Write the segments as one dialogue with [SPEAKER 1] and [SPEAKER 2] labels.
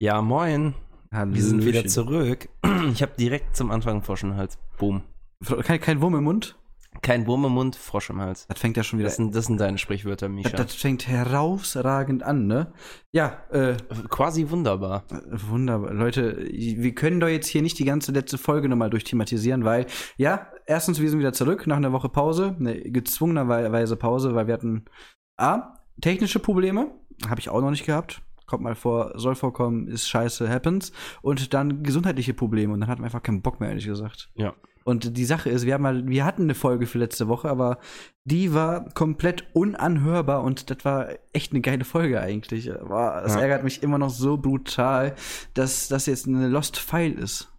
[SPEAKER 1] Ja, moin. Wir sind wieder
[SPEAKER 2] Hallöchen.
[SPEAKER 1] zurück. Ich habe direkt zum Anfang Frosch im Hals. Boom.
[SPEAKER 2] Kein, kein Wurm im Mund?
[SPEAKER 1] Kein Wurm im Mund, Frosch im Hals.
[SPEAKER 2] Das fängt ja schon wieder
[SPEAKER 1] Das sind, das sind deine Sprichwörter,
[SPEAKER 2] das,
[SPEAKER 1] Misha.
[SPEAKER 2] das fängt herausragend an, ne? Ja, äh,
[SPEAKER 1] Quasi wunderbar.
[SPEAKER 2] wunderbar. Leute, wir können doch jetzt hier nicht die ganze letzte Folge nochmal durchthematisieren, weil, ja, erstens, wir sind wieder zurück nach einer Woche Pause, ne, gezwungenerweise Pause, weil wir hatten A, technische Probleme, habe ich auch noch nicht gehabt. Kommt mal vor, soll vorkommen, ist scheiße, happens. Und dann gesundheitliche Probleme und dann hatten wir einfach keinen Bock mehr, ehrlich gesagt.
[SPEAKER 1] Ja.
[SPEAKER 2] Und die Sache ist, wir, haben mal, wir hatten eine Folge für letzte Woche, aber die war komplett unanhörbar und das war echt eine geile Folge eigentlich. War, das
[SPEAKER 1] Ja.
[SPEAKER 2] ärgert mich immer noch so brutal, dass das jetzt eine Lost File ist.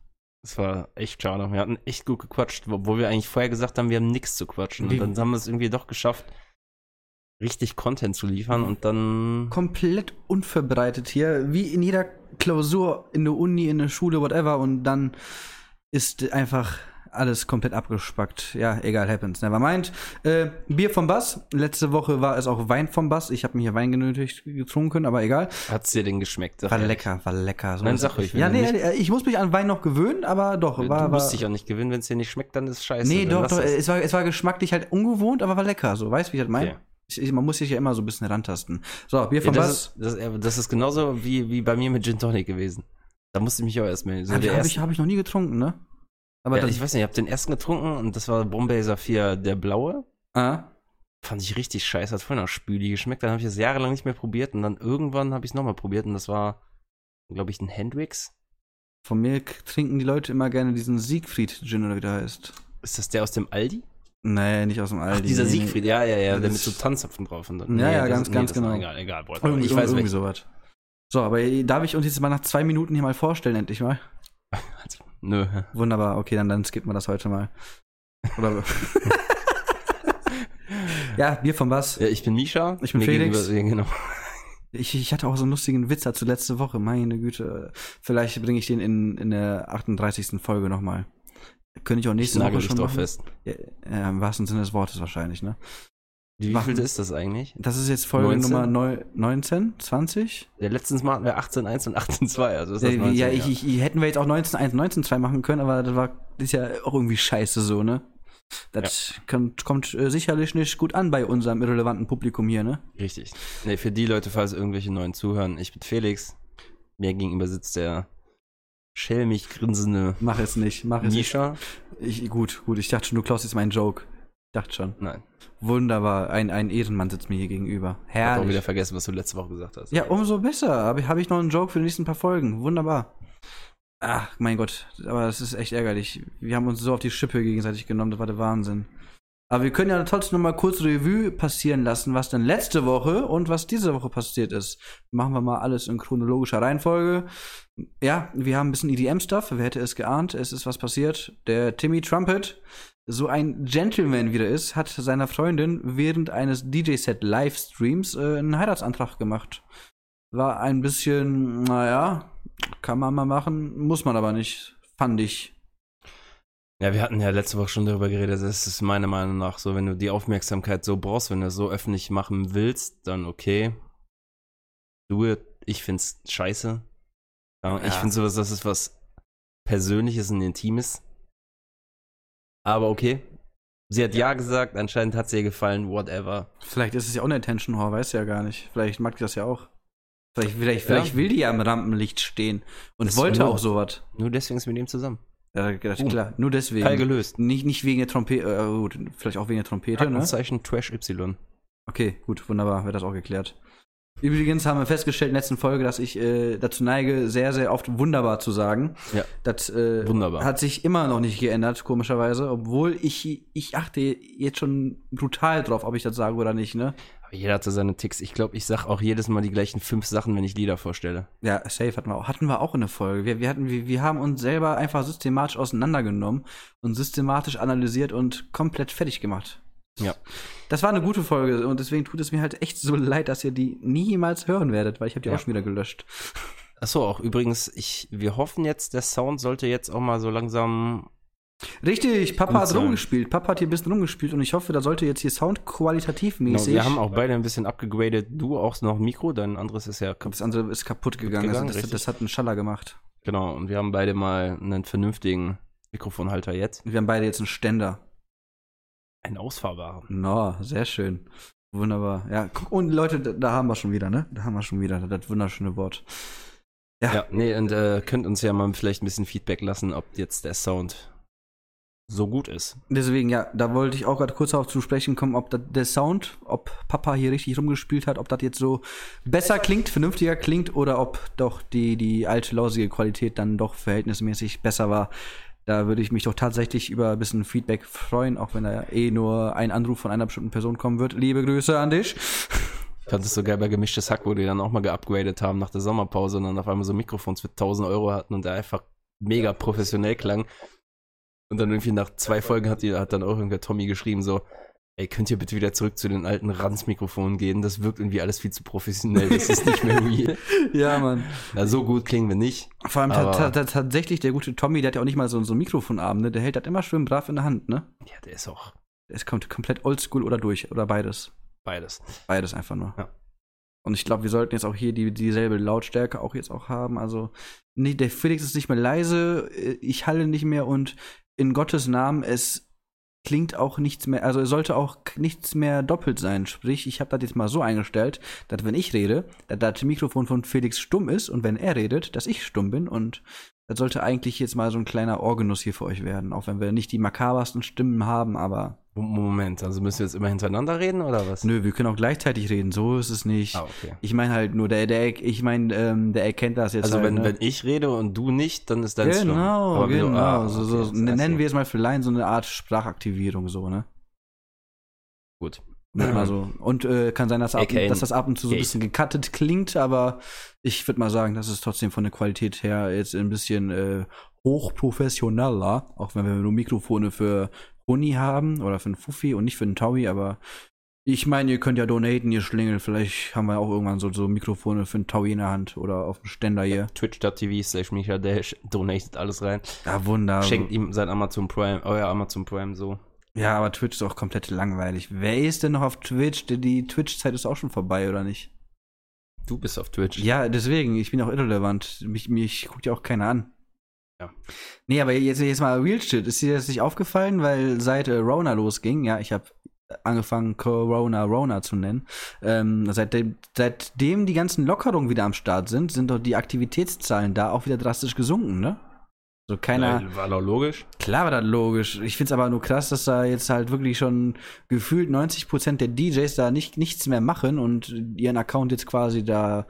[SPEAKER 1] Das war echt schade. Wir hatten echt gut gequatscht, obwohl wir eigentlich vorher gesagt haben, wir haben nichts zu quatschen. Und
[SPEAKER 2] Wie-
[SPEAKER 1] dann haben wir es irgendwie doch geschafft, richtig Content zu liefern und dann.
[SPEAKER 2] Komplett unverbreitet hier, wie in jeder Klausur, in der Uni, in der Schule, whatever. Und dann ist einfach alles komplett abgespackt. Ja, egal, happens. Never mind. Äh, Bier vom Bass. Letzte Woche war es auch Wein vom Bass. Ich habe mir hier Wein genötigt getrunken, aber egal.
[SPEAKER 1] Hat's dir denn geschmeckt? Sag
[SPEAKER 2] War
[SPEAKER 1] ehrlich.
[SPEAKER 2] lecker, war lecker. So
[SPEAKER 1] Nein,
[SPEAKER 2] was
[SPEAKER 1] sag
[SPEAKER 2] hab
[SPEAKER 1] ruhig, wenn
[SPEAKER 2] Ja,
[SPEAKER 1] du
[SPEAKER 2] nee,
[SPEAKER 1] nicht-
[SPEAKER 2] äh, ich muss mich an Wein noch gewöhnen, aber doch, war.
[SPEAKER 1] Du
[SPEAKER 2] war
[SPEAKER 1] musst dich auch nicht gewinnen, wenn es dir nicht schmeckt, dann ist es scheiße.
[SPEAKER 2] nee,
[SPEAKER 1] Dann
[SPEAKER 2] doch,
[SPEAKER 1] lass
[SPEAKER 2] doch.
[SPEAKER 1] es.
[SPEAKER 2] Es war, es war geschmacklich halt ungewohnt, aber war lecker. So, weißt du, wie ich das meine?
[SPEAKER 1] Okay.
[SPEAKER 2] Ich, ich, man muss sich ja immer so ein bisschen rantasten. So, Bier
[SPEAKER 1] Ja,
[SPEAKER 2] vom
[SPEAKER 1] das,
[SPEAKER 2] Bass.
[SPEAKER 1] ist, das, äh, das ist genauso wie, wie bei mir mit Gin Tonic gewesen. Da musste ich mich auch erstmal. So also
[SPEAKER 2] Habe ich,
[SPEAKER 1] der
[SPEAKER 2] hab
[SPEAKER 1] erste-
[SPEAKER 2] ich, hab ich noch nie getrunken, ne? Aber
[SPEAKER 1] ja,
[SPEAKER 2] das.
[SPEAKER 1] ich weiß nicht, ich habe den ersten getrunken und das war Bombay Saphir, der blaue.
[SPEAKER 2] ah,
[SPEAKER 1] Fand ich richtig scheiße, hat voll nach Spüli geschmeckt. Dann habe ich das jahrelang nicht mehr probiert und dann irgendwann habe ich es nochmal probiert und das war, glaube ich, ein Hendrix.
[SPEAKER 2] von mir k- trinken die Leute immer gerne diesen Siegfried-Gin oder wie der heißt.
[SPEAKER 1] Ist das der aus dem Aldi?
[SPEAKER 2] Nee, nicht aus dem Aldi.
[SPEAKER 1] Ach, dieser
[SPEAKER 2] nee, nee.
[SPEAKER 1] Siegfried, ja, ja, ja,
[SPEAKER 2] Das
[SPEAKER 1] der
[SPEAKER 2] ist-
[SPEAKER 1] mit so Tanzapfen drauf. Und dann,
[SPEAKER 2] Ja, ja, ganz, ganz
[SPEAKER 1] das war
[SPEAKER 2] genau.
[SPEAKER 1] Egal, egal, boah,
[SPEAKER 2] Irgendwie,
[SPEAKER 1] ich weiß
[SPEAKER 2] irgendwie
[SPEAKER 1] nicht.
[SPEAKER 2] sowas. So, aber darf ich uns jetzt mal nach zwei Minuten hier mal vorstellen, endlich mal?
[SPEAKER 1] Nö.
[SPEAKER 2] Wunderbar, okay, dann, dann skippen wir das heute mal. Oder. ja, Bier vom Bass.
[SPEAKER 1] Ja, ich bin Misha.
[SPEAKER 2] Ich bin
[SPEAKER 1] Mir
[SPEAKER 2] Felix.
[SPEAKER 1] gegenüber- ja, genau.
[SPEAKER 2] Ich, ich hatte auch so einen lustigen Witz dazu letzte Woche. Meine Güte. Vielleicht bringe ich den in, in der 38. Folge nochmal. Könnte ich auch
[SPEAKER 1] Genau. Ich
[SPEAKER 2] nächste
[SPEAKER 1] nagel
[SPEAKER 2] Woche
[SPEAKER 1] dich
[SPEAKER 2] schon
[SPEAKER 1] drauf
[SPEAKER 2] machen.
[SPEAKER 1] fest.
[SPEAKER 2] Ja, äh, Im wahrsten Sinne des Wortes wahrscheinlich, ne?
[SPEAKER 1] Wie
[SPEAKER 2] Machen.
[SPEAKER 1] viel ist das eigentlich?
[SPEAKER 2] Das ist jetzt Folge
[SPEAKER 1] 19?
[SPEAKER 2] Nummer neu- 19, 20?
[SPEAKER 1] Ja, letztens Mal hatten wir 18.1 und 18.2, also ist das
[SPEAKER 2] Äh,
[SPEAKER 1] 19,
[SPEAKER 2] ja, ich, ich, ich hätten wir jetzt auch 19, 1, 19, 2 machen können, aber das war ist ja auch irgendwie scheiße so, ne? Das kommt, kommt äh, sicherlich nicht gut an bei unserem irrelevanten Publikum hier, ne?
[SPEAKER 1] Richtig. Nee, für die Leute, falls irgendwelche neuen zuhören, ich bin Felix. Mir gegenüber sitzt der schelmig grinsende
[SPEAKER 2] Mach es nicht, mach es nicht.
[SPEAKER 1] Nisha.
[SPEAKER 2] Ich, gut, gut, ich dachte schon, du klaust jetzt meinen Joke. Ich dachte schon.
[SPEAKER 1] Nein,
[SPEAKER 2] Wunderbar, ein, ein Ehrenmann sitzt mir hier gegenüber.
[SPEAKER 1] ich hab auch wieder
[SPEAKER 2] Herrlich.
[SPEAKER 1] vergessen, was du letzte Woche gesagt hast.
[SPEAKER 2] Ja, umso besser. Habe ich- habe ich noch einen Joke für die nächsten paar Folgen. Wunderbar. Ach, mein Gott, aber das ist echt ärgerlich. Wir haben uns so auf die Schippe gegenseitig genommen, das war der Wahnsinn. Aber wir können ja trotzdem noch mal kurz Revue passieren lassen, was denn letzte Woche und was diese Woche passiert ist. Machen wir mal alles in chronologischer Reihenfolge. Ja, wir haben ein bisschen EDM-Stuff. Wer hätte es geahnt? Es ist was passiert. Der Timmy Trumpet, so ein Gentleman wie er ist, hat seiner Freundin während eines DJ-Set-Livestreams äh, einen Heiratsantrag gemacht. War ein bisschen, naja, kann man mal machen, muss man aber nicht, fand ich.
[SPEAKER 1] Ja, wir hatten ja letzte Woche schon darüber geredet. Das ist meiner Meinung nach so, wenn du die Aufmerksamkeit so brauchst, wenn du es so öffentlich machen willst, dann okay. Do it. Ich find's scheiße. Ja, Ich
[SPEAKER 2] Ja.
[SPEAKER 1] find sowas, das ist was Persönliches und Intimes. Aber okay. Sie hat ja, gesagt, anscheinend hat sie ihr gefallen, whatever.
[SPEAKER 2] Vielleicht ist es ja auch eine Attention Whore, weiß ja gar nicht. Vielleicht mag die das ja auch. Vielleicht, vielleicht,
[SPEAKER 1] Ja.
[SPEAKER 2] vielleicht will die ja im Rampenlicht stehen und
[SPEAKER 1] Das
[SPEAKER 2] wollte
[SPEAKER 1] war-
[SPEAKER 2] auch sowas.
[SPEAKER 1] Nur deswegen ist mit dem zusammen.
[SPEAKER 2] Ja, das-
[SPEAKER 1] Oh.
[SPEAKER 2] klar, nur deswegen.
[SPEAKER 1] Teil gelöst.
[SPEAKER 2] Nicht, nicht wegen der Trompete, äh, gut, vielleicht auch wegen der Trompete, ne?
[SPEAKER 1] Aktenzeichen Trash Y.
[SPEAKER 2] Okay, gut, wunderbar, wird das auch geklärt. Übrigens haben wir festgestellt in der letzten Folge, dass ich äh, dazu neige, sehr, sehr oft wunderbar zu sagen.
[SPEAKER 1] Ja.
[SPEAKER 2] Das äh,
[SPEAKER 1] Wunderbar.
[SPEAKER 2] hat sich immer noch nicht geändert, komischerweise, obwohl ich, ich achte jetzt schon brutal drauf, ob ich das sage oder nicht, ne?
[SPEAKER 1] Aber jeder hat so seine Ticks. Ich glaube, ich sag auch jedes Mal die gleichen fünf Sachen, wenn ich Lieder vorstelle.
[SPEAKER 2] Ja, safe hatten wir auch, hatten wir auch in der Folge. Wir, wir, hatten, wir, wir haben uns selber einfach systematisch auseinandergenommen und systematisch analysiert und komplett fertig gemacht.
[SPEAKER 1] Ja.
[SPEAKER 2] Das war eine gute Folge und deswegen tut es mir halt echt so leid, dass ihr die niemals hören werdet, weil ich habe die
[SPEAKER 1] Ja.
[SPEAKER 2] auch schon wieder gelöscht.
[SPEAKER 1] Achso, auch übrigens, ich, äh, wir hoffen jetzt, der Sound sollte jetzt auch mal so langsam
[SPEAKER 2] Richtig, Papa hat
[SPEAKER 1] Anzahl.
[SPEAKER 2] rumgespielt. Papa hat hier ein bisschen rumgespielt und ich hoffe, da sollte jetzt hier Sound qualitativ
[SPEAKER 1] Genau,
[SPEAKER 2] mäßig.
[SPEAKER 1] wir haben auch beide ein bisschen abgegradet. Du auch noch Mikro, dein anderes ist ja kaputt.
[SPEAKER 2] das andere ist kaputt gegangen. Also
[SPEAKER 1] gegangen,
[SPEAKER 2] das, das,
[SPEAKER 1] richtig.
[SPEAKER 2] das hat einen Schaller gemacht.
[SPEAKER 1] Genau, und wir haben beide mal einen vernünftigen Mikrofonhalter jetzt.
[SPEAKER 2] Wir haben beide jetzt einen Ständer.
[SPEAKER 1] Einen ausfahrbaren.
[SPEAKER 2] Na, sehr schön. Wunderbar. Ja, guck, und Leute, da, da haben wir schon wieder, ne? Da haben wir schon wieder das wunderschöne Wort.
[SPEAKER 1] Ja, nee, und äh, könnt uns ja mal vielleicht ein bisschen Feedback lassen, ob jetzt der Sound so gut ist.
[SPEAKER 2] Deswegen, ja, da wollte ich auch gerade kurz darauf zu sprechen kommen, ob das, der Sound, ob Papa hier richtig rumgespielt hat, ob das jetzt so besser klingt, vernünftiger klingt oder ob doch die, die alte lausige Qualität dann doch verhältnismäßig besser war. Da würde ich mich doch tatsächlich über ein bisschen Feedback freuen, auch wenn da eh nur ein Anruf von einer bestimmten Person kommen wird. Liebe Grüße an dich.
[SPEAKER 1] Ich fand es so geil bei Gemischtes Hack, wo die dann auch mal geupgradet haben nach der Sommerpause und dann auf einmal so Mikrofons für 1000 Euro hatten und der einfach mega professionell klang. Und dann irgendwie nach zwei Folgen hat, die, hat dann auch irgendwer Tommy geschrieben so, ey, könnt ihr bitte wieder zurück zu den alten Ranz-Mikrofonen gehen? Das wirkt irgendwie alles viel zu professionell, das ist nicht mehr real.
[SPEAKER 2] Ja, Mann.
[SPEAKER 1] Na, so gut klingen wir nicht.
[SPEAKER 2] Vor allem ta
[SPEAKER 1] Aber-
[SPEAKER 2] ta ta tatsächlich der gute Tommy, der hat ja auch nicht mal so, so einen Mikrofonarm, ne? Der hält das immer schön brav in der Hand, ne?
[SPEAKER 1] Ja, der ist auch
[SPEAKER 2] Es kommt komplett oldschool oder durch oder beides.
[SPEAKER 1] beides.
[SPEAKER 2] Beides einfach nur.
[SPEAKER 1] Ja.
[SPEAKER 2] Und ich glaube, wir sollten jetzt auch hier die, dieselbe Lautstärke auch jetzt auch haben. Also nicht, der Felix ist nicht mehr leise, äh, ich halle nicht mehr und in Gottes Namen, es klingt auch nichts mehr, also es sollte auch k- nichts mehr doppelt sein. Sprich, ich habe das jetzt mal so eingestellt, dass wenn ich rede, dass das Mikrofon von Felix stumm ist und wenn er redet, dass ich stumm bin und das sollte eigentlich jetzt mal so ein kleiner Organus hier für euch werden, auch wenn wir nicht die makabersten Stimmen haben, aber
[SPEAKER 1] Moment, also müssen wir jetzt immer hintereinander reden oder was?
[SPEAKER 2] nö, wir können auch gleichzeitig reden, so ist es nicht.
[SPEAKER 1] Ah, okay.
[SPEAKER 2] Ich meine halt nur, der, der ich meine, ähm, der erkennt das jetzt.
[SPEAKER 1] Also
[SPEAKER 2] halt,
[SPEAKER 1] wenn,
[SPEAKER 2] ne?
[SPEAKER 1] wenn ich rede und du nicht, dann ist dein schlimm.
[SPEAKER 2] Genau,
[SPEAKER 1] Aber wenn du-
[SPEAKER 2] genau.
[SPEAKER 1] ah,
[SPEAKER 2] so,
[SPEAKER 1] okay,
[SPEAKER 2] so,
[SPEAKER 1] das heißt,
[SPEAKER 2] nennen wir es mal vielleicht so eine Art Sprachaktivierung, so, ne?
[SPEAKER 1] Gut.
[SPEAKER 2] Nenn mal so. Und äh, kann sein, dass, ab,
[SPEAKER 1] AKA
[SPEAKER 2] dass das ab und zu so ein
[SPEAKER 1] Gate.
[SPEAKER 2] bisschen gecuttet klingt, aber ich würde mal sagen, das ist trotzdem von der Qualität her jetzt ein bisschen äh, hochprofessioneller, auch wenn wir nur Mikrofone für Huni haben oder für einen Fuffi und nicht für einen Taui, aber ich meine, ihr könnt ja donaten, ihr Schlingel. Vielleicht haben wir auch irgendwann so, so Mikrofone für einen Taui in der Hand oder auf dem Ständer hier.
[SPEAKER 1] Twitch.tv slash Micha Dash donatet alles rein.
[SPEAKER 2] Ja, wunderbar.
[SPEAKER 1] Schenkt ihm sein Amazon Prime, euer Amazon Prime so.
[SPEAKER 2] Ja, aber Twitch ist auch komplett langweilig. Wer ist denn noch auf Twitch? Die- Die Twitch-Zeit ist auch schon vorbei, oder nicht?
[SPEAKER 1] Du bist auf Twitch.
[SPEAKER 2] Ja, deswegen, ich bin auch irrelevant. Mich, mich guckt ja auch keiner an.
[SPEAKER 1] Ja.
[SPEAKER 2] Nee, aber jetzt, jetzt mal Real Shit. Ist dir das nicht aufgefallen? Weil seit äh, Rona losging, ja, ich habe angefangen, Corona Rona zu nennen. Ähm, seitdem, seitdem die ganzen Lockerungen wieder am Start sind, sind doch die Aktivitätszahlen da auch wieder drastisch gesunken, ne? So keiner.
[SPEAKER 1] Nein, War doch logisch.
[SPEAKER 2] Klar war das logisch. Ich find's aber nur krass, dass da jetzt halt wirklich schon gefühlt 90% der DJs da nicht, nichts mehr machen und ihren Account jetzt quasi da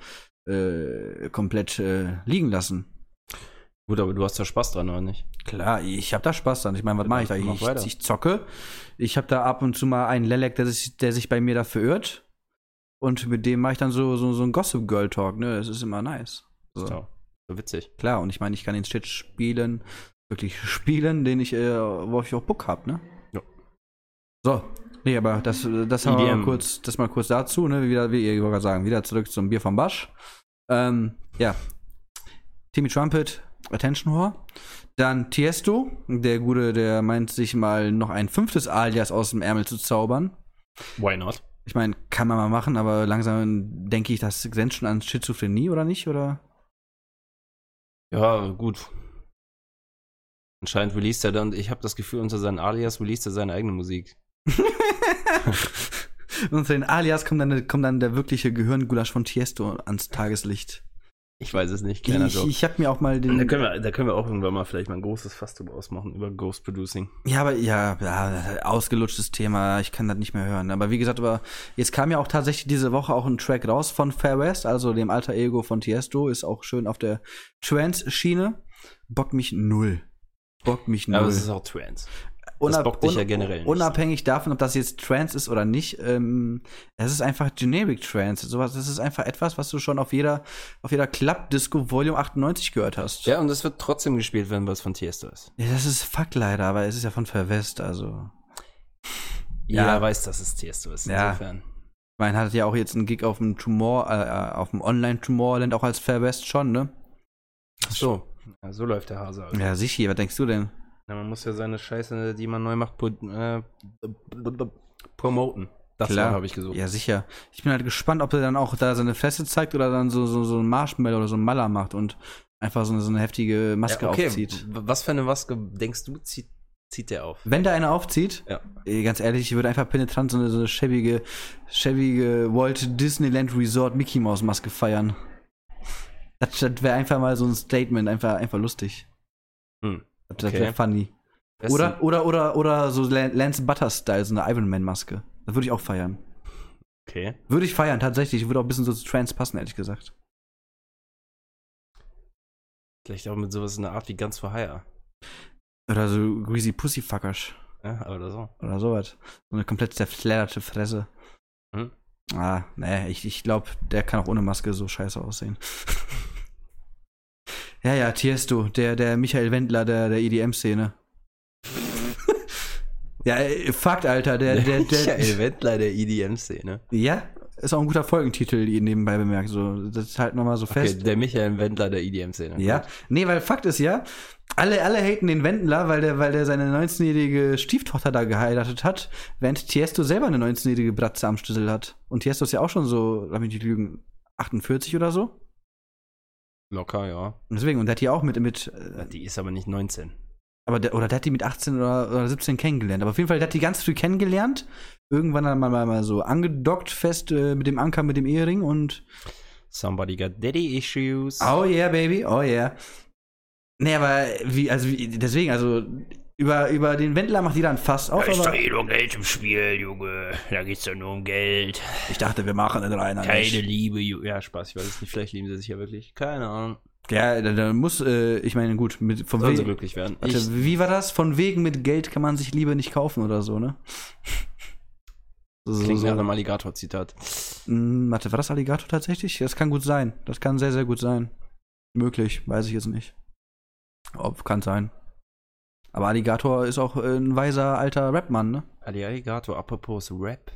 [SPEAKER 2] äh, komplett äh, liegen lassen.
[SPEAKER 1] Gut, aber du hast ja Spaß dran, oder nicht?
[SPEAKER 2] Klar, ich hab da Spaß dran. Ich meine, was mache ich da?
[SPEAKER 1] Mach weiter.
[SPEAKER 2] Ich, ich zocke. Ich hab da ab und zu mal einen Lelek, der sich, der sich bei mir da verirrt. Und mit dem mache ich dann so, so, so einen Gossip Girl Talk. Ne, es ist immer nice. So.
[SPEAKER 1] Ja. So witzig.
[SPEAKER 2] Klar, und ich meine, ich kann den Shit spielen, wirklich spielen, den ich, äh, wo ich auch Bock hab, ne?
[SPEAKER 1] Ja.
[SPEAKER 2] So. Nee, aber das, das haben wir mal
[SPEAKER 1] EDM.
[SPEAKER 2] kurz, das mal kurz dazu, ne? Wieder, wie ihr gerade sagen, wieder zurück zum Bier vom Basch. Ähm, ja. Timmy Trumpet, Attention Whore. Dann Tiesto, der Gute, der meint sich mal noch ein fünftes Alias aus dem Ärmel zu zaubern.
[SPEAKER 1] Why not?
[SPEAKER 2] Ich meine, kann man mal machen, aber langsam denke ich, das grenzt schon an Schizophrenie, oder nicht? Oder?
[SPEAKER 1] Ja, gut. Anscheinend released er dann, ich habe das Gefühl, unter seinen Alias released er seine eigene Musik.
[SPEAKER 2] Und zu den Alias kommt dann, kommt dann der wirkliche Gehirngulasch von Tiesto ans Tageslicht.
[SPEAKER 1] Ich weiß es nicht, kleiner
[SPEAKER 2] Ich,
[SPEAKER 1] Joke.
[SPEAKER 2] ich habe mir auch mal
[SPEAKER 1] Da
[SPEAKER 2] den.
[SPEAKER 1] können, wir, da können wir auch irgendwann mal vielleicht mal ein großes Fass drüber ausmachen, über Ghost Producing.
[SPEAKER 2] Ja, aber ja, ja, ausgelutschtes Thema. Ich kann das nicht mehr hören. Aber wie gesagt, aber jetzt kam ja auch tatsächlich diese Woche auch ein Track raus von Fair West, also dem alter Ego von Tiesto, ist auch schön auf der Trance-Schiene. Bockt mich null. Bockt mich null.
[SPEAKER 1] Aber es ist auch Trance. Das bockt dich ja generell nicht.
[SPEAKER 2] Unabhängig davon, ob das jetzt Trance ist oder nicht, ähm, es ist einfach Generic Trance. Sowas, das ist einfach etwas, was du schon auf jeder, auf jeder Club Disco Volume 98 gehört hast.
[SPEAKER 1] Ja, und es wird trotzdem gespielt, wenn was von Tiesto ist.
[SPEAKER 2] Ja, das ist fuck leider, aber es ist ja von Verwest, also. Ja.
[SPEAKER 1] Jeder weiß, dass es Tiesto ist,
[SPEAKER 2] Ja.
[SPEAKER 1] insofern.
[SPEAKER 2] Ich meine, hatte ja auch jetzt einen Gig auf dem Tumor, äh, auf dem Online Tumorland auch als Verwest schon, ne?
[SPEAKER 1] Ach so. Ja, so läuft der Hase. Also.
[SPEAKER 2] Ja, sicher, was denkst du denn?
[SPEAKER 1] Na, man muss ja seine Scheiße, die man neu macht, pro, äh, promoten. Das
[SPEAKER 2] Klar.
[SPEAKER 1] habe ich gesucht.
[SPEAKER 2] Ja, sicher. Ich bin halt gespannt, ob er dann auch da seine Fresse zeigt oder dann so, so, so ein Marshmallow oder so ein Maller macht und einfach so eine, so eine heftige Maske
[SPEAKER 1] Ja, okay.
[SPEAKER 2] aufzieht.
[SPEAKER 1] W- Was für eine Maske denkst du, zieht, zieht der auf?
[SPEAKER 2] Wenn da einer aufzieht,
[SPEAKER 1] Ja.
[SPEAKER 2] eh, ganz ehrlich, ich würde einfach penetrant so eine, so eine schäbige, schäbige Walt Disneyland Resort Mickey Mouse Maske feiern. Das, das wäre einfach mal so ein Statement, einfach, einfach lustig.
[SPEAKER 1] Hm.
[SPEAKER 2] Das, das
[SPEAKER 1] Okay.
[SPEAKER 2] wäre funny.
[SPEAKER 1] Wer ist
[SPEAKER 2] Oder, oder, oder, oder so Lan- Lance Butter-Style, so eine Iron Man-Maske. Das würde ich auch feiern.
[SPEAKER 1] denn- Okay.
[SPEAKER 2] Würde ich feiern, tatsächlich. Würde auch ein bisschen so zu Trans passen, ehrlich gesagt.
[SPEAKER 1] Vielleicht auch mit sowas in der Art wie ganz vorher.
[SPEAKER 2] Oder so Greasy Pussyfuckers
[SPEAKER 1] Ja, oder so.
[SPEAKER 2] oder sowas. So eine komplett zerfledderte Fresse.
[SPEAKER 1] Hm.
[SPEAKER 2] Ah, ne, ich, ich glaube, der kann auch ohne Maske so scheiße aussehen. ja, ja, Tiesto, der, der Michael Wendler der, E der EDM-Szene. ja, äh, Fakt, Alter, der, der, der,
[SPEAKER 1] Michael Wendler der EDM-Szene.
[SPEAKER 2] Ja, ist auch ein guter Folgentitel, ihr nebenbei bemerkt. So, das halten wir mal so
[SPEAKER 1] Okay,
[SPEAKER 2] fest.
[SPEAKER 1] der Michael Wendler der EDM-Szene.
[SPEAKER 2] Ja, nee, weil Fakt ist ja, alle, alle haten den Wendler, weil der, weil der seine 19-jährige Stieftochter da geheiratet hat, während Tiesto selber eine 19-jährige Bratze am Schlüssel hat. Und Tiesto ist ja auch schon so, lass mich nicht lügen, 48 oder so.
[SPEAKER 1] Locker, ja.
[SPEAKER 2] Und deswegen, und der hat die auch mit, mit äh,
[SPEAKER 1] Die ist aber nicht 19.
[SPEAKER 2] aber der, oder der hat die mit 18 oder, oder 17 kennengelernt. Aber auf jeden Fall, der hat die ganz früh kennengelernt. Irgendwann dann mal, mal, mal so angedockt fest äh, mit dem Anker, mit dem Ehering und
[SPEAKER 1] Somebody got daddy issues.
[SPEAKER 2] Oh yeah, baby, oh yeah. Nee, aber wie, also wie, deswegen, also über, über den Wendler macht jeder ein Fass auf, aber
[SPEAKER 1] eh nur Geld im Spiel, Junge. Da geht's doch nur um Geld.
[SPEAKER 2] ich dachte, wir machen den reiner nicht.
[SPEAKER 1] Liebe, Junge. Ja, Spaß, ich weiß es nicht. Vielleicht lieben sie sich ja wirklich. Keine Ahnung.
[SPEAKER 2] Ja, da, da muss, äh, ich meine, gut, mit, von
[SPEAKER 1] Sollen sie
[SPEAKER 2] wegen,
[SPEAKER 1] glücklich werden.
[SPEAKER 2] warte, wie war das? Von wegen mit Geld kann man sich Liebe nicht kaufen oder so, ne? So,
[SPEAKER 1] ich
[SPEAKER 2] so,
[SPEAKER 1] klingt nach
[SPEAKER 2] so.
[SPEAKER 1] einem Alligator-Zitat.
[SPEAKER 2] Hm, warte, war das Alligator tatsächlich? Das kann gut sein. Das kann sehr, sehr gut sein. Möglich, weiß ich jetzt nicht. Ob, kann sein. Aber Alligator ist auch äh, ein weiser alter Rapmann, ne?
[SPEAKER 1] Alligator, apropos Rap.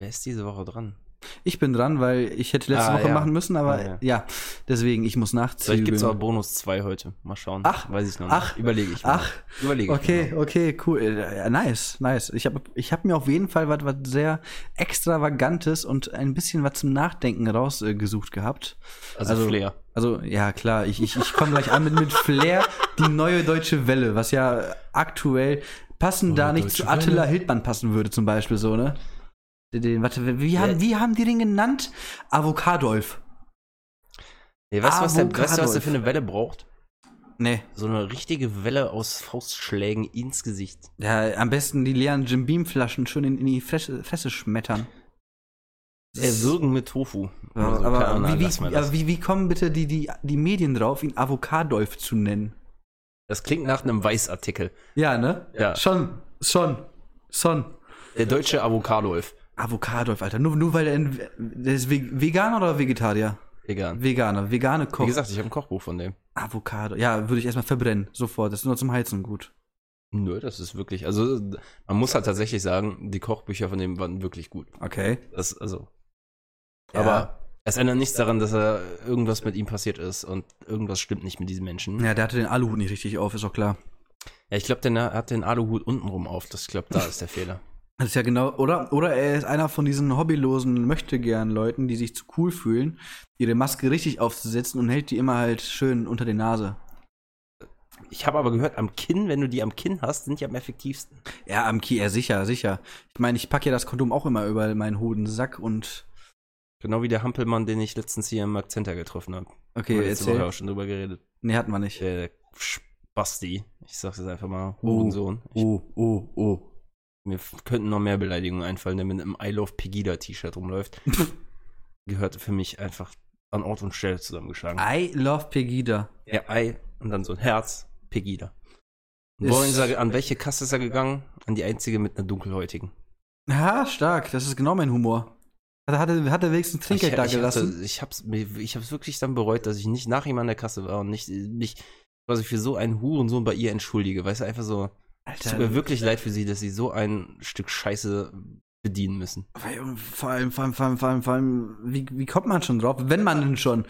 [SPEAKER 1] Wer ist diese Woche dran?
[SPEAKER 2] Ich bin dran, weil ich hätte letzte
[SPEAKER 1] Ah,
[SPEAKER 2] Woche
[SPEAKER 1] ja.
[SPEAKER 2] machen müssen, aber
[SPEAKER 1] Ah,
[SPEAKER 2] ja.
[SPEAKER 1] ja.
[SPEAKER 2] deswegen, ich muss
[SPEAKER 1] Vielleicht
[SPEAKER 2] nachzügeln.
[SPEAKER 1] gibt's aber Bonus 2 heute. Mal schauen.
[SPEAKER 2] Ach,
[SPEAKER 1] weiß ich noch nicht.
[SPEAKER 2] ach,
[SPEAKER 1] überlege ich.
[SPEAKER 2] Ach,
[SPEAKER 1] mal. überlege ich.
[SPEAKER 2] okay,
[SPEAKER 1] mal.
[SPEAKER 2] okay, cool. Äh, Ja, nice, nice. Ich habe ich hab mir auf jeden Fall was was sehr Extravagantes und ein bisschen was zum Nachdenken rausgesucht gehabt.
[SPEAKER 1] Also,
[SPEAKER 2] also-
[SPEAKER 1] Flair.
[SPEAKER 2] Also, ja, klar, ich, ich, ich komme gleich an mit, mit Flair, die neue deutsche Welle, was ja aktuell passend da
[SPEAKER 1] Neue
[SPEAKER 2] nicht zu
[SPEAKER 1] deutsche
[SPEAKER 2] Attila
[SPEAKER 1] Welle.
[SPEAKER 2] Hildmann passen würde, zum Beispiel so, ne? Den, den, warte, wie haben,
[SPEAKER 1] Ja.
[SPEAKER 2] wie haben die den genannt? Avocadolf.
[SPEAKER 1] Nee, weißt du, was der,
[SPEAKER 2] Avocado
[SPEAKER 1] weißt du, was der
[SPEAKER 2] ist-
[SPEAKER 1] für eine Welle braucht?
[SPEAKER 2] Nee.
[SPEAKER 1] So eine richtige Welle aus Faustschlägen ins Gesicht.
[SPEAKER 2] Ja, am besten die leeren Jim Beam Flaschen schön in, in die Fresse, Fresse schmettern.
[SPEAKER 1] Erwürgen mit Tofu. Oder so, Äh, Oh, keine
[SPEAKER 2] aber
[SPEAKER 1] Ahnung,
[SPEAKER 2] wie,
[SPEAKER 1] lass mal
[SPEAKER 2] wie,
[SPEAKER 1] das.
[SPEAKER 2] aber wie, wie kommen bitte die, die, die Medien drauf, ihn Avocadolf zu nennen?
[SPEAKER 1] das klingt nach einem Weißartikel.
[SPEAKER 2] Ja, ne?
[SPEAKER 1] Ja.
[SPEAKER 2] Schon, schon, schon.
[SPEAKER 1] Der deutsche Avocadolf.
[SPEAKER 2] Avocadolf, Alter. Nur, nur weil er in, der ist Ve- Veganer oder Vegetarier?
[SPEAKER 1] Vegan.
[SPEAKER 2] Veganer, vegane Koch.
[SPEAKER 1] Wie gesagt, ich habe ein Kochbuch von dem.
[SPEAKER 2] Avocado. Ja, würde ich erstmal verbrennen, sofort. Das ist nur zum Heizen gut.
[SPEAKER 1] Nö, das ist wirklich. Also, man muss halt tatsächlich sagen, die Kochbücher von dem waren wirklich gut.
[SPEAKER 2] Okay.
[SPEAKER 1] Das, also.
[SPEAKER 2] Ja.
[SPEAKER 1] Aber es ändert nichts daran, dass er irgendwas mit ihm passiert ist und irgendwas stimmt nicht mit diesem Menschen. Ja,
[SPEAKER 2] Ja, der hatte den Aluhut nicht richtig auf, ist auch klar.
[SPEAKER 1] ich glaube, der hat den Aluhut untenrum auf. Das glaube, da ist der Fehler.
[SPEAKER 2] Das ist ja genau, oder? Oder er ist einer von diesen hobbylosen Möchtegern-Leuten, die sich zu cool fühlen, ihre Maske richtig aufzusetzen und hält die immer halt schön unter der Nase.
[SPEAKER 1] Ich habe aber gehört, am Kinn, wenn du die am Kinn hast, sind die am effektivsten.
[SPEAKER 2] Ja, am Key, ja, sicher, sicher. Ich meine, ich packe ja das Kondom auch immer über meinen Hodensack und.
[SPEAKER 1] Genau wie der Hampelmann, den ich letztens hier im Akzenter getroffen habe.
[SPEAKER 2] Okay,
[SPEAKER 1] letzte Woche
[SPEAKER 2] erzähl.
[SPEAKER 1] auch schon drüber geredet.
[SPEAKER 2] Nee, hatten wir nicht.
[SPEAKER 1] Der Spasti. Ich sag's jetzt einfach mal,
[SPEAKER 2] Oh.
[SPEAKER 1] Hurensohn. Ich,
[SPEAKER 2] Oh, oh, oh.
[SPEAKER 1] Mir f- könnten noch mehr Beleidigungen einfallen, der mit einem I Love Pegida T-Shirt rumläuft. Gehört für mich einfach an Ort und Stelle zusammengeschlagen.
[SPEAKER 2] I love Pegida.
[SPEAKER 1] Ja, Ei und dann so ein Herz, Pegida. Und
[SPEAKER 2] Ist- äh,
[SPEAKER 1] wohin ist er, an welche Kasse ist er gegangen? An die einzige mit einer dunkelhäutigen. Also
[SPEAKER 2] Ha, stark. Das ist genau mein Humor. Hat, hat, er- hat er wenigstens Trinkgeld
[SPEAKER 1] ich,
[SPEAKER 2] da
[SPEAKER 1] ich,
[SPEAKER 2] gelassen?
[SPEAKER 1] hatte, ich, hab's, mir- ich hab's wirklich dann bereut, dass ich nicht nach ihm an der Kasse war und nicht äh, mich quasi für so einen Hurensohn bei ihr entschuldige. Weißt du, einfach so. Es tut mir wirklich leid für sie, dass sie so ein Stück Scheiße bedienen müssen.
[SPEAKER 2] ähm, Vor allem, vor allem, vor allem, vor allem, vor allem, wie, wie kommt man schon drauf, wenn man denn schon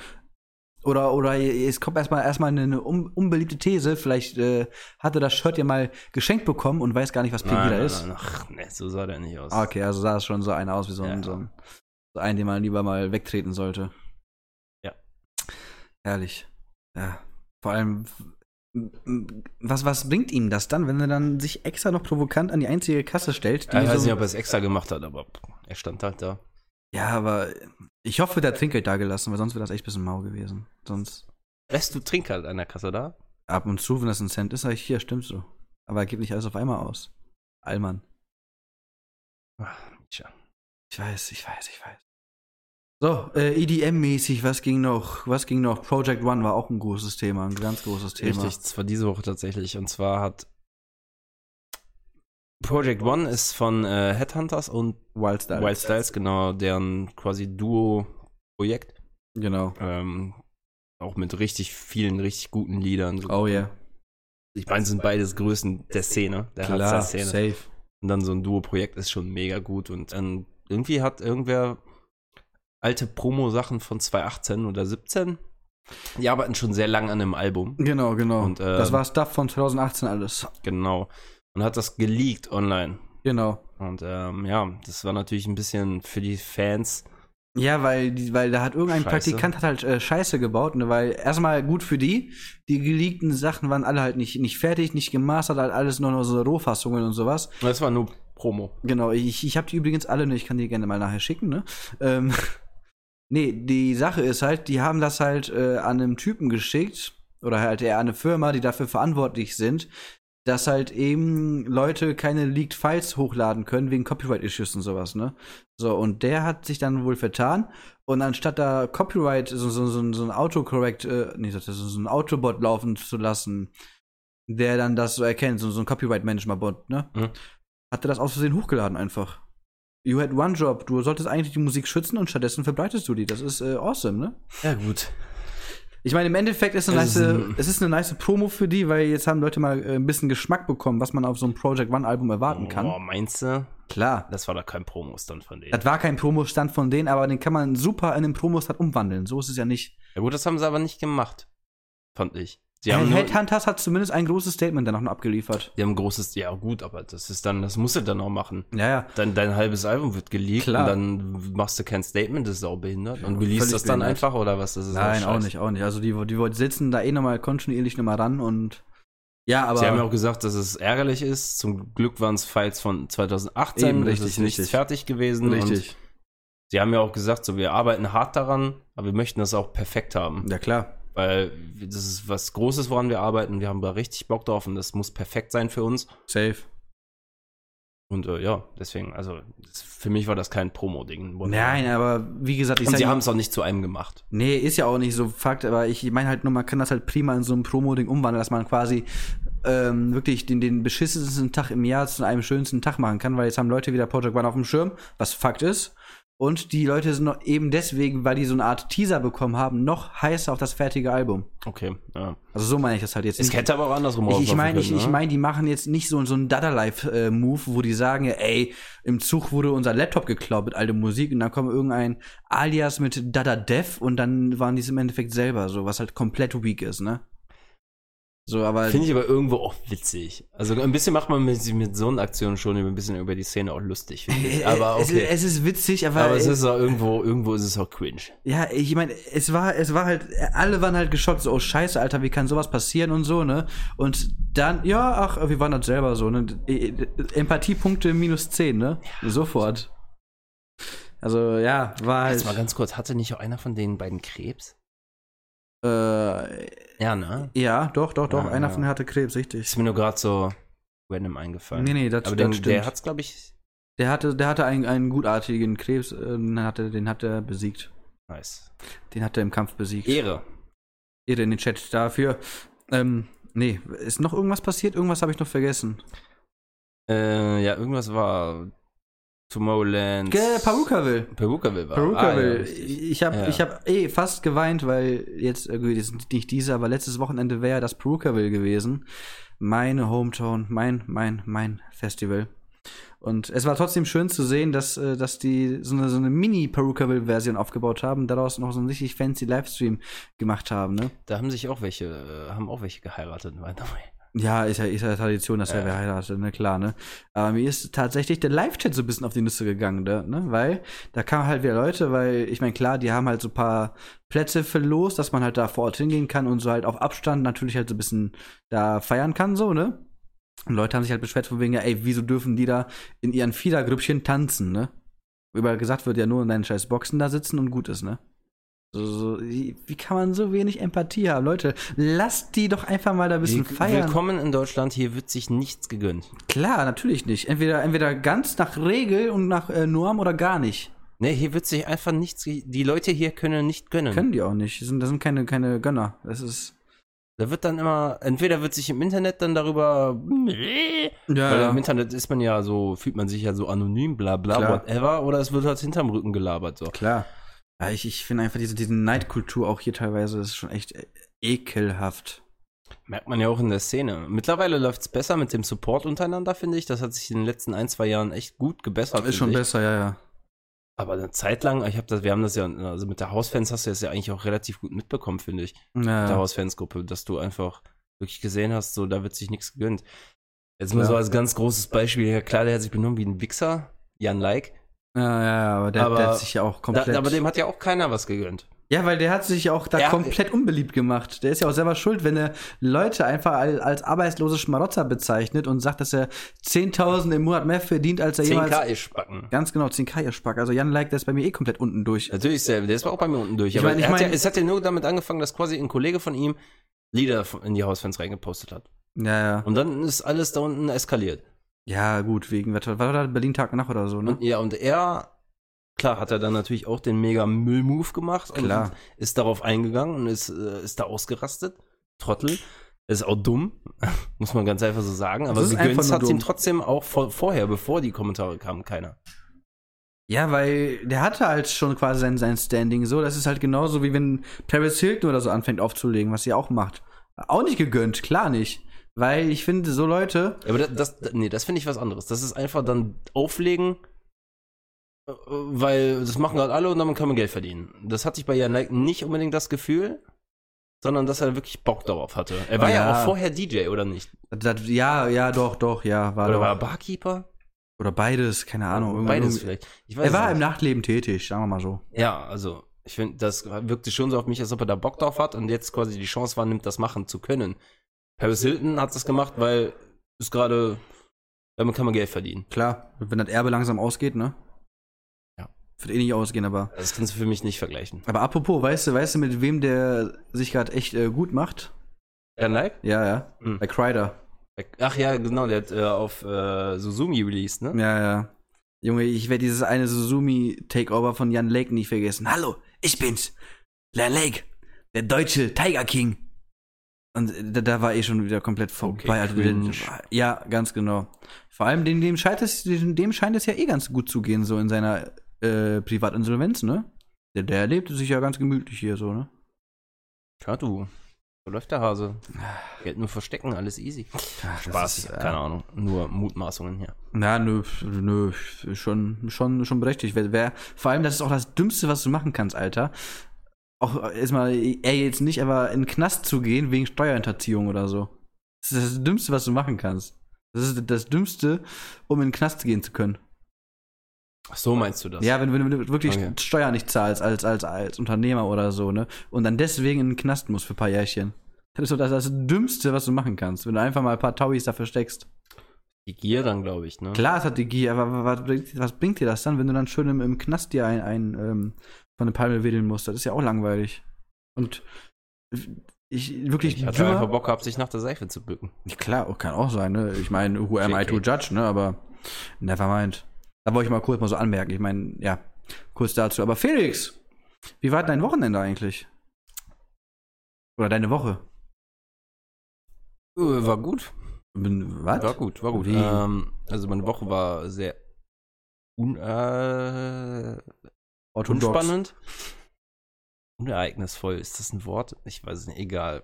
[SPEAKER 2] Oder, oder es kommt erstmal erstmal eine un, unbeliebte These. Vielleicht äh, hatte das Shirt ja mal geschenkt bekommen und weiß gar nicht, was Pegida ist.
[SPEAKER 1] Ach, nee, so sah der nicht aus.
[SPEAKER 2] Ah, Okay, also sah es schon so einer aus wie so,
[SPEAKER 1] Ja.
[SPEAKER 2] ein, so, ein, so ein, den man lieber mal wegtreten sollte.
[SPEAKER 1] Ja.
[SPEAKER 2] Herrlich. Ja. Vor allem, m- m- was, was bringt ihm das dann, wenn er dann sich extra noch provokant an die einzige Kasse stellt?
[SPEAKER 1] Ja, ich weiß
[SPEAKER 2] so,
[SPEAKER 1] nicht, ob er es extra gemacht hat, aber er stand halt da.
[SPEAKER 2] ja, aber ich hoffe, der hat Trinkgeld da gelassen, weil sonst wäre das echt ein bisschen mau gewesen. Sonst
[SPEAKER 1] Lässt du Trinkgeld halt an der Kasse da?
[SPEAKER 2] ab und zu, wenn das ein Cent ist, sage ich, hier, stimmt so. Aber er gibt nicht alles auf einmal aus. Allmann.
[SPEAKER 1] Ach, tja.
[SPEAKER 2] Ich weiß, ich weiß, ich weiß. So, äh, EDM-mäßig, was ging noch? Was ging noch? Project One war auch ein großes Thema, ein ganz großes Thema.
[SPEAKER 1] Richtig, das war diese Woche tatsächlich. Und zwar hat Project One ist von äh, Headhunters und
[SPEAKER 2] Wild Style.
[SPEAKER 1] Wild Styles, genau, deren quasi Duo-Projekt.
[SPEAKER 2] Genau.
[SPEAKER 1] Ähm, auch mit richtig vielen, richtig guten Liedern. So,
[SPEAKER 2] Oh yeah.
[SPEAKER 1] Ich meine, sind beides Größen der Szene, der
[SPEAKER 2] Klar,
[SPEAKER 1] Hardstyle-Szene.
[SPEAKER 2] safe.
[SPEAKER 1] Und dann so ein Duo-Projekt ist schon mega gut. Und dann irgendwie hat irgendwer alte Promo-Sachen von 2018 oder 17. Die arbeiten schon sehr lange an einem Album.
[SPEAKER 2] Genau, genau.
[SPEAKER 1] Und, äh,
[SPEAKER 2] das war Stuff von 2018 alles.
[SPEAKER 1] Genau. Und hat das geleakt online.
[SPEAKER 2] Genau.
[SPEAKER 1] Und ähm, ja, das war natürlich ein bisschen für die Fans.
[SPEAKER 2] Ja, weil, die, weil da hat irgendein
[SPEAKER 1] Scheiße.
[SPEAKER 2] Praktikant hat halt äh, Scheiße gebaut, ne? weil erstmal gut für die, die geleakten Sachen waren alle halt nicht, nicht fertig, nicht gemastert, halt alles nur noch so Rohfassungen und sowas.
[SPEAKER 1] Das war nur Promo.
[SPEAKER 2] Genau, ich, ich habe die übrigens alle, ne, ich kann die gerne mal nachher schicken, ne? Ähm, nee, die Sache ist halt, die haben das halt äh, an einem Typen geschickt, oder halt eher an eine Firma, die dafür verantwortlich sind, dass halt eben Leute keine Leaked Files hochladen können wegen Copyright-Issues und sowas, ne? So, und der hat sich dann wohl vertan und anstatt da Copyright, so, so, so, so ein Autocorrect, äh, nee, so, so ein Autobot laufen zu lassen, der dann das so erkennt, so, so ein Copyright-Management-Bot, ne?
[SPEAKER 1] Mhm.
[SPEAKER 2] Hat er das aus Versehen hochgeladen einfach. You had one job, du solltest eigentlich die Musik schützen und stattdessen verbreitest du die. Das ist äh, awesome, ne?
[SPEAKER 1] Ja, gut.
[SPEAKER 2] Ich meine, im Endeffekt ist eine
[SPEAKER 1] Es
[SPEAKER 2] nice,
[SPEAKER 1] ist ein-
[SPEAKER 2] es ist eine nice Promo für die, weil jetzt haben Leute mal äh, ein bisschen Geschmack bekommen, was man auf so einem Project One Album erwarten kann.
[SPEAKER 1] Boah, meinst du?
[SPEAKER 2] Klar.
[SPEAKER 1] Das war doch kein Promo-Stand von denen.
[SPEAKER 2] Das war kein Promostand von denen, aber den kann man super in einen Promostand umwandeln. So ist es ja nicht.
[SPEAKER 1] ja gut, das haben sie aber nicht gemacht. Fand ich. Sie
[SPEAKER 2] Ja,
[SPEAKER 1] haben, nur, die
[SPEAKER 2] Äh, Headhunters hat zumindest ein großes Statement danach noch abgeliefert.
[SPEAKER 1] haben ein großes, ja gut, aber das ist dann, das musst du dann auch machen.
[SPEAKER 2] Ja, ja.
[SPEAKER 1] Dein, dein halbes Album wird geleakt
[SPEAKER 2] Klar.
[SPEAKER 1] und dann machst du kein Statement, das ist auch behindert.
[SPEAKER 2] Ja,
[SPEAKER 1] und release
[SPEAKER 2] völlig
[SPEAKER 1] das dann
[SPEAKER 2] behindert.
[SPEAKER 1] einfach oder was? Das ist doch
[SPEAKER 2] Nein, auch
[SPEAKER 1] scheiße.
[SPEAKER 2] nicht, auch nicht. Also die, die sitzen da eh nochmal kontinuierlich nochmal ran und ja, aber
[SPEAKER 1] Sie haben ja auch gesagt, dass es ärgerlich ist. Zum Glück waren es Files von 2018,
[SPEAKER 2] Eben,
[SPEAKER 1] Eben,
[SPEAKER 2] richtig,
[SPEAKER 1] richtig, ist nichts
[SPEAKER 2] richtig.
[SPEAKER 1] fertig gewesen. Und
[SPEAKER 2] richtig.
[SPEAKER 1] sie haben ja auch gesagt, so wir arbeiten hart daran, aber wir möchten das auch perfekt haben.
[SPEAKER 2] Ja klar.
[SPEAKER 1] Weil das ist was Großes, woran wir arbeiten. Wir haben da richtig Bock drauf und das muss perfekt sein für uns.
[SPEAKER 2] Safe.
[SPEAKER 1] Und äh, ja, deswegen, also das, für mich war das kein Promo-Ding.
[SPEAKER 2] Nein, aber wie gesagt, ich
[SPEAKER 1] Und sie
[SPEAKER 2] sag-
[SPEAKER 1] haben es auch nicht zu einem gemacht.
[SPEAKER 2] Nee, ist ja auch nicht so Fakt, aber ich meine halt nur, man kann das halt prima in so einem Promo-Ding umwandeln, dass man quasi ähm, wirklich den, den beschissensten Tag im Jahr zu einem schönsten Tag machen kann, weil jetzt haben Leute wieder Project One auf dem Schirm, was Fakt ist. Und die Leute sind noch eben deswegen, weil die so eine Art Teaser bekommen haben, noch heißer auf das fertige Album.
[SPEAKER 1] Okay, ja.
[SPEAKER 2] Also so meine ich das halt jetzt.
[SPEAKER 1] Es
[SPEAKER 2] nicht.
[SPEAKER 1] hätte aber auch andersrum
[SPEAKER 2] Ich, ich
[SPEAKER 1] auslaufen
[SPEAKER 2] meine, ich,
[SPEAKER 1] können,
[SPEAKER 2] ich
[SPEAKER 1] ne?
[SPEAKER 2] meine, die machen jetzt nicht so, so einen Dada-Life-Move, wo die sagen, ey, im Zug wurde unser Laptop geklaut mit alter Musik und dann kommt irgendein Alias mit Dada-Dev und dann waren die es im Endeffekt selber, so, was halt komplett weak ist, ne? So, aber
[SPEAKER 1] Finde ich aber irgendwo auch witzig. Also ein bisschen macht man mit, mit so einer Aktion schon ein bisschen über die Szene auch lustig. finde
[SPEAKER 2] Äh,
[SPEAKER 1] Ich. Aber
[SPEAKER 2] es, ist-
[SPEAKER 1] okay.
[SPEAKER 2] es ist witzig, aber,
[SPEAKER 1] Aber es ist auch irgendwo, irgendwo ist es auch cringe.
[SPEAKER 2] ja, ich meine, es war, es war halt, alle waren halt geschockt, so, oh scheiße, Alter, wie kann sowas passieren und so, ne? Und dann, ja, ach, wir waren das selber so, ne? Äh, äh, Empathiepunkte minus 10, ne? Sofort. Also, ja, war
[SPEAKER 1] Jetzt mal
[SPEAKER 2] halt,
[SPEAKER 1] ganz kurz, hatte nicht auch einer von den beiden Krebs?
[SPEAKER 2] äh,
[SPEAKER 1] Ja, ne?
[SPEAKER 2] ja, doch, doch, doch,
[SPEAKER 1] Ah,
[SPEAKER 2] einer
[SPEAKER 1] ja.
[SPEAKER 2] von denen hatte Krebs, richtig.
[SPEAKER 1] Ist mir nur gerade so random eingefallen.
[SPEAKER 2] Nee, nee, das,
[SPEAKER 1] Aber
[SPEAKER 2] das
[SPEAKER 1] den,
[SPEAKER 2] stimmt.
[SPEAKER 1] der hat's, glaube ich,
[SPEAKER 2] der hatte, der hatte einen, einen gutartigen Krebs, äh, den hat er- den hat er besiegt.
[SPEAKER 1] nice.
[SPEAKER 2] Den hat er im Kampf besiegt.
[SPEAKER 1] Ehre.
[SPEAKER 2] Ehre in den Chat dafür. Ähm, nee, ist noch irgendwas passiert? Irgendwas habe ich noch vergessen.
[SPEAKER 1] Äh, ja, irgendwas war Tomorrowland.
[SPEAKER 2] Gell, Paruka will.
[SPEAKER 1] Peruka will war.
[SPEAKER 2] Peruka
[SPEAKER 1] Ah, ja,
[SPEAKER 2] will.
[SPEAKER 1] richtig.
[SPEAKER 2] ich habe
[SPEAKER 1] Ja.
[SPEAKER 2] ich hab eh fast geweint, weil jetzt, äh, gut, jetzt nicht diese, aber letztes Wochenende wäre ja das Peruka will gewesen. Meine Hometown, mein, mein, mein Festival. Und es war trotzdem schön zu sehen, dass, äh, dass die so eine, so eine Mini-Perukaville-Version aufgebaut haben, daraus noch so einen richtig fancy Livestream gemacht haben, ne?
[SPEAKER 1] Da haben sich auch welche, äh, haben auch welche geheiratet, by the way.
[SPEAKER 2] Ja, ist ja, ist ja Tradition, dass er
[SPEAKER 1] Ja.
[SPEAKER 2] wer heiratet, ne, klar, ne? Aber mir ist tatsächlich der Live-Chat so ein bisschen auf die Nüsse gegangen, da, ne? Weil da kamen halt wieder Leute, weil, ich meine, klar, die haben halt so ein paar Plätze verlost, dass man halt da vor Ort hingehen kann und so halt auf Abstand natürlich halt so ein bisschen da feiern kann, so, ne? Und Leute haben sich halt beschwert von wegen, ja, ey, wieso dürfen die da in ihren Vierergrüppchen tanzen, ne? Überall gesagt wird ja nur in deinen scheiß Boxen da sitzen und gut ist, ne? So, so, wie, wie kann man so wenig Empathie haben? Leute, lasst die doch einfach mal da ein bisschen
[SPEAKER 1] Will-
[SPEAKER 2] feiern.
[SPEAKER 1] Willkommen in Deutschland, hier wird sich nichts gegönnt.
[SPEAKER 2] Klar, natürlich nicht. Entweder, entweder ganz nach Regel und nach äh, Norm oder gar nicht.
[SPEAKER 1] Ne, hier wird sich einfach nichts, ge- die Leute hier können nicht gönnen.
[SPEAKER 2] Können die auch nicht. Das sind, das sind keine, keine Gönner. Das ist.
[SPEAKER 1] Da wird dann immer, entweder wird sich im Internet dann darüber, weil im Internet ist man ja so, fühlt man sich ja so anonym, bla bla,
[SPEAKER 2] Klar.
[SPEAKER 1] whatever, oder es wird halt hinterm Rücken gelabert, so.
[SPEAKER 2] Klar. Ja, ich ich finde einfach diese, diese Neidkultur auch hier teilweise ist schon echt e- ekelhaft.
[SPEAKER 1] Merkt man ja auch in der Szene. Mittlerweile läuft es besser mit dem Support untereinander, finde ich. Das hat sich in den letzten ein, zwei Jahren echt gut gebessert. finde ich.
[SPEAKER 2] besser, ja, ja.
[SPEAKER 1] Aber eine Zeit lang, ich habe das, wir haben das ja, also mit der Hausfans hast du das ja eigentlich auch relativ gut mitbekommen, finde ich. Mit der
[SPEAKER 2] ja.
[SPEAKER 1] Hausfansgruppe, dass du einfach wirklich gesehen hast, so, da wird sich nichts gegönnt. Jetzt mal
[SPEAKER 2] Ja.
[SPEAKER 1] so als ganz großes Beispiel, ja klar, der hat sich benommen wie ein Wichser, Jan Like.
[SPEAKER 2] ja, ja, aber der,
[SPEAKER 1] Aber-
[SPEAKER 2] der hat sich ja auch
[SPEAKER 1] Da,
[SPEAKER 2] komplett.
[SPEAKER 1] aber dem hat ja auch keiner was gegönnt.
[SPEAKER 2] ja, weil der hat sich ja auch da
[SPEAKER 1] Ja.
[SPEAKER 2] komplett unbeliebt gemacht. Der ist ja auch selber schuld, wenn er Leute einfach als, als arbeitslose Schmarotzer bezeichnet und sagt, dass er 10.000 im Monat mehr verdient, als er jemals
[SPEAKER 1] 10k ist Spacken.
[SPEAKER 2] Ganz genau, 10k ihr Spack. Also Jan Like, der ist bei mir eh komplett unten durch.
[SPEAKER 1] Natürlich, ist der, der ist auch bei mir unten durch.
[SPEAKER 2] Ich
[SPEAKER 1] aber
[SPEAKER 2] mein, ich
[SPEAKER 1] er hat
[SPEAKER 2] mein-
[SPEAKER 1] ja, es hat ja nur damit angefangen, dass quasi ein Kollege von ihm Lieder von- in die Hausfans reingepostet hat.
[SPEAKER 2] Ja, ja.
[SPEAKER 1] Und dann ist alles da unten eskaliert.
[SPEAKER 2] Ja, gut, wegen was war da Berlin Tag nach oder so, ne?
[SPEAKER 1] Und, ja, und er, klar, hat er dann natürlich auch den mega Müllmove gemacht.
[SPEAKER 2] Klar.
[SPEAKER 1] Und ist darauf eingegangen und ist, äh, ist da ausgerastet. Trottel. Ist auch dumm, muss man ganz einfach so sagen. Aber
[SPEAKER 2] Das ist
[SPEAKER 1] sie
[SPEAKER 2] einfach
[SPEAKER 1] gönn's
[SPEAKER 2] nur
[SPEAKER 1] hat ihm
[SPEAKER 2] dumm.
[SPEAKER 1] trotzdem auch vor, vorher, bevor die Kommentare kamen, keiner.
[SPEAKER 2] Ja, weil der hatte halt schon quasi sein, sein Standing so. Das ist halt genauso wie wenn Paris Hilton oder so anfängt aufzulegen, was sie auch macht. Auch nicht gegönnt, klar nicht. Weil ich finde, so Leute,
[SPEAKER 1] Ja, Aber das, das nee, das finde ich was anderes. Das ist einfach dann auflegen, äh, weil das machen halt alle und damit kann man Geld verdienen. Das hatte ich bei Jan Like nicht unbedingt das Gefühl, sondern dass er wirklich Bock darauf hatte. Er war ja,
[SPEAKER 2] Ah, Ja.
[SPEAKER 1] auch vorher DJ, oder nicht?
[SPEAKER 2] das, ja, ja, doch, doch, ja, war
[SPEAKER 1] Oder
[SPEAKER 2] doch.
[SPEAKER 1] war er Barkeeper?
[SPEAKER 2] oder beides, keine Ahnung. irgendwann-
[SPEAKER 1] Beides vielleicht. Ich weiß
[SPEAKER 2] Er war
[SPEAKER 1] es
[SPEAKER 2] im
[SPEAKER 1] nicht.
[SPEAKER 2] Nachtleben tätig, sagen wir mal so.
[SPEAKER 1] Ja, also ich finde, das wirkte schon so auf mich, als ob er da Bock drauf hat und jetzt quasi die Chance wahrnimmt, das machen zu können. Paris Hilton hat das gemacht, weil es gerade, damit kann man Geld verdienen.
[SPEAKER 2] Klar, wenn das Erbe langsam ausgeht, ne?
[SPEAKER 1] Ja.
[SPEAKER 2] Wird eh nicht ausgehen, aber.
[SPEAKER 1] Das kannst du für mich nicht vergleichen.
[SPEAKER 2] Aber apropos, weißt du, weißt du, mit wem der sich gerade echt äh, gut macht?
[SPEAKER 1] Jan Like?
[SPEAKER 2] Ja, ja.
[SPEAKER 1] Hm.
[SPEAKER 2] Bei Cryder.
[SPEAKER 1] Ach ja, genau, der hat äh, auf äh, Suzumi released, ne?
[SPEAKER 2] Ja, ja. Junge, ich werde dieses eine Suzumi-Takeover von Jan Lake nicht vergessen. Hallo, ich bin's. Jan Lake, der deutsche Tiger King. Und da, da war eh schon wieder komplett vorbei. Also,
[SPEAKER 1] cringe.
[SPEAKER 2] ja, ganz genau. Vor allem dem, dem, scheint es, dem, dem scheint es ja eh ganz gut zu gehen, so in seiner äh, Privatinsolvenz, ne? Der, der lebt sich ja ganz gemütlich hier so, ne?
[SPEAKER 1] Ja, du. Da läuft der Hase. Geld nur verstecken, alles easy. Spaß,
[SPEAKER 2] ist, äh,
[SPEAKER 1] keine Ahnung. Nur Mutmaßungen hier.
[SPEAKER 2] Na, nö, pf, nö, pf, schon, schon, schon berechtigt. Wer, wer, vor allem, das ist auch das Dümmste, was du machen kannst, Alter. Auch erstmal, ey, jetzt nicht, aber in den Knast zu gehen wegen Steuerhinterziehung oder so. Das ist das Dümmste, was du machen kannst. Das ist das Dümmste, um in den Knast gehen zu können.
[SPEAKER 1] Ach so, meinst du das?
[SPEAKER 2] ja, wenn, wenn du wirklich
[SPEAKER 1] Okay.
[SPEAKER 2] Steuer nicht zahlst als, als, als Unternehmer oder so, ne? Und dann deswegen in den Knast musst für ein paar Jährchen. Das ist so das, das Dümmste, was du machen kannst, wenn du einfach mal ein paar Tauis da versteckst.
[SPEAKER 1] Die Gier dann, glaube ich, ne?
[SPEAKER 2] Klar, es hat die Gier, aber was bringt, was bringt dir das dann, wenn du dann schön im, im Knast dir ein, ein ähm, von der Palme wedeln musst? Das ist ja auch langweilig. Und ich wirklich
[SPEAKER 1] Ich hatte einfach
[SPEAKER 2] dümmer.
[SPEAKER 1] Also, Bock gehabt, sich nach der Seife zu bücken.
[SPEAKER 2] Klar, oh, kann auch sein, ne? Ich meine, who am I to judge, ne? Aber never mind. Da wollte ich mal kurz mal so anmerken. Ich meine, ja, kurz dazu. Aber Felix, wie war denn dein Wochenende eigentlich? Oder deine Woche?
[SPEAKER 1] Äh, War gut.
[SPEAKER 2] Bin- Was?
[SPEAKER 1] War gut, war gut.
[SPEAKER 2] Wie?
[SPEAKER 1] Ähm, also meine Woche war sehr un äh,
[SPEAKER 2] Orthodox.
[SPEAKER 1] unspannend. Unereignisvoll, ist das ein Wort? Ich weiß es nicht, egal.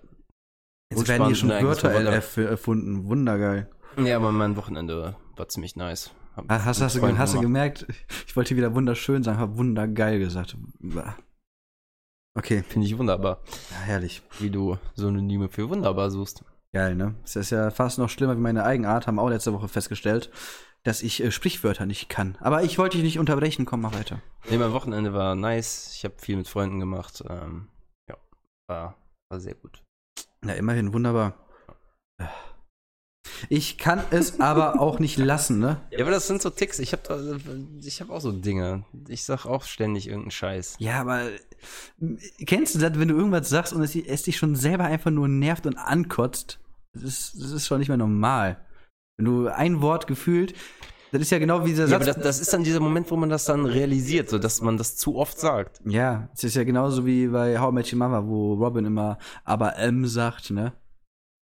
[SPEAKER 2] Jetzt werden hier schon
[SPEAKER 1] Unspannend,
[SPEAKER 2] Wörter
[SPEAKER 1] eigentlich,
[SPEAKER 2] erf- erfunden. Wundergeil.
[SPEAKER 1] Ja, aber mein Wochenende war ziemlich nice. Hab
[SPEAKER 2] Ah, Hast, hast, du,
[SPEAKER 1] Freund
[SPEAKER 2] ge- hast du
[SPEAKER 1] gemacht.
[SPEAKER 2] gemerkt? Ich wollte wieder wunderschön sagen, habe wundergeil gesagt. Bah. Okay,
[SPEAKER 1] Finde ich wunderbar,
[SPEAKER 2] ja, herrlich.
[SPEAKER 1] wie du Synonyme für wunderbar suchst.
[SPEAKER 2] Geil, ne? Es ist ja fast noch schlimmer wie meine Eigenart, haben auch letzte Woche festgestellt, dass ich äh, Sprichwörter nicht kann. Aber ich wollte dich nicht unterbrechen, komm mal weiter.
[SPEAKER 1] Nee, mein Wochenende war nice. Ich habe viel mit Freunden gemacht. Ähm, ja, war, war sehr gut.
[SPEAKER 2] Ja, immerhin, wunderbar. Ich kann es aber auch nicht lassen, ne?
[SPEAKER 1] Ja, aber das sind so Ticks. Ich habe ich hab auch so Dinge. Ich sag auch ständig irgendeinen Scheiß.
[SPEAKER 2] Ja, aber kennst du das, wenn du irgendwas sagst und es, es dich schon selber einfach nur nervt und ankotzt? Das ist, das ist schon nicht mehr normal. Wenn du ein Wort gefühlt, das ist ja genau wie dieser
[SPEAKER 1] Ja,
[SPEAKER 2] Satz.
[SPEAKER 1] aber das, das ist dann dieser Moment, wo man das dann realisiert, so dass man das zu oft sagt.
[SPEAKER 2] Ja, es ist ja genauso wie bei How I Met Your Mama, wo Robin immer aber M sagt, ne?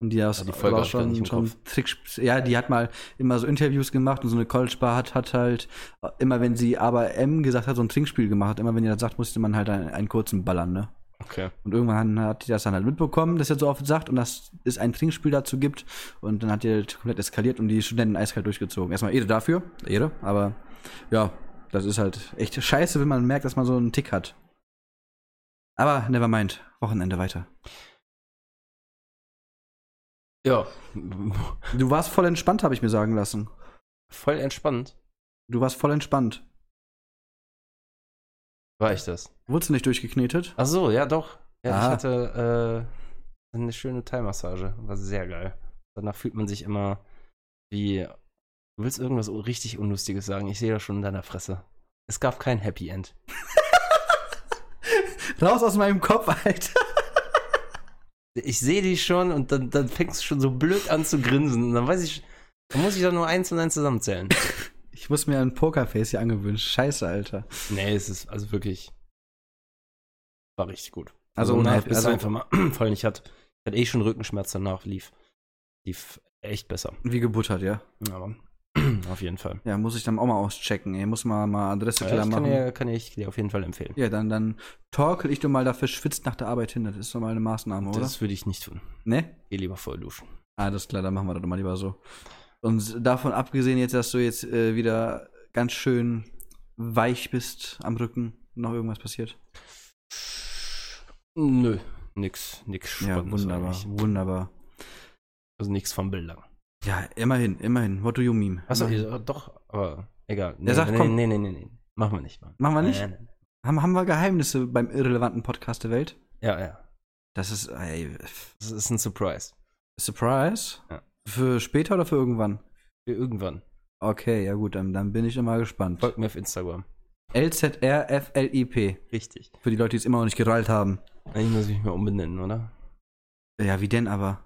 [SPEAKER 2] Und die, aus,
[SPEAKER 1] die Folge
[SPEAKER 2] war
[SPEAKER 1] hab ich grad
[SPEAKER 2] schon,
[SPEAKER 1] nicht im
[SPEAKER 2] schon Trick, ja, die hat mal immer so Interviews gemacht und so eine College-Bar hat, hat halt, äh, immer wenn sie aber M gesagt hat, so ein Trinkspiel gemacht. Immer wenn ihr das sagt, musste man halt einen, einen kurzen ballern, ne?
[SPEAKER 1] Okay.
[SPEAKER 2] Und irgendwann hat die das dann halt mitbekommen, dass er so oft sagt und dass es ein Trinkspiel dazu gibt. Und dann hat die halt komplett eskaliert und die Studenten eiskalt durchgezogen. Erstmal Ehre dafür, Ehre, aber ja, das ist halt echt scheiße, wenn man merkt, dass man so einen Tick hat. Aber nevermind, Wochenende weiter.
[SPEAKER 1] Ja.
[SPEAKER 2] Du warst voll entspannt, habe ich mir sagen lassen.
[SPEAKER 1] Voll entspannt
[SPEAKER 2] Du warst voll entspannt.
[SPEAKER 1] war ich das.
[SPEAKER 2] Wurdest du nicht durchgeknetet?
[SPEAKER 1] Ach so, ja doch. Ja,
[SPEAKER 2] Ah.
[SPEAKER 1] ich hatte äh, eine schöne Thai-Massage. War sehr geil. Danach fühlt man sich immer wie. Du willst irgendwas richtig Unlustiges sagen. Ich sehe das schon in deiner Fresse. Es gab kein Happy End.
[SPEAKER 2] Raus aus meinem Kopf, Alter.
[SPEAKER 1] Ich sehe dich schon und dann, dann fängst du schon so blöd an zu grinsen. Und dann weiß ich, dann muss ich doch nur eins und eins zusammenzählen.
[SPEAKER 2] Ich muss mir ein Pokerface hier angewöhnen. Scheiße, Alter.
[SPEAKER 1] nee, es ist also wirklich. War richtig gut. Also,
[SPEAKER 2] Also ohne
[SPEAKER 1] nach,
[SPEAKER 2] Happy-
[SPEAKER 1] bis
[SPEAKER 2] also-
[SPEAKER 1] einfach mal. Vor allem, ich hatte, ich hatte eh schon Rückenschmerz danach, lief. Lief echt besser.
[SPEAKER 2] Wie gebuttert, ja.
[SPEAKER 1] Aber auf jeden Fall.
[SPEAKER 2] Ja, muss ich dann auch mal auschecken, ey. Muss mal, mal Adresse
[SPEAKER 1] Ja,
[SPEAKER 2] klar
[SPEAKER 1] das kann,
[SPEAKER 2] machen.
[SPEAKER 1] dir, kann ich dir auf jeden Fall empfehlen.
[SPEAKER 2] Ja, dann, dann torkel ich doch mal dafür schwitzt nach der Arbeit hin. Das ist doch mal eine Maßnahme, oder?
[SPEAKER 1] Das würde ich nicht tun.
[SPEAKER 2] ne?
[SPEAKER 1] Geh lieber voll duschen.
[SPEAKER 2] Alles klar, dann machen wir das doch mal lieber so. Und davon abgesehen jetzt, dass du jetzt äh, wieder ganz schön weich bist am Rücken, noch irgendwas passiert?
[SPEAKER 1] Nö, nix, nix Spannendes eigentlich.
[SPEAKER 2] wunderbar.
[SPEAKER 1] Also nichts vom Bildern.
[SPEAKER 2] Ja, immerhin, immerhin. What do you meme?
[SPEAKER 1] Achso,
[SPEAKER 2] immerhin.
[SPEAKER 1] ja, doch, aber egal. Nee,
[SPEAKER 2] sagt,
[SPEAKER 1] nee,
[SPEAKER 2] komm.
[SPEAKER 1] nee, nee, nee, nee. Machen wir nicht.
[SPEAKER 2] Machen wir nicht?
[SPEAKER 1] Nee, nee.
[SPEAKER 2] Haben, haben wir Geheimnisse beim irrelevanten Podcast der Welt?
[SPEAKER 1] Ja, ja.
[SPEAKER 2] Das ist, ey, f-
[SPEAKER 1] Das ist ein Surprise.
[SPEAKER 2] Surprise?
[SPEAKER 1] Ja.
[SPEAKER 2] Für später oder für irgendwann?
[SPEAKER 1] Für irgendwann.
[SPEAKER 2] Okay, ja gut, dann, dann bin ich immer gespannt.
[SPEAKER 1] Folgt mir auf Instagram.
[SPEAKER 2] LZRFLIP.
[SPEAKER 1] Richtig.
[SPEAKER 2] Für die Leute, die es immer noch nicht gerallt haben.
[SPEAKER 1] Eigentlich muss ich mich mal umbenennen, oder?
[SPEAKER 2] Ja, wie denn aber?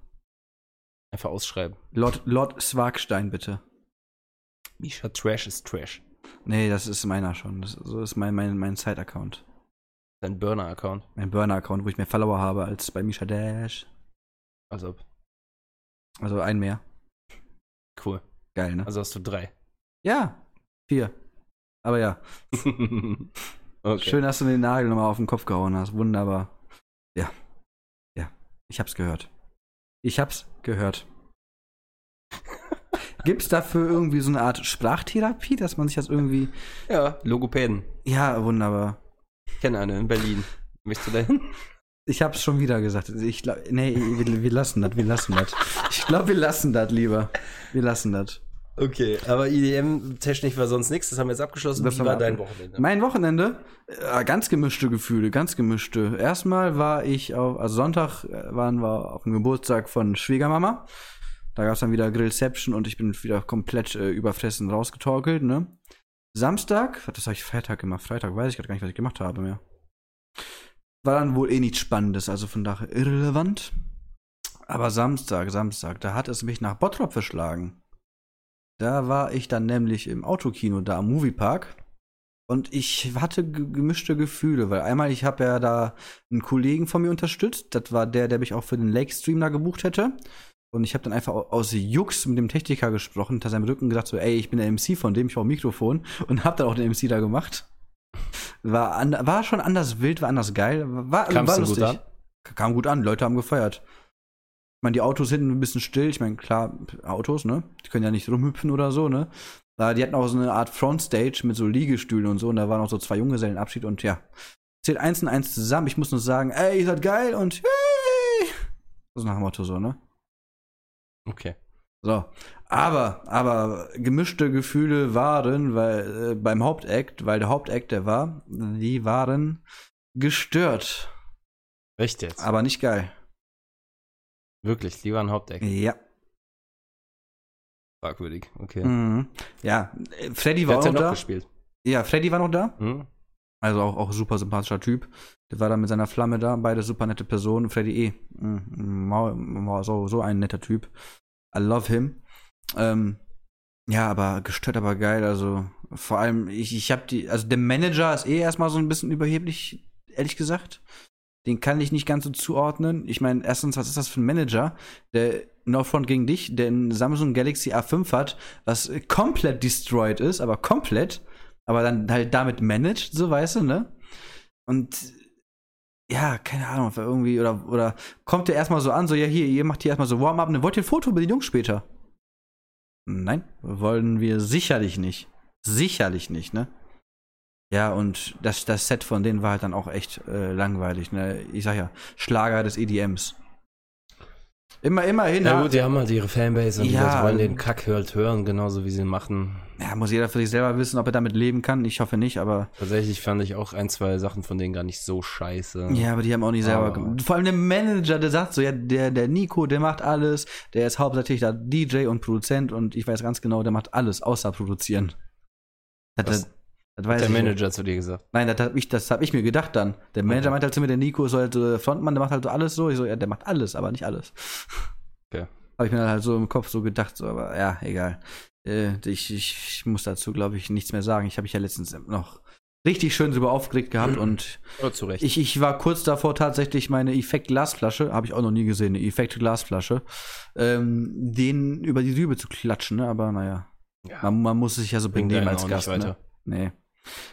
[SPEAKER 1] Einfach ausschreiben.
[SPEAKER 2] Lord, Lord Swagstein, bitte.
[SPEAKER 1] Misha Trash ist Trash.
[SPEAKER 2] Nee, das ist meiner schon. Das, so ist mein, mein, mein Side-Account.
[SPEAKER 1] Dein Burner-Account.
[SPEAKER 2] Mein Burner-Account, wo ich mehr Follower habe als bei Misha Dash.
[SPEAKER 1] Also,
[SPEAKER 2] Also ein mehr.
[SPEAKER 1] cool.
[SPEAKER 2] Geil, ne?
[SPEAKER 1] Also hast du drei.
[SPEAKER 2] Ja, vier. Aber ja,
[SPEAKER 1] okay.
[SPEAKER 2] schön, dass du mir den Nagel nochmal auf den Kopf gehauen hast. Wunderbar. Ja. Ja, ich hab's gehört. Ich hab's gehört. Gibt's dafür irgendwie so eine Art Sprachtherapie, dass man sich das irgendwie.
[SPEAKER 1] Ja, Logopäden.
[SPEAKER 2] Ja, wunderbar.
[SPEAKER 1] Ich kenne eine in Berlin. Möchtest du da hin?
[SPEAKER 2] Ich hab's schon wieder gesagt. Ich glaub, nee, wir, wir lassen das, wir lassen das. Ich glaube, wir lassen das lieber. Wir lassen das.
[SPEAKER 1] Okay, aber IDM-Technik war sonst nichts. Das haben wir jetzt abgeschlossen.
[SPEAKER 2] Das
[SPEAKER 1] Wie
[SPEAKER 2] haben
[SPEAKER 1] war
[SPEAKER 2] wir
[SPEAKER 1] dein
[SPEAKER 2] ab-
[SPEAKER 1] Wochenende?
[SPEAKER 2] Mein Wochenende, äh, ganz gemischte Gefühle, ganz gemischte. Erstmal war ich auf, also Sonntag äh, waren wir auf dem Geburtstag von Schwiegermama. Da gab's dann wieder Grillception und ich bin wieder komplett äh, überfressen rausgetorkelt, ne? Samstag, das habe ich Freitag gemacht, Freitag weiß ich gerade gar nicht, was ich gemacht habe mehr. War dann wohl eh nichts Spannendes, also von daher irrelevant. Aber Samstag, Samstag, da hat es mich nach Bottrop verschlagen. Da war ich dann nämlich im Autokino, da am Moviepark. Und ich hatte ge- gemischte Gefühle, weil einmal, ich habe ja da einen Kollegen von mir unterstützt. Das war der, der mich auch für den Lake-Stream da gebucht hätte. Und ich habe dann einfach au- aus Jux mit dem Techniker gesprochen, hinter seinem Rücken gesagt so, ey, ich bin der MC von dem, ich brauche ein Mikrofon. Und habe dann auch den MC da gemacht. War, an, war schon anders wild, war anders geil. War,
[SPEAKER 1] Kam's
[SPEAKER 2] war
[SPEAKER 1] denn gut
[SPEAKER 2] Kam gut an, Leute haben gefeiert. meine, die Autos hinten ein bisschen still. Ich meine, klar, Autos, ne? Die können ja nicht rumhüpfen oder so, ne? Aber die hatten auch so eine Art Frontstage mit so Liegestühlen und so. Und da waren auch so zwei Junggesellenabschied und ja. Zählt eins und eins zusammen. Ich muss nur sagen, ey, ihr seid geil und hey! Das ist nach dem Motto so, ne?
[SPEAKER 1] Okay.
[SPEAKER 2] So. Aber, aber gemischte Gefühle waren, weil äh, beim Hauptakt, weil der Hauptakt der war, die waren gestört,
[SPEAKER 1] Echt jetzt?
[SPEAKER 2] aber nicht geil.
[SPEAKER 1] Wirklich, lieber ein Haupteck.
[SPEAKER 2] Ja.
[SPEAKER 1] Fragwürdig, okay.
[SPEAKER 2] Mhm. Ja, äh, Freddy
[SPEAKER 1] Wer
[SPEAKER 2] war
[SPEAKER 1] hat's
[SPEAKER 2] auch
[SPEAKER 1] denn
[SPEAKER 2] noch
[SPEAKER 1] noch
[SPEAKER 2] da.
[SPEAKER 1] gespielt?
[SPEAKER 2] Ja, Freddy war noch da.
[SPEAKER 1] Hm?
[SPEAKER 2] Also auch, auch super sympathischer Typ. Der war da mit seiner Flamme da, beide super nette Personen. Freddy eh. Mhm. Mau- Mau- So, so ein netter Typ. I love him. Ähm, ja, aber gestört, aber geil. Also vor allem, ich, ich habe die, also der Manager ist eh erstmal so ein bisschen überheblich, ehrlich gesagt. Den kann ich nicht ganz so zuordnen. Ich meine, erstens, was ist das für ein Manager, der Northfront gegen dich, der einen Samsung Galaxy A5 hat, was komplett destroyed ist, aber komplett, aber dann halt damit managt, so weißt du, ne? Und ja, keine Ahnung, ob er irgendwie, oder, oder kommt der erstmal so an, so, ja, hier, ihr macht hier erstmal so Warm-up, ne, wollt ihr ein Foto mit den Jungs später? Nein, wollen wir sicherlich nicht. Sicherlich nicht, ne? Ja, und das, das Set von denen war halt dann auch echt äh, langweilig, ne? Ich sag ja, Schlager des EDMs. Immer, immerhin.
[SPEAKER 1] Na
[SPEAKER 2] ja.
[SPEAKER 1] gut, die haben halt ihre Fanbase und die
[SPEAKER 2] Ja.
[SPEAKER 1] Leute wollen den Kack halt hören, genauso wie sie ihn machen.
[SPEAKER 2] Ja, muss jeder für sich selber wissen, ob er damit leben kann. Ich hoffe nicht, aber.
[SPEAKER 1] Tatsächlich fand ich auch ein, zwei Sachen von denen gar nicht so scheiße.
[SPEAKER 2] Ja, aber die haben auch nicht selber.
[SPEAKER 1] Aber-
[SPEAKER 2] gemacht. Vor allem der Manager, der sagt so, ja, der, der Nico, der macht alles. Der ist hauptsächlich da DJ und Produzent und ich weiß ganz genau, der macht alles außer produzieren. Das,
[SPEAKER 1] Was?
[SPEAKER 2] das, das weiß
[SPEAKER 1] Der
[SPEAKER 2] also ich.
[SPEAKER 1] Manager zu dir gesagt.
[SPEAKER 2] Nein, das hab ich, das hab ich mir gedacht dann. Der Manager
[SPEAKER 1] Okay.
[SPEAKER 2] meinte halt zu mir, der Nico ist so halt so der Frontmann, der macht halt so alles so. Ich so, ja, der macht alles, aber nicht alles.
[SPEAKER 1] Okay.
[SPEAKER 2] Habe ich mir dann halt so im Kopf so gedacht, so, aber ja, egal. Äh, ich, ich, ich muss dazu, glaube ich, nichts mehr sagen. Ich habe mich ja letztens noch richtig schön drüber aufgeregt gehabt und
[SPEAKER 1] Oh, zu Recht.
[SPEAKER 2] ich, ich war kurz davor tatsächlich meine Effekt-Glasflasche, habe ich auch noch nie gesehen, eine Effekt-Glasflasche, ähm, den über die Rübe zu klatschen, ne? aber naja,
[SPEAKER 1] ja,
[SPEAKER 2] man, man muss sich ja so
[SPEAKER 1] bringt
[SPEAKER 2] benehmen
[SPEAKER 1] einen
[SPEAKER 2] als
[SPEAKER 1] auch
[SPEAKER 2] Gast.
[SPEAKER 1] nicht
[SPEAKER 2] Ne?
[SPEAKER 1] weiter.
[SPEAKER 2] Nee.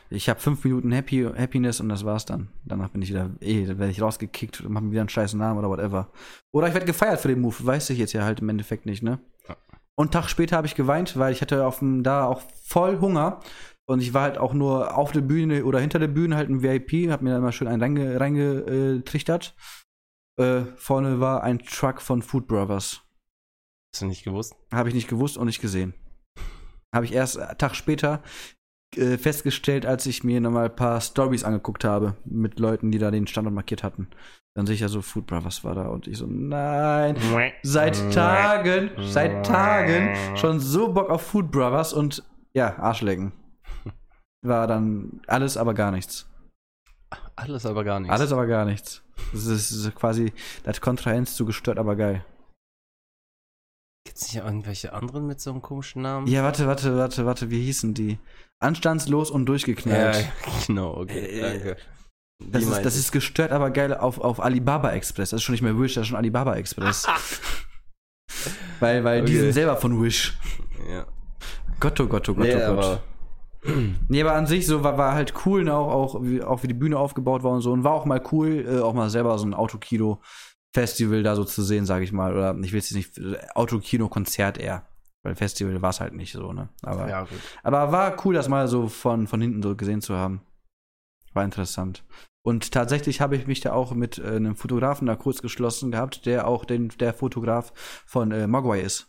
[SPEAKER 2] Ich habe fünf Minuten Happy, Happiness und das war's dann. Danach bin ich wieder, eh, dann werde ich rausgekickt und mache mir wieder einen scheiß Namen oder whatever. Oder ich werde gefeiert für den Move, weiß ich jetzt ja halt im Endeffekt nicht, ne?
[SPEAKER 1] Ja.
[SPEAKER 2] Und einen Tag später habe ich geweint, weil ich hatte auf dem, da auch voll Hunger. Und ich war halt auch nur auf der Bühne oder hinter der Bühne halt ein VIP, hab mir da immer schön einen reingetrichtert. Reinge, äh, trichtert. äh, vorne war ein Truck von Food Brothers.
[SPEAKER 1] Hast du nicht gewusst?
[SPEAKER 2] Habe ich nicht gewusst und nicht gesehen. Habe ich erst einen Tag später äh, festgestellt, als ich mir nochmal ein paar Stories angeguckt habe mit Leuten, die da den Standort markiert hatten. Dann sehe ich ja so, Food Brothers war da und ich so, nein. Seit Tagen, seit Tagen schon so Bock auf Food Brothers und ja, Arschlecken. War dann alles, aber gar nichts.
[SPEAKER 1] Alles aber gar nichts.
[SPEAKER 2] Alles, aber gar nichts. Das ist quasi das Kontrahenz zu gestört, aber geil.
[SPEAKER 1] Gibt's nicht irgendwelche anderen mit so einem komischen Namen?
[SPEAKER 2] Ja, warte, warte, warte, warte, wie hießen die? Anstandslos und durchgeknallt.
[SPEAKER 1] Ja, genau, okay,
[SPEAKER 2] Äh,
[SPEAKER 1] danke.
[SPEAKER 2] Das
[SPEAKER 1] Die
[SPEAKER 2] ist,
[SPEAKER 1] meinte
[SPEAKER 2] das
[SPEAKER 1] ich.
[SPEAKER 2] ist gestört, aber geil auf, auf Alibaba Express. Das ist schon nicht mehr Wish, das ist schon Alibaba Express. weil weil die
[SPEAKER 1] Okay.
[SPEAKER 2] sind selber von Wish.
[SPEAKER 1] Ja.
[SPEAKER 2] Gott, oh Gott, oh Gott,
[SPEAKER 1] Nee,
[SPEAKER 2] oh Gott.
[SPEAKER 1] aber
[SPEAKER 2] Nee, aber an sich so war, war halt cool, ne? auch, auch, wie, auch wie die Bühne aufgebaut war und so. Und war auch mal cool, äh, auch mal selber so ein Autokino-Festival da so zu sehen, sage ich mal. Oder ich will es jetzt nicht, Autokino-Konzert eher. Weil Festival war es halt nicht so, ne? Aber,
[SPEAKER 1] ja, gut.
[SPEAKER 2] aber war cool, das mal so von, von hinten so gesehen zu haben. War interessant. Und tatsächlich habe ich mich da auch mit äh, einem Fotografen da kurz geschlossen gehabt, der auch den, der Fotograf von äh, Mogwai ist.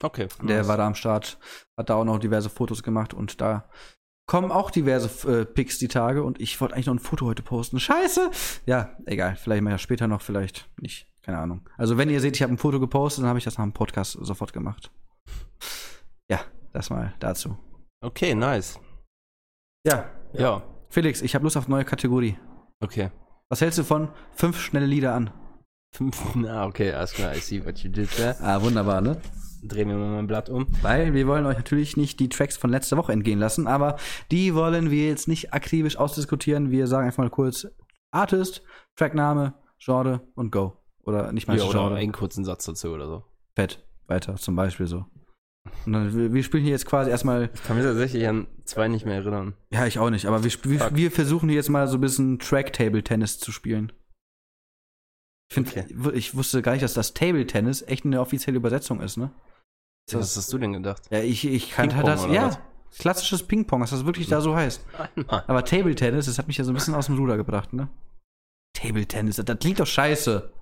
[SPEAKER 1] Okay.
[SPEAKER 2] Der war da am Start, hat da auch noch diverse Fotos gemacht und da kommen auch diverse äh, Pics die Tage und ich wollte eigentlich noch ein Foto heute posten. Scheiße! Ja, egal, vielleicht mal ja später noch, vielleicht nicht. Keine Ahnung. Also wenn ihr seht, ich habe ein Foto gepostet, dann habe ich das nach dem Podcast sofort gemacht. Ja, das mal dazu.
[SPEAKER 1] Okay, nice.
[SPEAKER 2] Ja,
[SPEAKER 1] Ja,
[SPEAKER 2] Felix, ich habe Lust auf eine neue Kategorie.
[SPEAKER 1] okay.
[SPEAKER 2] Was hältst du von fünf schnelle Lieder an?
[SPEAKER 1] Fünf, na, okay, alles klar, I see what you did there.
[SPEAKER 2] Ah, wunderbar, ne?
[SPEAKER 1] Drehen wir mal mein Blatt um.
[SPEAKER 2] Weil wir wollen euch natürlich nicht die Tracks von letzter Woche entgehen lassen, aber die wollen wir jetzt nicht akribisch ausdiskutieren. Wir sagen einfach mal kurz Artist, Trackname, Genre und Go. Oder nicht mal
[SPEAKER 1] Ja, oder
[SPEAKER 2] Genre.
[SPEAKER 1] einen kurzen Satz dazu oder so.
[SPEAKER 2] Fett. Weiter, zum Beispiel so. Und dann, wir, wir spielen hier jetzt quasi erstmal,
[SPEAKER 1] Ich kann mich tatsächlich an zwei nicht mehr erinnern.
[SPEAKER 2] ja, ich auch nicht, aber wir, sp- wir,
[SPEAKER 1] Fuck.
[SPEAKER 2] wir versuchen hier jetzt mal so ein bisschen Track-Table-Tennis zu spielen. Ich, find, ich wusste gar nicht, dass das Table Tennis echt eine offizielle Übersetzung ist, ne?
[SPEAKER 1] Was hast du denn gedacht?
[SPEAKER 2] Ja, ich, ich kannte halt
[SPEAKER 1] Ping-Pong
[SPEAKER 2] das.
[SPEAKER 1] oder
[SPEAKER 2] Ja,
[SPEAKER 1] was?
[SPEAKER 2] klassisches Ping-Pong, dass das wirklich da so heißt.
[SPEAKER 1] Nein.
[SPEAKER 2] Aber Table Tennis, das hat mich ja so ein bisschen aus dem Ruder gebracht, ne? Table Tennis, das, das klingt doch scheiße.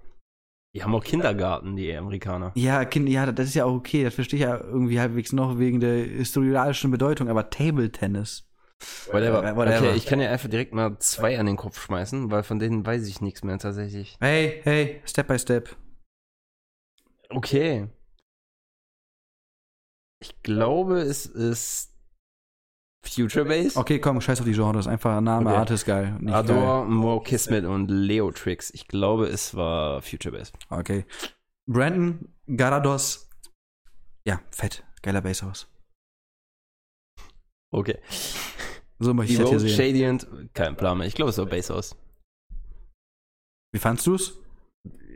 [SPEAKER 1] Die haben auch Kindergarten, die Amerikaner.
[SPEAKER 2] Ja, Kind, ja, das ist ja auch okay, das verstehe ich ja irgendwie halbwegs noch wegen der historischen Bedeutung, aber Table Tennis.
[SPEAKER 1] Whatever.
[SPEAKER 2] Whatever.
[SPEAKER 1] Okay, ich kann ja einfach direkt mal zwei an den Kopf schmeißen, weil von denen weiß ich nichts mehr tatsächlich.
[SPEAKER 2] Hey, hey, Step by Step.
[SPEAKER 1] Okay. Ich glaube, es ist Future Base.
[SPEAKER 2] Okay, komm, scheiß auf die Genres, einfach Name,
[SPEAKER 1] Okay.
[SPEAKER 2] Artist geil. Nicht geil.
[SPEAKER 1] Ador, Mo Kismet und Leo Tricks. Ich glaube, es war Future Base.
[SPEAKER 2] Okay. Brandon Garados. Ja, fett, geiler Basshaus.
[SPEAKER 1] Okay.
[SPEAKER 2] So möchte ich das hier
[SPEAKER 1] Evoke,
[SPEAKER 2] sehen.
[SPEAKER 1] Shadient, kein Plan mehr. Ich glaube, es war Base aus.
[SPEAKER 2] Wie fandst du's?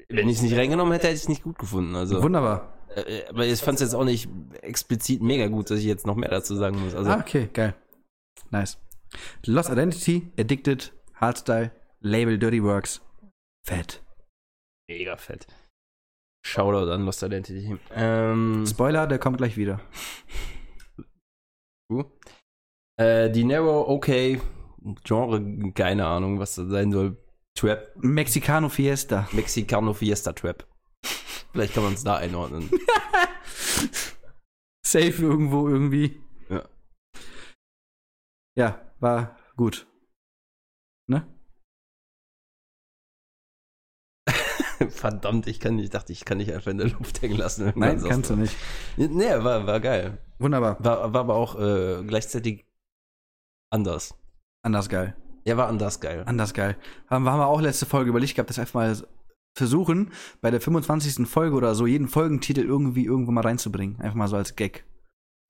[SPEAKER 1] Wenn ich es nicht reingenommen hätte, hätte ich es nicht gut gefunden. Also,
[SPEAKER 2] Wunderbar.
[SPEAKER 1] äh, aber ich fand es jetzt auch nicht explizit mega gut, dass ich jetzt noch mehr dazu sagen muss. Also,
[SPEAKER 2] ah, okay, geil. Nice. Lost Identity, Addicted, Hardstyle, Label Dirty Works. Fett.
[SPEAKER 1] mega fett. Shoutout an Lost Identity. Ähm,
[SPEAKER 2] Spoiler, der kommt gleich wieder.
[SPEAKER 1] äh, die Narrow, okay. Genre, keine Ahnung, was das sein soll. Trap,
[SPEAKER 2] Mexicano Fiesta.
[SPEAKER 1] Mexicano Fiesta Trap. Vielleicht kann man es da einordnen.
[SPEAKER 2] Safe irgendwo irgendwie.
[SPEAKER 1] Ja.
[SPEAKER 2] Ja, war gut. Ne?
[SPEAKER 1] Verdammt, ich kann nicht, dachte, ich kann dich einfach in der Luft hängen lassen.
[SPEAKER 2] Nein, kannst du nicht.
[SPEAKER 1] nicht. Nee, war, war geil.
[SPEAKER 2] Wunderbar.
[SPEAKER 1] War, war aber auch äh, gleichzeitig anders.
[SPEAKER 2] Anders geil.
[SPEAKER 1] Ja, war anders geil.
[SPEAKER 2] Anders geil. Haben, haben wir auch letzte Folge überlegt gehabt, das einfach mal versuchen, bei der 25. Folge oder so jeden Folgentitel irgendwie irgendwo mal reinzubringen. Einfach mal so als Gag.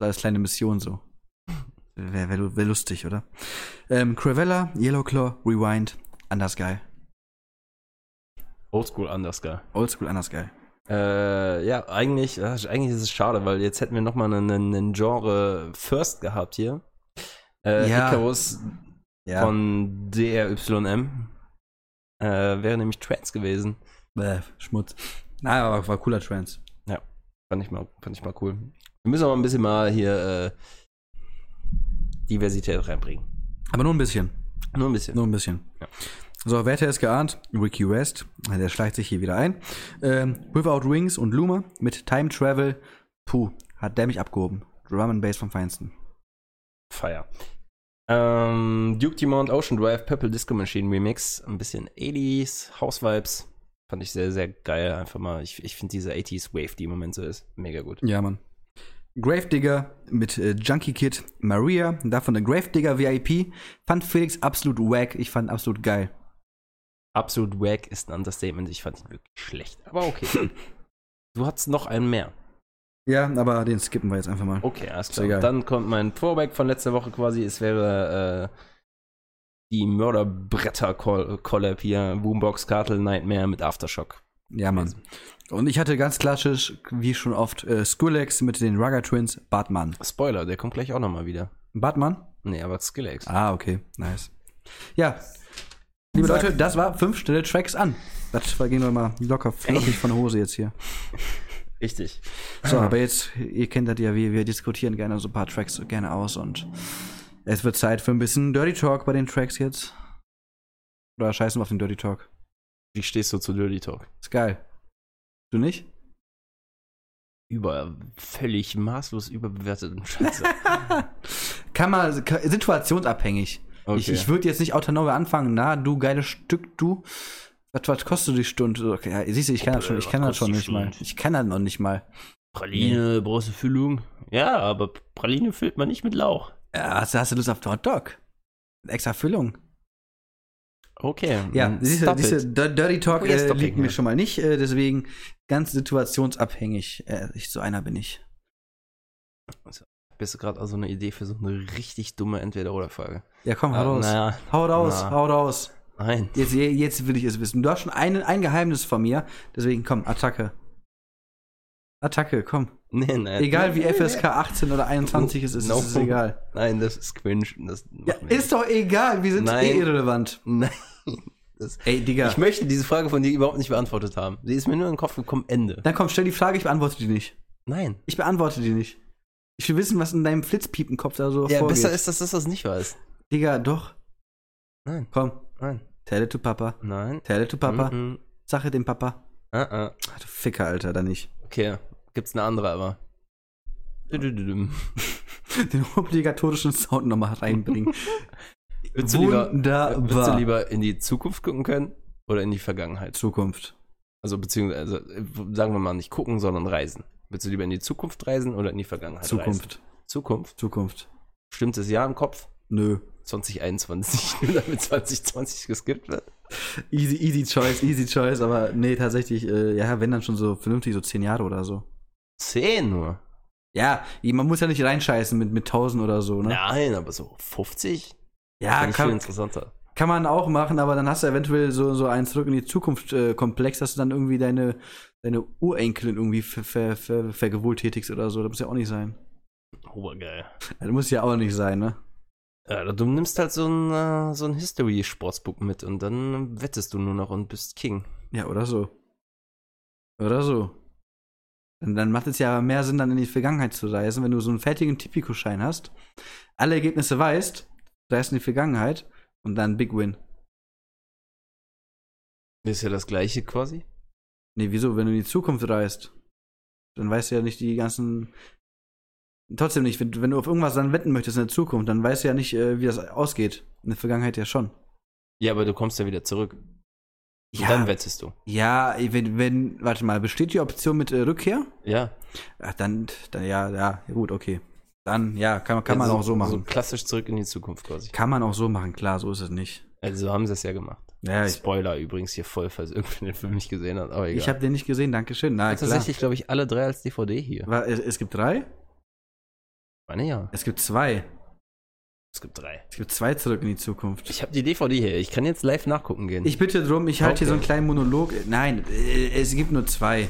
[SPEAKER 2] So als kleine Mission so. Wäre wär, lu- wär lustig, oder? Ähm, Cravella, Yellowclaw, Rewind. Anders geil.
[SPEAKER 1] Oldschool anders geil.
[SPEAKER 2] Oldschool, anders geil.
[SPEAKER 1] Äh, ja, eigentlich, ja, eigentlich ist es schade, weil jetzt hätten wir nochmal einen, einen Genre First gehabt hier. Äh,
[SPEAKER 2] Ja.
[SPEAKER 1] Icarus
[SPEAKER 2] Ja.
[SPEAKER 1] von DRYM. Äh, wäre nämlich Trans gewesen.
[SPEAKER 2] Bäh, Schmutz. Naja, aber war cooler Trance.
[SPEAKER 1] Fand ich mal, fand ich mal cool. Wir müssen aber ein bisschen mal hier äh, Diversität reinbringen.
[SPEAKER 2] Aber nur ein bisschen.
[SPEAKER 1] Nur ein bisschen.
[SPEAKER 2] Nur ein bisschen.
[SPEAKER 1] Ja.
[SPEAKER 2] So, wer hätte es geahnt? Ricky West, der schleicht sich hier wieder ein. Ähm, Without Wings und Luma mit Time Travel. Puh, hat der mich abgehoben. Drum and Bass vom Feinsten.
[SPEAKER 1] Fire. Ähm, Duke Dumont Ocean Drive Purple Disco Machine Remix. Ein bisschen 80s, House Vibes. Fand ich sehr, sehr geil. Einfach mal. Ich, ich finde diese 80s Wave, die im Moment so ist, mega gut.
[SPEAKER 2] Ja, Mann. Gravedigger mit äh, Junkie Kid Maria, davon der Gravedigger VIP. Fand Felix absolut wack. Ich fand absolut geil.
[SPEAKER 1] Absolut wack ist ein Understatement. Ich fand ihn wirklich schlecht. Aber okay. du hattest noch einen mehr.
[SPEAKER 2] Ja, aber den skippen wir jetzt einfach mal.
[SPEAKER 1] Okay, alles klar.
[SPEAKER 2] egal.
[SPEAKER 1] Dann kommt mein Throwback von letzter Woche quasi. Es wäre äh, die Mörderbretter-Collab hier. Boombox Cartel Nightmare mit Aftershock.
[SPEAKER 2] Ja, Mann. Und ich hatte ganz klassisch, wie schon oft, äh, Skrillex mit den Rugger Twins, Batman.
[SPEAKER 1] Spoiler, der kommt gleich auch nochmal wieder.
[SPEAKER 2] Batman?
[SPEAKER 1] Nee, aber Skillex.
[SPEAKER 2] Ah, okay, nice. Ja. Liebe Leute, das war fünf schnelle Tracks an. Das war- gehen wir mal locker flockig von der Hose jetzt hier.
[SPEAKER 1] Richtig.
[SPEAKER 2] So, aber jetzt, ihr kennt das ja, wir, wir diskutieren gerne so ein paar Tracks so gerne aus und es wird Zeit für ein bisschen Dirty Talk bei den Tracks jetzt. Oder scheißen wir auf den Dirty Talk.
[SPEAKER 1] Wie stehst du zu Dirty Talk?
[SPEAKER 2] Ist geil. Du nicht?
[SPEAKER 1] Über völlig maßlos überbewerteten Scheiße.
[SPEAKER 2] Kann man, ka- situationsabhängig. Ich, ich würde jetzt nicht autonom anfangen, na, du geiles Stück, du. Was, was kostet die Stunde? So, Okay, ja, siehst du, ich kann das schon, ich
[SPEAKER 1] Äh, Was
[SPEAKER 2] kann
[SPEAKER 1] kostet
[SPEAKER 2] das schon
[SPEAKER 1] die
[SPEAKER 2] nicht mal.
[SPEAKER 1] Stunde?
[SPEAKER 2] Ich kann das noch nicht mal.
[SPEAKER 1] Praline, große Füllung. Ja, aber Praline füllt man nicht mit Lauch.
[SPEAKER 2] Ja, Äh, hast, hast du Lust auf Hot Dog? Extra Füllung.
[SPEAKER 1] Okay.
[SPEAKER 2] Ja,
[SPEAKER 1] dann
[SPEAKER 2] siehst du,
[SPEAKER 1] Mm, stop
[SPEAKER 2] siehst
[SPEAKER 1] it.
[SPEAKER 2] du, Dir- Dirty Talk
[SPEAKER 1] Okay,
[SPEAKER 2] äh,
[SPEAKER 1] stop it,
[SPEAKER 2] liegt mir
[SPEAKER 1] ja.
[SPEAKER 2] schon mal nicht, äh, deswegen ganz situationsabhängig. Äh, ich, so einer bin ich.
[SPEAKER 1] Bist du gerade also eine Idee für so eine richtig dumme Entweder-Oder-Frage?
[SPEAKER 2] Ja, komm, hau
[SPEAKER 1] Ah,
[SPEAKER 2] raus.
[SPEAKER 1] naja,
[SPEAKER 2] Hau raus,
[SPEAKER 1] Na.
[SPEAKER 2] hau raus.
[SPEAKER 1] nein.
[SPEAKER 2] Jetzt, je- jetzt will ich es wissen. Du hast schon ein, ein Geheimnis von mir, deswegen komm, Attacke. Attacke, komm.
[SPEAKER 1] Nee, nein.
[SPEAKER 2] Egal wie
[SPEAKER 1] Nee, nee,
[SPEAKER 2] FSK 18 oder 21 es ist,
[SPEAKER 1] No.
[SPEAKER 2] es ist egal.
[SPEAKER 1] nee. Nein, das ist cringe. Das
[SPEAKER 2] Ja,
[SPEAKER 1] machen wir
[SPEAKER 2] ist doch egal, wir sind
[SPEAKER 1] Nein.
[SPEAKER 2] eh irrelevant.
[SPEAKER 1] Nein. Das,
[SPEAKER 2] Ey, Digga.
[SPEAKER 1] Ich möchte diese Frage von dir überhaupt nicht beantwortet haben. Die ist mir nur in den Kopf gekommen, Ende.
[SPEAKER 2] Dann komm, stell die Frage, ich beantworte die nicht.
[SPEAKER 1] Nein.
[SPEAKER 2] Ich beantworte die nicht. Ich will wissen, was in deinem Flitzpiepenkopf da so
[SPEAKER 1] Ja,
[SPEAKER 2] vorgeht.
[SPEAKER 1] besser ist, dass das das nicht weiß.
[SPEAKER 2] Digga, doch.
[SPEAKER 1] Nein,
[SPEAKER 2] Komm,
[SPEAKER 1] nein,
[SPEAKER 2] tell it to Papa.
[SPEAKER 1] nein.
[SPEAKER 2] Tell it to Papa.
[SPEAKER 1] Mhm.
[SPEAKER 2] Sache dem Papa.
[SPEAKER 1] Ah, ah.
[SPEAKER 2] Ach, du Ficker, Alter, da nicht.
[SPEAKER 1] Okay, gibt's eine andere aber. Düdüdüdüm.
[SPEAKER 2] Den obligatorischen Sound nochmal reinbringen.
[SPEAKER 1] Würdest du lieber,
[SPEAKER 2] Wunderbar.
[SPEAKER 1] würdest du lieber in die Zukunft gucken können oder in die Vergangenheit?
[SPEAKER 2] Zukunft.
[SPEAKER 1] Also beziehungsweise, äh, sagen wir mal, nicht gucken, sondern reisen. Willst du lieber in die Zukunft reisen oder in die Vergangenheit reisen?
[SPEAKER 2] Zukunft.
[SPEAKER 1] Zukunft.
[SPEAKER 2] Zukunft.
[SPEAKER 1] Bestimmtes Jahr im Kopf.
[SPEAKER 2] Nö.
[SPEAKER 1] 2021, nur damit 2020 geskippt wird.
[SPEAKER 2] Easy, easy choice, easy choice, aber nee, tatsächlich, äh, ja, wenn dann schon so vernünftig, so zehn Jahre oder so.
[SPEAKER 1] Zehn nur.
[SPEAKER 2] Ja, man muss ja nicht reinscheißen mit, mit 1000 oder Ah, so, ne?
[SPEAKER 1] Nein, aber so 50?
[SPEAKER 2] Ja,
[SPEAKER 1] Find ich viel
[SPEAKER 2] kann,
[SPEAKER 1] interessanter.
[SPEAKER 2] kann man auch machen, aber dann hast du eventuell so, so einen Zurück in die Zukunft äh, Komplex, dass du dann irgendwie deine, deine Urenkelin irgendwie ver, ver, ver, vergewohltätigst oder so. Das muss ja auch nicht sein.
[SPEAKER 1] Obergeil.
[SPEAKER 2] Das muss ja auch nicht sein, ne?
[SPEAKER 1] Ja, du nimmst halt so ein, äh, so ein History-Sportsbook mit und dann wettest du nur noch und bist King.
[SPEAKER 2] Ja, oder so. Oder so. Und dann macht es ja mehr Sinn, dann in die Vergangenheit zu reisen, wenn du so einen fertigen Tipico-Schein hast, alle Ergebnisse weißt, reist in die Vergangenheit und dann Big Win.
[SPEAKER 1] Ist ja das gleiche quasi.
[SPEAKER 2] Nee, wieso? Wenn du in die Zukunft reist, dann weißt du ja nicht die ganzen. Trotzdem nicht, wenn, wenn du auf irgendwas dann wetten möchtest in der Zukunft, dann weißt du ja nicht, äh, wie das ausgeht. In der Vergangenheit ja schon.
[SPEAKER 1] Ja, aber du kommst ja wieder zurück. Und
[SPEAKER 2] Ja.
[SPEAKER 1] dann wettest du.
[SPEAKER 2] Ja, wenn, wenn, warte mal, besteht die Option mit äh, Rückkehr?
[SPEAKER 1] Ja.
[SPEAKER 2] Ach, dann, dann, ja, ja, ja, gut, okay. Dann, ja, kann, man- kann
[SPEAKER 1] Ja,
[SPEAKER 2] man
[SPEAKER 1] so,
[SPEAKER 2] auch so
[SPEAKER 1] Also So
[SPEAKER 2] machen.
[SPEAKER 1] klassisch zurück in die Zukunft quasi.
[SPEAKER 2] Kann man auch so machen, klar, so ist es nicht.
[SPEAKER 1] Also so haben sie es ja gemacht.
[SPEAKER 2] Ja, ich,
[SPEAKER 1] Spoiler übrigens hier voll, falls irgendwer den Film nicht gesehen hat. Aber egal.
[SPEAKER 2] ich habe den nicht gesehen, dankeschön. Na, klar.
[SPEAKER 1] tatsächlich, glaube ich, alle drei als DVD hier.
[SPEAKER 2] War, es, es gibt drei?
[SPEAKER 1] Meine ja.
[SPEAKER 2] Es gibt zwei.
[SPEAKER 1] Es gibt drei.
[SPEAKER 2] Es gibt zwei zurück in die Zukunft.
[SPEAKER 1] Ich habe die DVD hier. Ich kann jetzt live nachgucken gehen.
[SPEAKER 2] Ich bitte drum, ich halte hier
[SPEAKER 1] Hm. Okay.
[SPEAKER 2] so einen kleinen Monolog. Nein, äh, es gibt nur zwei.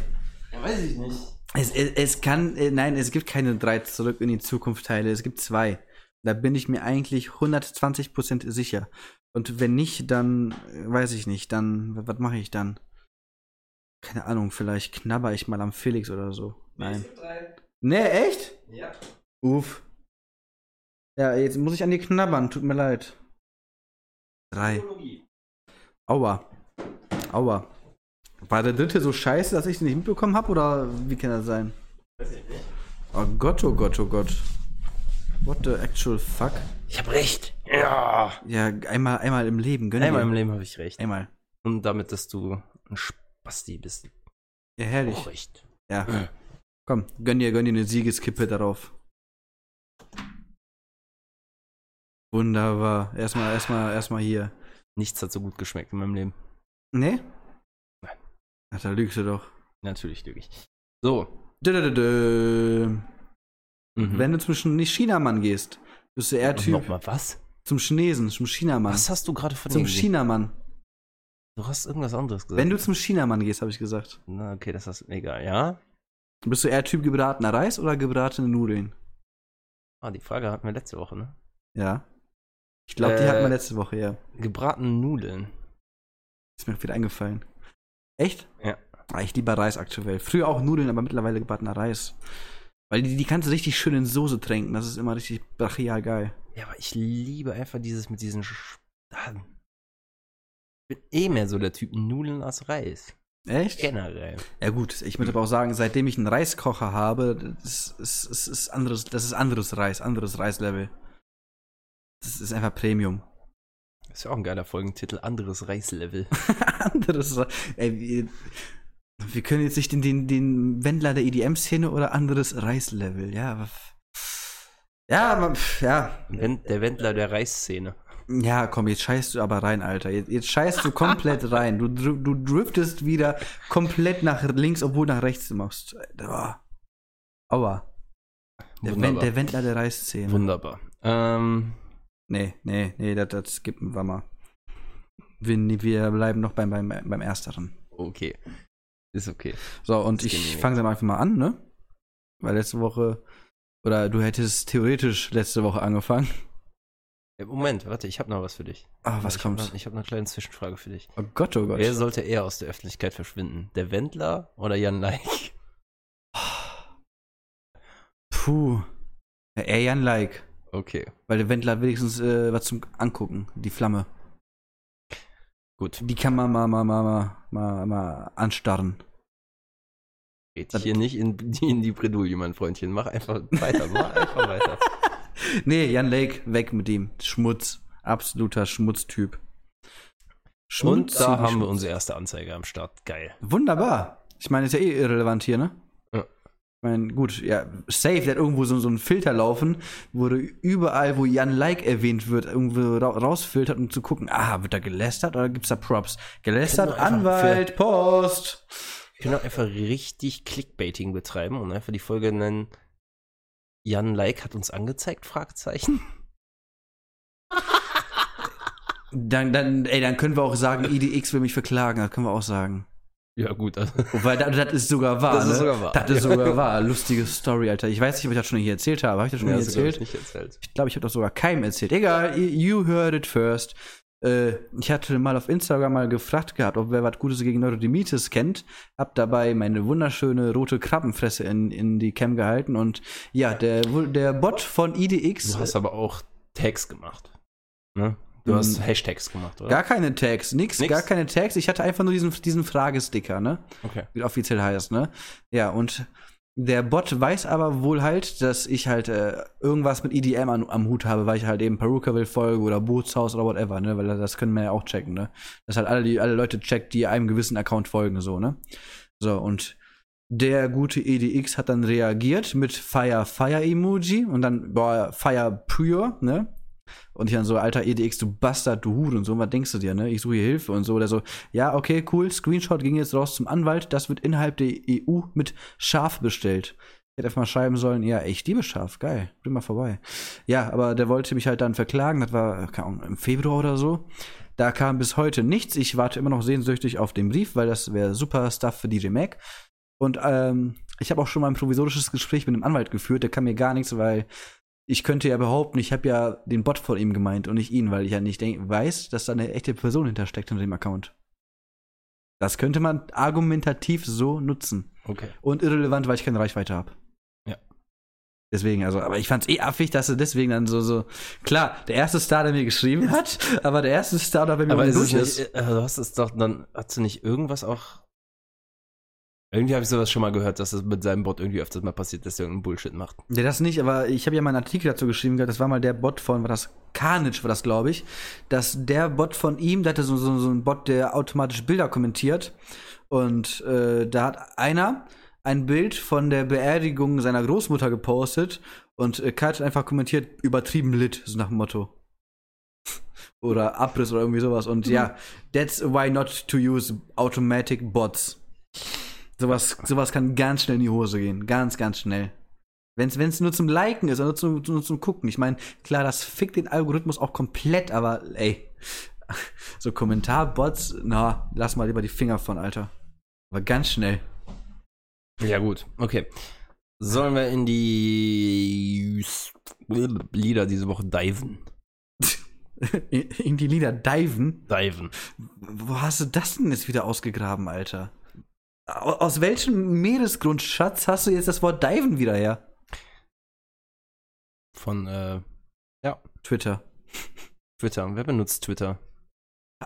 [SPEAKER 1] weiß ich nicht.
[SPEAKER 2] Es, es, es kann, äh, nein, es gibt keine drei zurück in die Zukunft Teile, es gibt zwei. Da bin ich mir eigentlich 120% sicher. Und wenn nicht, dann äh, weiß ich nicht, dann, w- was mache ich dann? Keine Ahnung, vielleicht knabber ich mal am Felix oder so. Nein. Nee, echt?
[SPEAKER 1] Ja.
[SPEAKER 2] Uff. Ja, jetzt muss ich an dir knabbern, tut mir leid. Drei. Aua. Aua. War der dritte so scheiße, dass ich den nicht mitbekommen habe? Oder wie kann das sein? Weiß ich nicht. Oh Gott, oh Gott, oh Gott. What the actual fuck?
[SPEAKER 1] Ich habe recht. Ja.
[SPEAKER 2] Ja, einmal, einmal im Leben, gönn
[SPEAKER 1] Einmal
[SPEAKER 2] dir.
[SPEAKER 1] im Leben habe ich recht.
[SPEAKER 2] Einmal.
[SPEAKER 1] Und damit, dass du ein Spasti bist.
[SPEAKER 2] Ja, herrlich.
[SPEAKER 1] Auch recht.
[SPEAKER 2] Ja.
[SPEAKER 1] Oh, Ja.
[SPEAKER 2] Komm, gönn dir, gönn dir eine Siegeskippe darauf. Wunderbar. Erstmal, erstmal, erstmal hier.
[SPEAKER 1] Nichts hat so gut geschmeckt in meinem Leben.
[SPEAKER 2] Nee?
[SPEAKER 1] Nein.
[SPEAKER 2] Ach, da lügst du doch.
[SPEAKER 1] Natürlich lüge ich. So.
[SPEAKER 2] Dö, dö, dö, dö.
[SPEAKER 1] Mhm.
[SPEAKER 2] Wenn du zum Sch- nicht Chinamann gehst, bist du eher
[SPEAKER 1] Und
[SPEAKER 2] Typ
[SPEAKER 1] Nochmal was?
[SPEAKER 2] zum Chinesen, zum Chinamann.
[SPEAKER 1] Was hast du gerade von
[SPEAKER 2] Zum
[SPEAKER 1] dem gesehen?
[SPEAKER 2] Chinamann.
[SPEAKER 1] Du hast irgendwas anderes gesagt.
[SPEAKER 2] Wenn du zum Chinamann gehst, habe ich gesagt.
[SPEAKER 1] Na, okay, das ist egal, ja?
[SPEAKER 2] Bist du eher Typ gebratener Reis oder gebratene Nudeln?
[SPEAKER 1] Ah, die Frage hatten wir letzte Woche, ne?
[SPEAKER 2] Ja. Ich glaube, die
[SPEAKER 1] Äh.
[SPEAKER 2] hatten wir letzte Woche, ja.
[SPEAKER 1] Gebratene Nudeln.
[SPEAKER 2] Ist mir wieder eingefallen. Echt?
[SPEAKER 1] Ja.
[SPEAKER 2] Ah, ich lieber Reis aktuell. Früher auch Nudeln, aber mittlerweile gebratener Reis. Weil die, die kannst du richtig schön in Soße tränken. Das ist immer richtig brachial geil.
[SPEAKER 1] Ja, aber ich liebe einfach dieses mit diesen. Sch Ah. ich bin eh mehr so der Typ Nudeln als Reis.
[SPEAKER 2] Echt?
[SPEAKER 1] Generell.
[SPEAKER 2] Ja gut, ich würde aber auch sagen, seitdem ich einen Reiskocher habe, das ist, ist, ist anderes, das ist anderes Reis, anderes Reislevel. Das ist einfach Premium.
[SPEAKER 1] Ist ja auch ein geiler Folgentitel. Anderes Reislevel.
[SPEAKER 2] anderes Reis. Ey, wir, wir können jetzt nicht den, den, den Wendler der EDM-Szene oder anderes Reislevel, ja. aber f- Ja, aber f- ja.
[SPEAKER 1] Wend- Der Wendler der Reisszene.
[SPEAKER 2] Ja, komm, jetzt scheißt du aber rein, Alter. Jetzt, jetzt scheißt du komplett rein. Du, dr- du driftest wieder komplett nach links, obwohl nach rechts du machst. Oh. Aua. Der, Wend,
[SPEAKER 1] Wunderbar.
[SPEAKER 2] der Wendler der Reißzähne.
[SPEAKER 1] Wunderbar. Ähm,
[SPEAKER 2] nee, nee, nee, das, das skippen wir mal. Wir, nee, wir bleiben noch beim, beim, beim Ersteren.
[SPEAKER 1] okay. Ist okay.
[SPEAKER 2] So, und
[SPEAKER 1] Das gehen wir
[SPEAKER 2] ich
[SPEAKER 1] nicht.
[SPEAKER 2] fange dann einfach mal an, ne? Weil letzte Woche, oder du hättest theoretisch letzte Woche angefangen.
[SPEAKER 1] Äh, Moment, warte, ich habe noch was für dich.
[SPEAKER 2] Ah, was
[SPEAKER 1] ich
[SPEAKER 2] kommt?
[SPEAKER 1] Hab noch, ich habe eine kleine Zwischenfrage für dich.
[SPEAKER 2] Oh Gott, oh Gott.
[SPEAKER 1] Wer sollte eher aus der Öffentlichkeit verschwinden? Der Wendler oder Jan Leich?
[SPEAKER 2] Puh. Ja, eher Jan Like.
[SPEAKER 1] Okay,
[SPEAKER 2] Weil der Wendler hat wenigstens äh, was zum Angucken. Die Flamme.
[SPEAKER 1] gut.
[SPEAKER 2] Die kann man mal, mal, mal, mal, mal, mal anstarren.
[SPEAKER 1] Geht
[SPEAKER 2] Das-
[SPEAKER 1] hier nicht in, in die Bredouille, mein Freundchen. Mach einfach weiter, mach einfach weiter.
[SPEAKER 2] Nee, Jan Lake, weg mit ihm. Schmutz. Absoluter Schmutztyp.
[SPEAKER 1] Und da haben wir
[SPEAKER 2] Schmutz.
[SPEAKER 1] unsere erste Anzeige am Start. Geil.
[SPEAKER 2] Wunderbar. Ich meine, ist ja eh irrelevant hier, ne?
[SPEAKER 1] Ja.
[SPEAKER 2] Ich meine, gut, ja, safe, der hat irgendwo so, so einen Filter laufen, wo du überall, wo Jan Like erwähnt wird, irgendwo ra rausfiltert, um zu gucken, ah, wird da gelästert oder gibt's da Props? Gelästert,
[SPEAKER 1] Können wir einfach
[SPEAKER 2] Anwalt, Post.
[SPEAKER 1] Wir können auch einfach richtig Clickbaiting betreiben und einfach die Folge nennen. Jan Like hat uns angezeigt? Fragezeichen.
[SPEAKER 2] Dann, dann, ey, dann können wir auch sagen, IDX will mich verklagen, das können wir auch sagen.
[SPEAKER 1] Ja, gut. Also,
[SPEAKER 2] Weil das, das ist sogar wahr.
[SPEAKER 1] Das ist
[SPEAKER 2] ne?
[SPEAKER 1] sogar wahr.
[SPEAKER 2] Das ist sogar wahr. Lustige Story, Alter. Ich weiß nicht, ob ich das schon hier erzählt habe. Habe ich das schon
[SPEAKER 1] ja,
[SPEAKER 2] hier
[SPEAKER 1] hast du, glaub
[SPEAKER 2] erzählt?
[SPEAKER 1] ich, nicht erzählt.
[SPEAKER 2] Ich glaube, ich habe das sogar keinem erzählt. Egal, y- you heard it first. Äh, ich hatte mal auf Instagram mal gefragt gehabt, ob wer was Gutes gegen Neurodermitis kennt. Hab dabei meine wunderschöne rote Krabbenfresse in, in die Cam gehalten und ja, der, der Bot von IDX.
[SPEAKER 1] Du hast aber auch Tags gemacht. Ne? Du
[SPEAKER 2] Mhm.
[SPEAKER 1] hast Hashtags gemacht, oder?
[SPEAKER 2] äh, Gar keine Tags, nix,
[SPEAKER 1] Nix?
[SPEAKER 2] gar keine Tags. Ich hatte einfach nur diesen, diesen Fragesticker, ne?
[SPEAKER 1] Okay.
[SPEAKER 2] Wie der offiziell heißt, ne? Ja, und der Bot weiß aber wohl halt, dass ich halt äh, irgendwas mit EDM an, am Hut habe, weil ich halt eben Perukaville folge oder Bootshaus oder whatever, ne? Weil das können wir ja auch checken, ne? Dass halt alle, die, alle Leute checkt, die einem gewissen Account folgen, so, ne? So, und der gute EDX hat dann reagiert mit Fire Fire Emoji und dann boah, Fire Pure, ne? Und ich dann so, alter EDX, du Bastard, du Hurensohn, was denkst du dir, ne? Ich suche hier Hilfe und so. Oder so, ja, okay, cool, Screenshot ging jetzt raus zum Anwalt, das wird innerhalb der EU mit scharf bestellt. Ich hätte einfach mal schreiben sollen, ja, ich liebe scharf, geil, bin mal vorbei. Ja, aber der wollte mich halt dann verklagen, das war keine Ahnung, im Februar oder so. Da kam bis heute nichts, ich warte immer noch sehnsüchtig auf den Brief, weil das wäre super Stuff für die Remake. Und ähm, ich habe auch schon mal ein provisorisches Gespräch mit einem Anwalt geführt, der kann mir gar nichts, weil ich könnte ja behaupten, ich habe ja den Bot von ihm gemeint und nicht ihn, weil ich ja nicht denk, weiß, dass da eine echte Person hintersteckt hinter dem Account. Das könnte man argumentativ so nutzen.
[SPEAKER 1] Okay.
[SPEAKER 2] Und irrelevant, weil ich keine Reichweite habe.
[SPEAKER 1] Ja.
[SPEAKER 2] Deswegen, also, aber ich fand's eh affig, dass er deswegen dann so, so, klar, der erste Star, der mir geschrieben hat, aber der erste Star, der bei mir
[SPEAKER 1] Aber
[SPEAKER 2] unten
[SPEAKER 1] ist es nicht, äh, du hast es doch, dann hast du nicht irgendwas auch. Irgendwie habe ich sowas schon mal gehört, dass es mit seinem Bot irgendwie öfters mal passiert, dass er irgendeinen Bullshit macht.
[SPEAKER 2] Ja, das nicht, aber ich habe ja mal einen Artikel dazu geschrieben gehabt, das war mal der Bot von, war das Carnage, war das, glaube ich, dass der Bot von ihm, der hatte so, so, so einen Bot, der automatisch Bilder kommentiert. Und äh, da hat einer ein Bild von der Beerdigung seiner Großmutter gepostet und äh, Kai hat einfach kommentiert, übertrieben lit, so nach dem Motto. oder Abriss oder irgendwie sowas. Und ja, that's why not to use automatic bots. Sowas, sowas kann ganz schnell in die Hose gehen. Ganz, ganz schnell. Wenn es nur zum Liken ist oder nur zum, nur zum Gucken. Ich meine, klar, das fickt den Algorithmus auch komplett, aber ey, so Kommentarbots, na, lass mal lieber die Finger von, Alter. Aber ganz schnell.
[SPEAKER 1] Ja, gut. Okay. Sollen wir in die Lieder diese Woche diven?
[SPEAKER 2] In in die Lieder diven.
[SPEAKER 1] Diven.
[SPEAKER 2] Wo hast du das denn jetzt wieder ausgegraben, Alter? Au- Aus welchem Meeresgrundschatz hast du jetzt das Wort diven wieder her?
[SPEAKER 1] Von äh,
[SPEAKER 2] Twitter.
[SPEAKER 1] Twitter. Wer benutzt Twitter?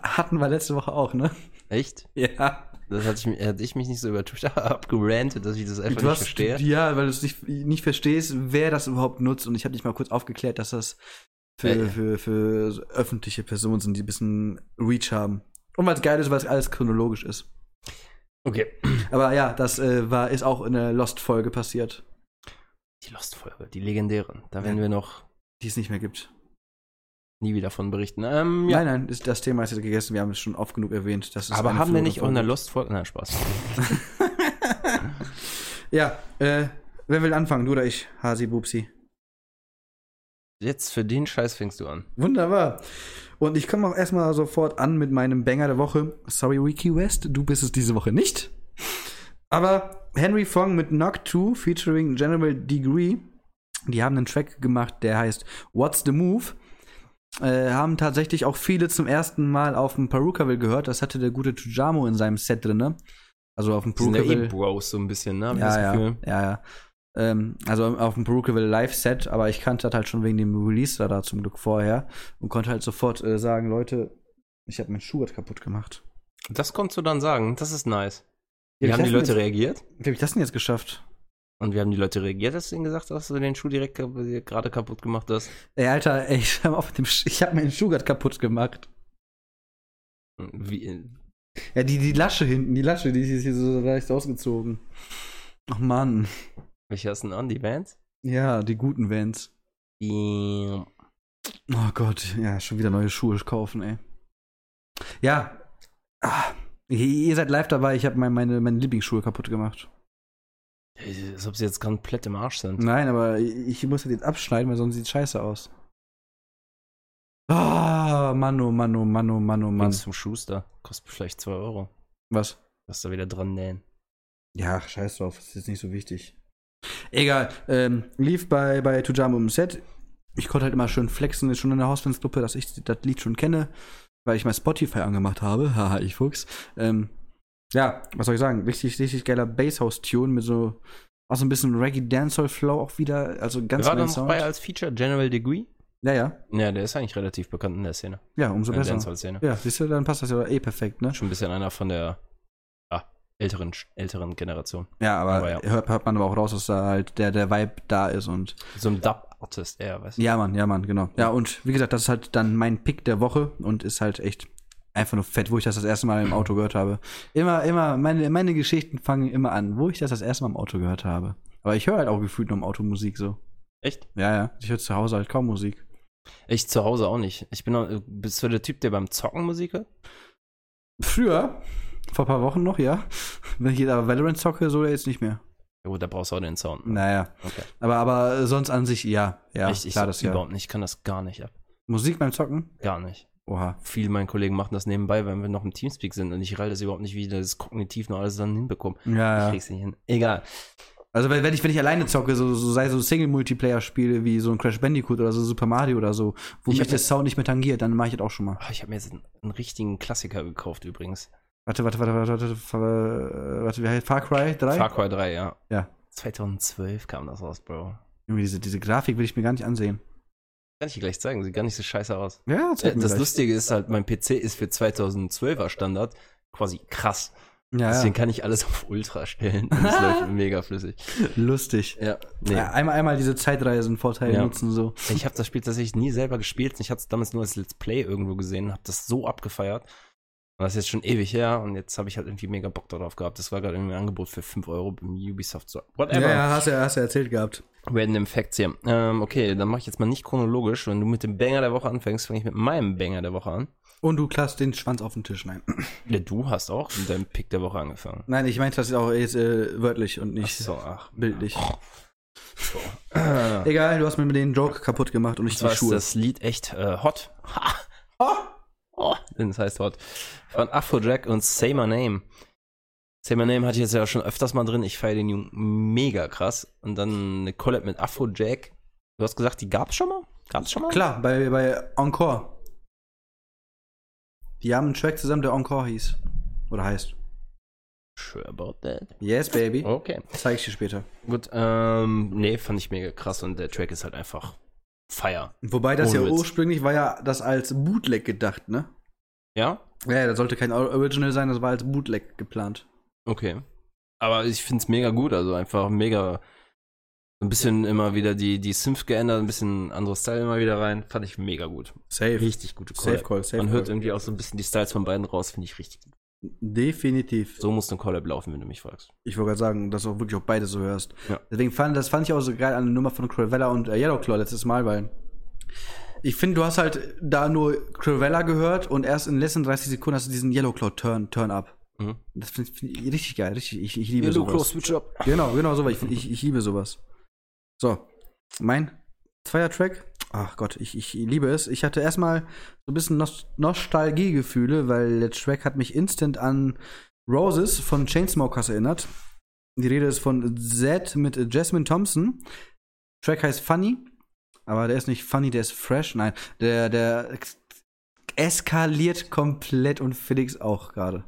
[SPEAKER 2] Hatten wir letzte Woche auch, ne?
[SPEAKER 1] Echt?
[SPEAKER 2] Ja.
[SPEAKER 1] Das hatte ich, mi- hatte ich mich nicht so über Twitter abgerantet, dass ich das einfach nicht verstehe.
[SPEAKER 2] Ja, weil du es nicht, nicht verstehst, wer das überhaupt nutzt. Und ich habe dich mal kurz aufgeklärt, dass das für,
[SPEAKER 1] Ey.
[SPEAKER 2] für, für so öffentliche Personen sind, die ein bisschen Reach haben. Und was geil ist, weil es alles chronologisch ist.
[SPEAKER 1] Okay.
[SPEAKER 2] Aber ja, das äh, war, ist auch in der Lost-Folge passiert,
[SPEAKER 1] Die Lost-Folge, die legendäre. Da werden wir noch
[SPEAKER 2] die es nicht mehr gibt.
[SPEAKER 1] nie wieder von berichten. Ähm, ja.
[SPEAKER 2] Nein, nein, ist, das Thema ist jetzt gegessen. Wir haben es schon oft genug erwähnt. Das ist
[SPEAKER 1] Aber
[SPEAKER 2] eine
[SPEAKER 1] haben wir
[SPEAKER 2] verlorene
[SPEAKER 1] nicht auch
[SPEAKER 2] Folge.
[SPEAKER 1] eine Lost-Folge? Nein, Spaß.
[SPEAKER 2] Ja, äh, wer will anfangen? Du oder ich? Hasi, Bubsi.
[SPEAKER 1] Jetzt für den Scheiß fängst du an.
[SPEAKER 2] Wunderbar. Und ich komme auch erstmal sofort an mit meinem Banger der Woche. Sorry, Ricky West, du bist es diese Woche nicht. Aber Henry Fong mit Knock 2 featuring General Degree, die haben einen Track gemacht, der heißt What's the Move? äh, haben tatsächlich auch viele zum ersten Mal auf dem Perukaville gehört. Das hatte der gute Tujamo in seinem Set drin, ne? Also auf dem
[SPEAKER 1] Das sind ja eh
[SPEAKER 2] Perukaville.
[SPEAKER 1] Bros so ein bisschen, ne? Hab ich das
[SPEAKER 2] Ja, ja,
[SPEAKER 1] Gefühl.
[SPEAKER 2] ja, ja. Ähm, also auf dem Perukaville Live-Set, aber ich kannte das halt schon wegen dem Release da, da zum Glück vorher und konnte halt sofort äh, sagen, Leute, ich habe meinen Schuh grad kaputt gemacht.
[SPEAKER 1] Das konntest du dann sagen. Das ist nice.
[SPEAKER 2] Wie
[SPEAKER 1] Wir
[SPEAKER 2] hab
[SPEAKER 1] haben
[SPEAKER 2] ich
[SPEAKER 1] die
[SPEAKER 2] das
[SPEAKER 1] Leute
[SPEAKER 2] denn
[SPEAKER 1] reagiert.
[SPEAKER 2] jetzt- Wie habe ich das denn jetzt geschafft?
[SPEAKER 1] Und wir haben die Leute reagiert, dass du ihnen gesagt hast, dass du den Schuh direkt kap- gerade kaputt gemacht hast.
[SPEAKER 2] Ey, Alter, ey, ich habe hab meinen Schuh grad kaputt gemacht.
[SPEAKER 1] Wie, äh,
[SPEAKER 2] Ja, die, die Lasche hinten, die Lasche, die ist hier so leicht ausgezogen. Ach Mann.
[SPEAKER 1] welche hast du denn an? Die Vans?
[SPEAKER 2] Ja, die guten Vans.
[SPEAKER 1] Die.
[SPEAKER 2] Oh Gott, ja, schon wieder neue Schuhe kaufen, ey. Ja. Ah, ihr- ihr seid live dabei, ich habe mein, meine, meine Lieblingsschuhe kaputt gemacht.
[SPEAKER 1] äh, Als ob sie jetzt komplett im Arsch sind.
[SPEAKER 2] Nein, aber ich ich muss das jetzt abschneiden, weil sonst sieht scheiße aus. Ah, Mann, oh Mann, oh Mann, oh Mann, oh Mann.
[SPEAKER 1] Links zum Schuster. Kostet vielleicht 2 Euro.
[SPEAKER 2] Was?
[SPEAKER 1] Was da wieder dran nähen.
[SPEAKER 2] Ja, scheiß drauf, ist jetzt nicht so wichtig. Egal, ähm, lief bei, bei Tujamo im Set. Ich konnte halt immer schön flexen, ist schon in der Hausfansgruppe, dass ich das Lied schon kenne, weil ich mal Spotify angemacht habe. Haha, ich Fuchs. Ähm, ja, was soll ich sagen? Richtig, richtig geiler Basshouse-Tune mit so auch so ein bisschen Reggae Dancehall Flow auch wieder, also
[SPEAKER 1] Wir
[SPEAKER 2] ganz
[SPEAKER 1] waren
[SPEAKER 2] neuen
[SPEAKER 1] noch bei als Feature General Degree.
[SPEAKER 2] Ja, ja,
[SPEAKER 1] Ja, der ist eigentlich relativ bekannt in der Szene.
[SPEAKER 2] ja, umso
[SPEAKER 1] In der
[SPEAKER 2] besser.
[SPEAKER 1] Dancehall-Szene.
[SPEAKER 2] Ja, siehst du, dann passt das ja eh perfekt, ne?
[SPEAKER 1] Schon ein bisschen einer von der ja, älteren, älteren Generation.
[SPEAKER 2] Ja, aber,
[SPEAKER 1] Aber ja.
[SPEAKER 2] Hört, hört man aber auch raus, dass da halt der, der Vibe da ist und
[SPEAKER 1] So ein Dub-Artist eher, weißt du?
[SPEAKER 2] Ja, Mann, ja, Mann, genau. Ja, und wie gesagt, das ist halt dann mein Pick der Woche und ist halt echt einfach nur fett, wo ich das das erste Mal im Auto gehört habe. Immer, immer, meine, meine Geschichten fangen immer an, wo ich das das erste Mal im Auto gehört habe. Aber ich höre halt auch gefühlt nur im Auto Musik so.
[SPEAKER 1] Echt?
[SPEAKER 2] Ja, ja, ich höre zu Hause halt kaum Musik.
[SPEAKER 1] Ich zu Hause auch nicht. Ich bin auch, bist du der Typ, der beim Zocken Musik hört?
[SPEAKER 2] Früher, vor ein paar Wochen noch, ja. Wenn ich jetzt aber Valorant zocke, so jetzt nicht mehr.
[SPEAKER 1] Ja gut, da brauchst du auch den Sound.
[SPEAKER 2] Naja,
[SPEAKER 1] Okay.
[SPEAKER 2] aber, aber sonst an sich, ja, ja,
[SPEAKER 1] ich ich
[SPEAKER 2] klar,
[SPEAKER 1] sag
[SPEAKER 2] das ja.
[SPEAKER 1] überhaupt nicht, ich kann das gar nicht ab.
[SPEAKER 2] Musik beim Zocken?
[SPEAKER 1] Gar nicht.
[SPEAKER 2] Oha.
[SPEAKER 1] Viele meiner Kollegen machen das nebenbei, wenn wir noch im Teamspeak sind und ich reile das überhaupt nicht, wie die das kognitiv noch alles dann hinbekommen.
[SPEAKER 2] Ja,
[SPEAKER 1] Ich
[SPEAKER 2] ja.
[SPEAKER 1] krieg's nicht hin. Egal.
[SPEAKER 2] Also wenn, wenn ich wenn ich alleine zocke, so, so sei so Single-Multiplayer-Spiele wie so ein Crash Bandicoot oder so Super Mario oder so, wo
[SPEAKER 1] Ich
[SPEAKER 2] mich
[SPEAKER 1] hab-
[SPEAKER 2] der Sound nicht mehr tangiert, dann mache ich das auch schon mal.
[SPEAKER 1] Ah, Ich habe mir jetzt einen, einen richtigen Klassiker gekauft übrigens.
[SPEAKER 2] Warte, warte, warte, warte, warte, warte, warte wie heißt Far Cry 3?
[SPEAKER 1] Far Cry 3, ja.
[SPEAKER 2] Ja.
[SPEAKER 1] 2012 kam das raus, Bro.
[SPEAKER 2] Irgendwie diese, diese Grafik will ich mir gar nicht ansehen.
[SPEAKER 1] Kann ich dir gleich zeigen, sieht gar nicht so scheiße aus.
[SPEAKER 2] Ja,
[SPEAKER 1] Äh,
[SPEAKER 2] mir
[SPEAKER 1] das
[SPEAKER 2] gleich.
[SPEAKER 1] Lustige ist halt, mein PC ist für 2012er Standard quasi krass.
[SPEAKER 2] Ja,
[SPEAKER 1] Deswegen
[SPEAKER 2] ja.
[SPEAKER 1] kann ich alles auf Ultra stellen. Und es läuft mega flüssig.
[SPEAKER 2] lustig.
[SPEAKER 1] Ja, Äh, nee.
[SPEAKER 2] Ja, einmal, einmal diese Zeitreisen-Vorteile
[SPEAKER 1] Ja.
[SPEAKER 2] nutzen so.
[SPEAKER 1] Ich habe das Spiel tatsächlich nie selber gespielt. Ich hatte es damals nur als Let's Play irgendwo gesehen, habe das so abgefeiert. Und das ist jetzt schon ewig her und jetzt habe ich halt irgendwie mega Bock darauf gehabt. Das war gerade irgendwie ein Angebot für 5 Euro beim Ubisoft. So, whatever.
[SPEAKER 2] hast du ja hast du erzählt gehabt.
[SPEAKER 1] Random Facts hier. Ähm, okay, dann mache ich jetzt mal nicht chronologisch. Wenn du mit dem Banger der Woche anfängst, fange ich mit meinem Banger der Woche an.
[SPEAKER 2] Und du klappst den Schwanz auf den Tisch. Nein,
[SPEAKER 1] Ja, du hast auch mit deinem Pick der Woche angefangen.
[SPEAKER 2] Nein ich meinte das auch jetzt äh, wörtlich und
[SPEAKER 1] Ach
[SPEAKER 2] nicht
[SPEAKER 1] so, ach.
[SPEAKER 2] bildlich.
[SPEAKER 1] So. Ah.
[SPEAKER 2] Egal, du hast mir den Joke kaputt gemacht und ich
[SPEAKER 1] Und
[SPEAKER 2] die
[SPEAKER 1] zwar ist
[SPEAKER 2] Schuhe.
[SPEAKER 1] das Lied echt äh, hot. Ha. Oh, denn es heißt hot. Von Afrojack und Say My Name. Say My Name hatte ich jetzt ja schon öfters mal drin. Ich feiere den Jungen mega krass. Und dann eine Collab mit Afrojack. Du hast gesagt, die gab's schon mal? Gab's schon mal?
[SPEAKER 2] Klar, bei, bei Encore. Die haben einen Track zusammen, der Encore hieß. Oder heißt.
[SPEAKER 1] Sure about that.
[SPEAKER 2] Yes, Baby.
[SPEAKER 1] Okay.
[SPEAKER 2] Zeig ich dir später.
[SPEAKER 1] Gut, ähm, nee, fand ich mega krass. Und der Track ist halt einfach Fire.
[SPEAKER 2] Wobei das
[SPEAKER 1] Ohne
[SPEAKER 2] ja
[SPEAKER 1] Oh, Witz.
[SPEAKER 2] ursprünglich war ja das als Bootleg gedacht, ne?
[SPEAKER 1] Ja?
[SPEAKER 2] Ja, ja, das sollte kein Original sein, das war als Bootleg geplant.
[SPEAKER 1] Okay. Aber ich find's mega gut, also einfach mega. Ein bisschen immer wieder die, die Synth geändert, ein bisschen anderes Style immer wieder rein. Fand ich mega gut.
[SPEAKER 2] Safe.
[SPEAKER 1] Richtig gute
[SPEAKER 2] Safe
[SPEAKER 1] Collab.
[SPEAKER 2] Call, safe
[SPEAKER 1] Man hört
[SPEAKER 2] Call.
[SPEAKER 1] irgendwie auch so ein bisschen die Styles von beiden raus, finde ich richtig. gut.
[SPEAKER 2] Definitiv.
[SPEAKER 1] So muss ein Collab laufen, wenn du mich fragst.
[SPEAKER 2] Ich wollte gerade sagen, dass du auch wirklich auch beide so hörst.
[SPEAKER 1] Ja.
[SPEAKER 2] Deswegen fand das fand ich auch so geil an der Nummer von Cravella und äh, Yellowclaw letztes Mal, weil ich finde, du hast halt da nur Cravella gehört und erst in den letzten 30 Sekunden hast du diesen Yellowclaw-Turn Turn up.
[SPEAKER 1] Mhm.
[SPEAKER 2] Das finde ich, find ich richtig geil, richtig. Ich, ich liebe sowas.
[SPEAKER 1] Switch Up.
[SPEAKER 2] Genau, genau sowas. Ich, find- ich, ich liebe sowas. So, mein zweiter Track. Ach Gott, ich, ich liebe es. Ich hatte erstmal so ein bisschen Nost Nostalgiegefühle, weil der Track hat mich instant an Roses von Chainsmokers erinnert. Die Rede ist von Z mit Jasmine Thompson. Track heißt Funny. Aber der ist nicht funny, der ist fresh. Nein, der, der ex- eskaliert komplett und Felix auch gerade.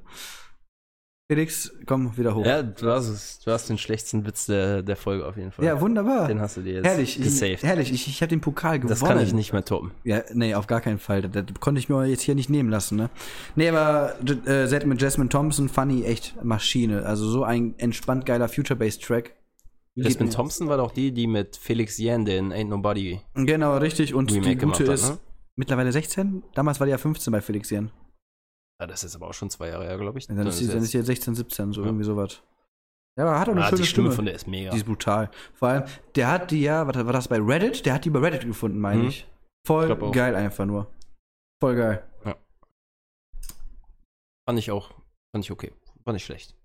[SPEAKER 2] Felix, komm wieder hoch.
[SPEAKER 1] Ja, du hast, es- du hast den schlechtesten Witz der, der Folge auf jeden Fall.
[SPEAKER 2] Ja, wunderbar.
[SPEAKER 1] Den hast du dir jetzt
[SPEAKER 2] Herrlich, ich,
[SPEAKER 1] gesaved.
[SPEAKER 2] herrlich. Ich, ich habe den Pokal gewonnen.
[SPEAKER 1] das kann ich nicht mehr toppen.
[SPEAKER 2] Ja, nee, auf gar keinen Fall. Das, das konnte ich mir jetzt hier nicht nehmen lassen, ne? Nee, aber J- äh, Set mit Jasmine Thompson, Funny, echt Maschine. Also so ein entspannt geiler Future-Based-Track. Geht
[SPEAKER 1] Jasmine
[SPEAKER 2] mir-
[SPEAKER 1] Thompson war doch die, die mit Felix Yen den Ain't Nobody
[SPEAKER 2] Genau, richtig. Und
[SPEAKER 1] Remake
[SPEAKER 2] die gute
[SPEAKER 1] gemacht hat,
[SPEAKER 2] ist
[SPEAKER 1] ne?
[SPEAKER 2] mittlerweile 16. Damals war die ja 15 bei Felix Jan.
[SPEAKER 1] Ah, das ist aber auch schon zwei Jahre her, glaube ich.
[SPEAKER 2] Dann, ist sie- dann ist sie jetzt 16, 17, so
[SPEAKER 1] Ja.
[SPEAKER 2] irgendwie sowas. Ja, aber hat auch eine
[SPEAKER 1] ah,
[SPEAKER 2] schöne
[SPEAKER 1] die Stimme
[SPEAKER 2] Stimme.
[SPEAKER 1] von der ist mega.
[SPEAKER 2] Die ist brutal. Vor allem, der hat die ja, was war das bei Reddit? Der hat die bei Reddit gefunden, meine
[SPEAKER 1] Mhm.
[SPEAKER 2] ich. Voll
[SPEAKER 1] Ich glaub auch.
[SPEAKER 2] geil einfach nur. Voll geil.
[SPEAKER 1] Fand ich auch. Fand ich okay. Fand ich schlecht.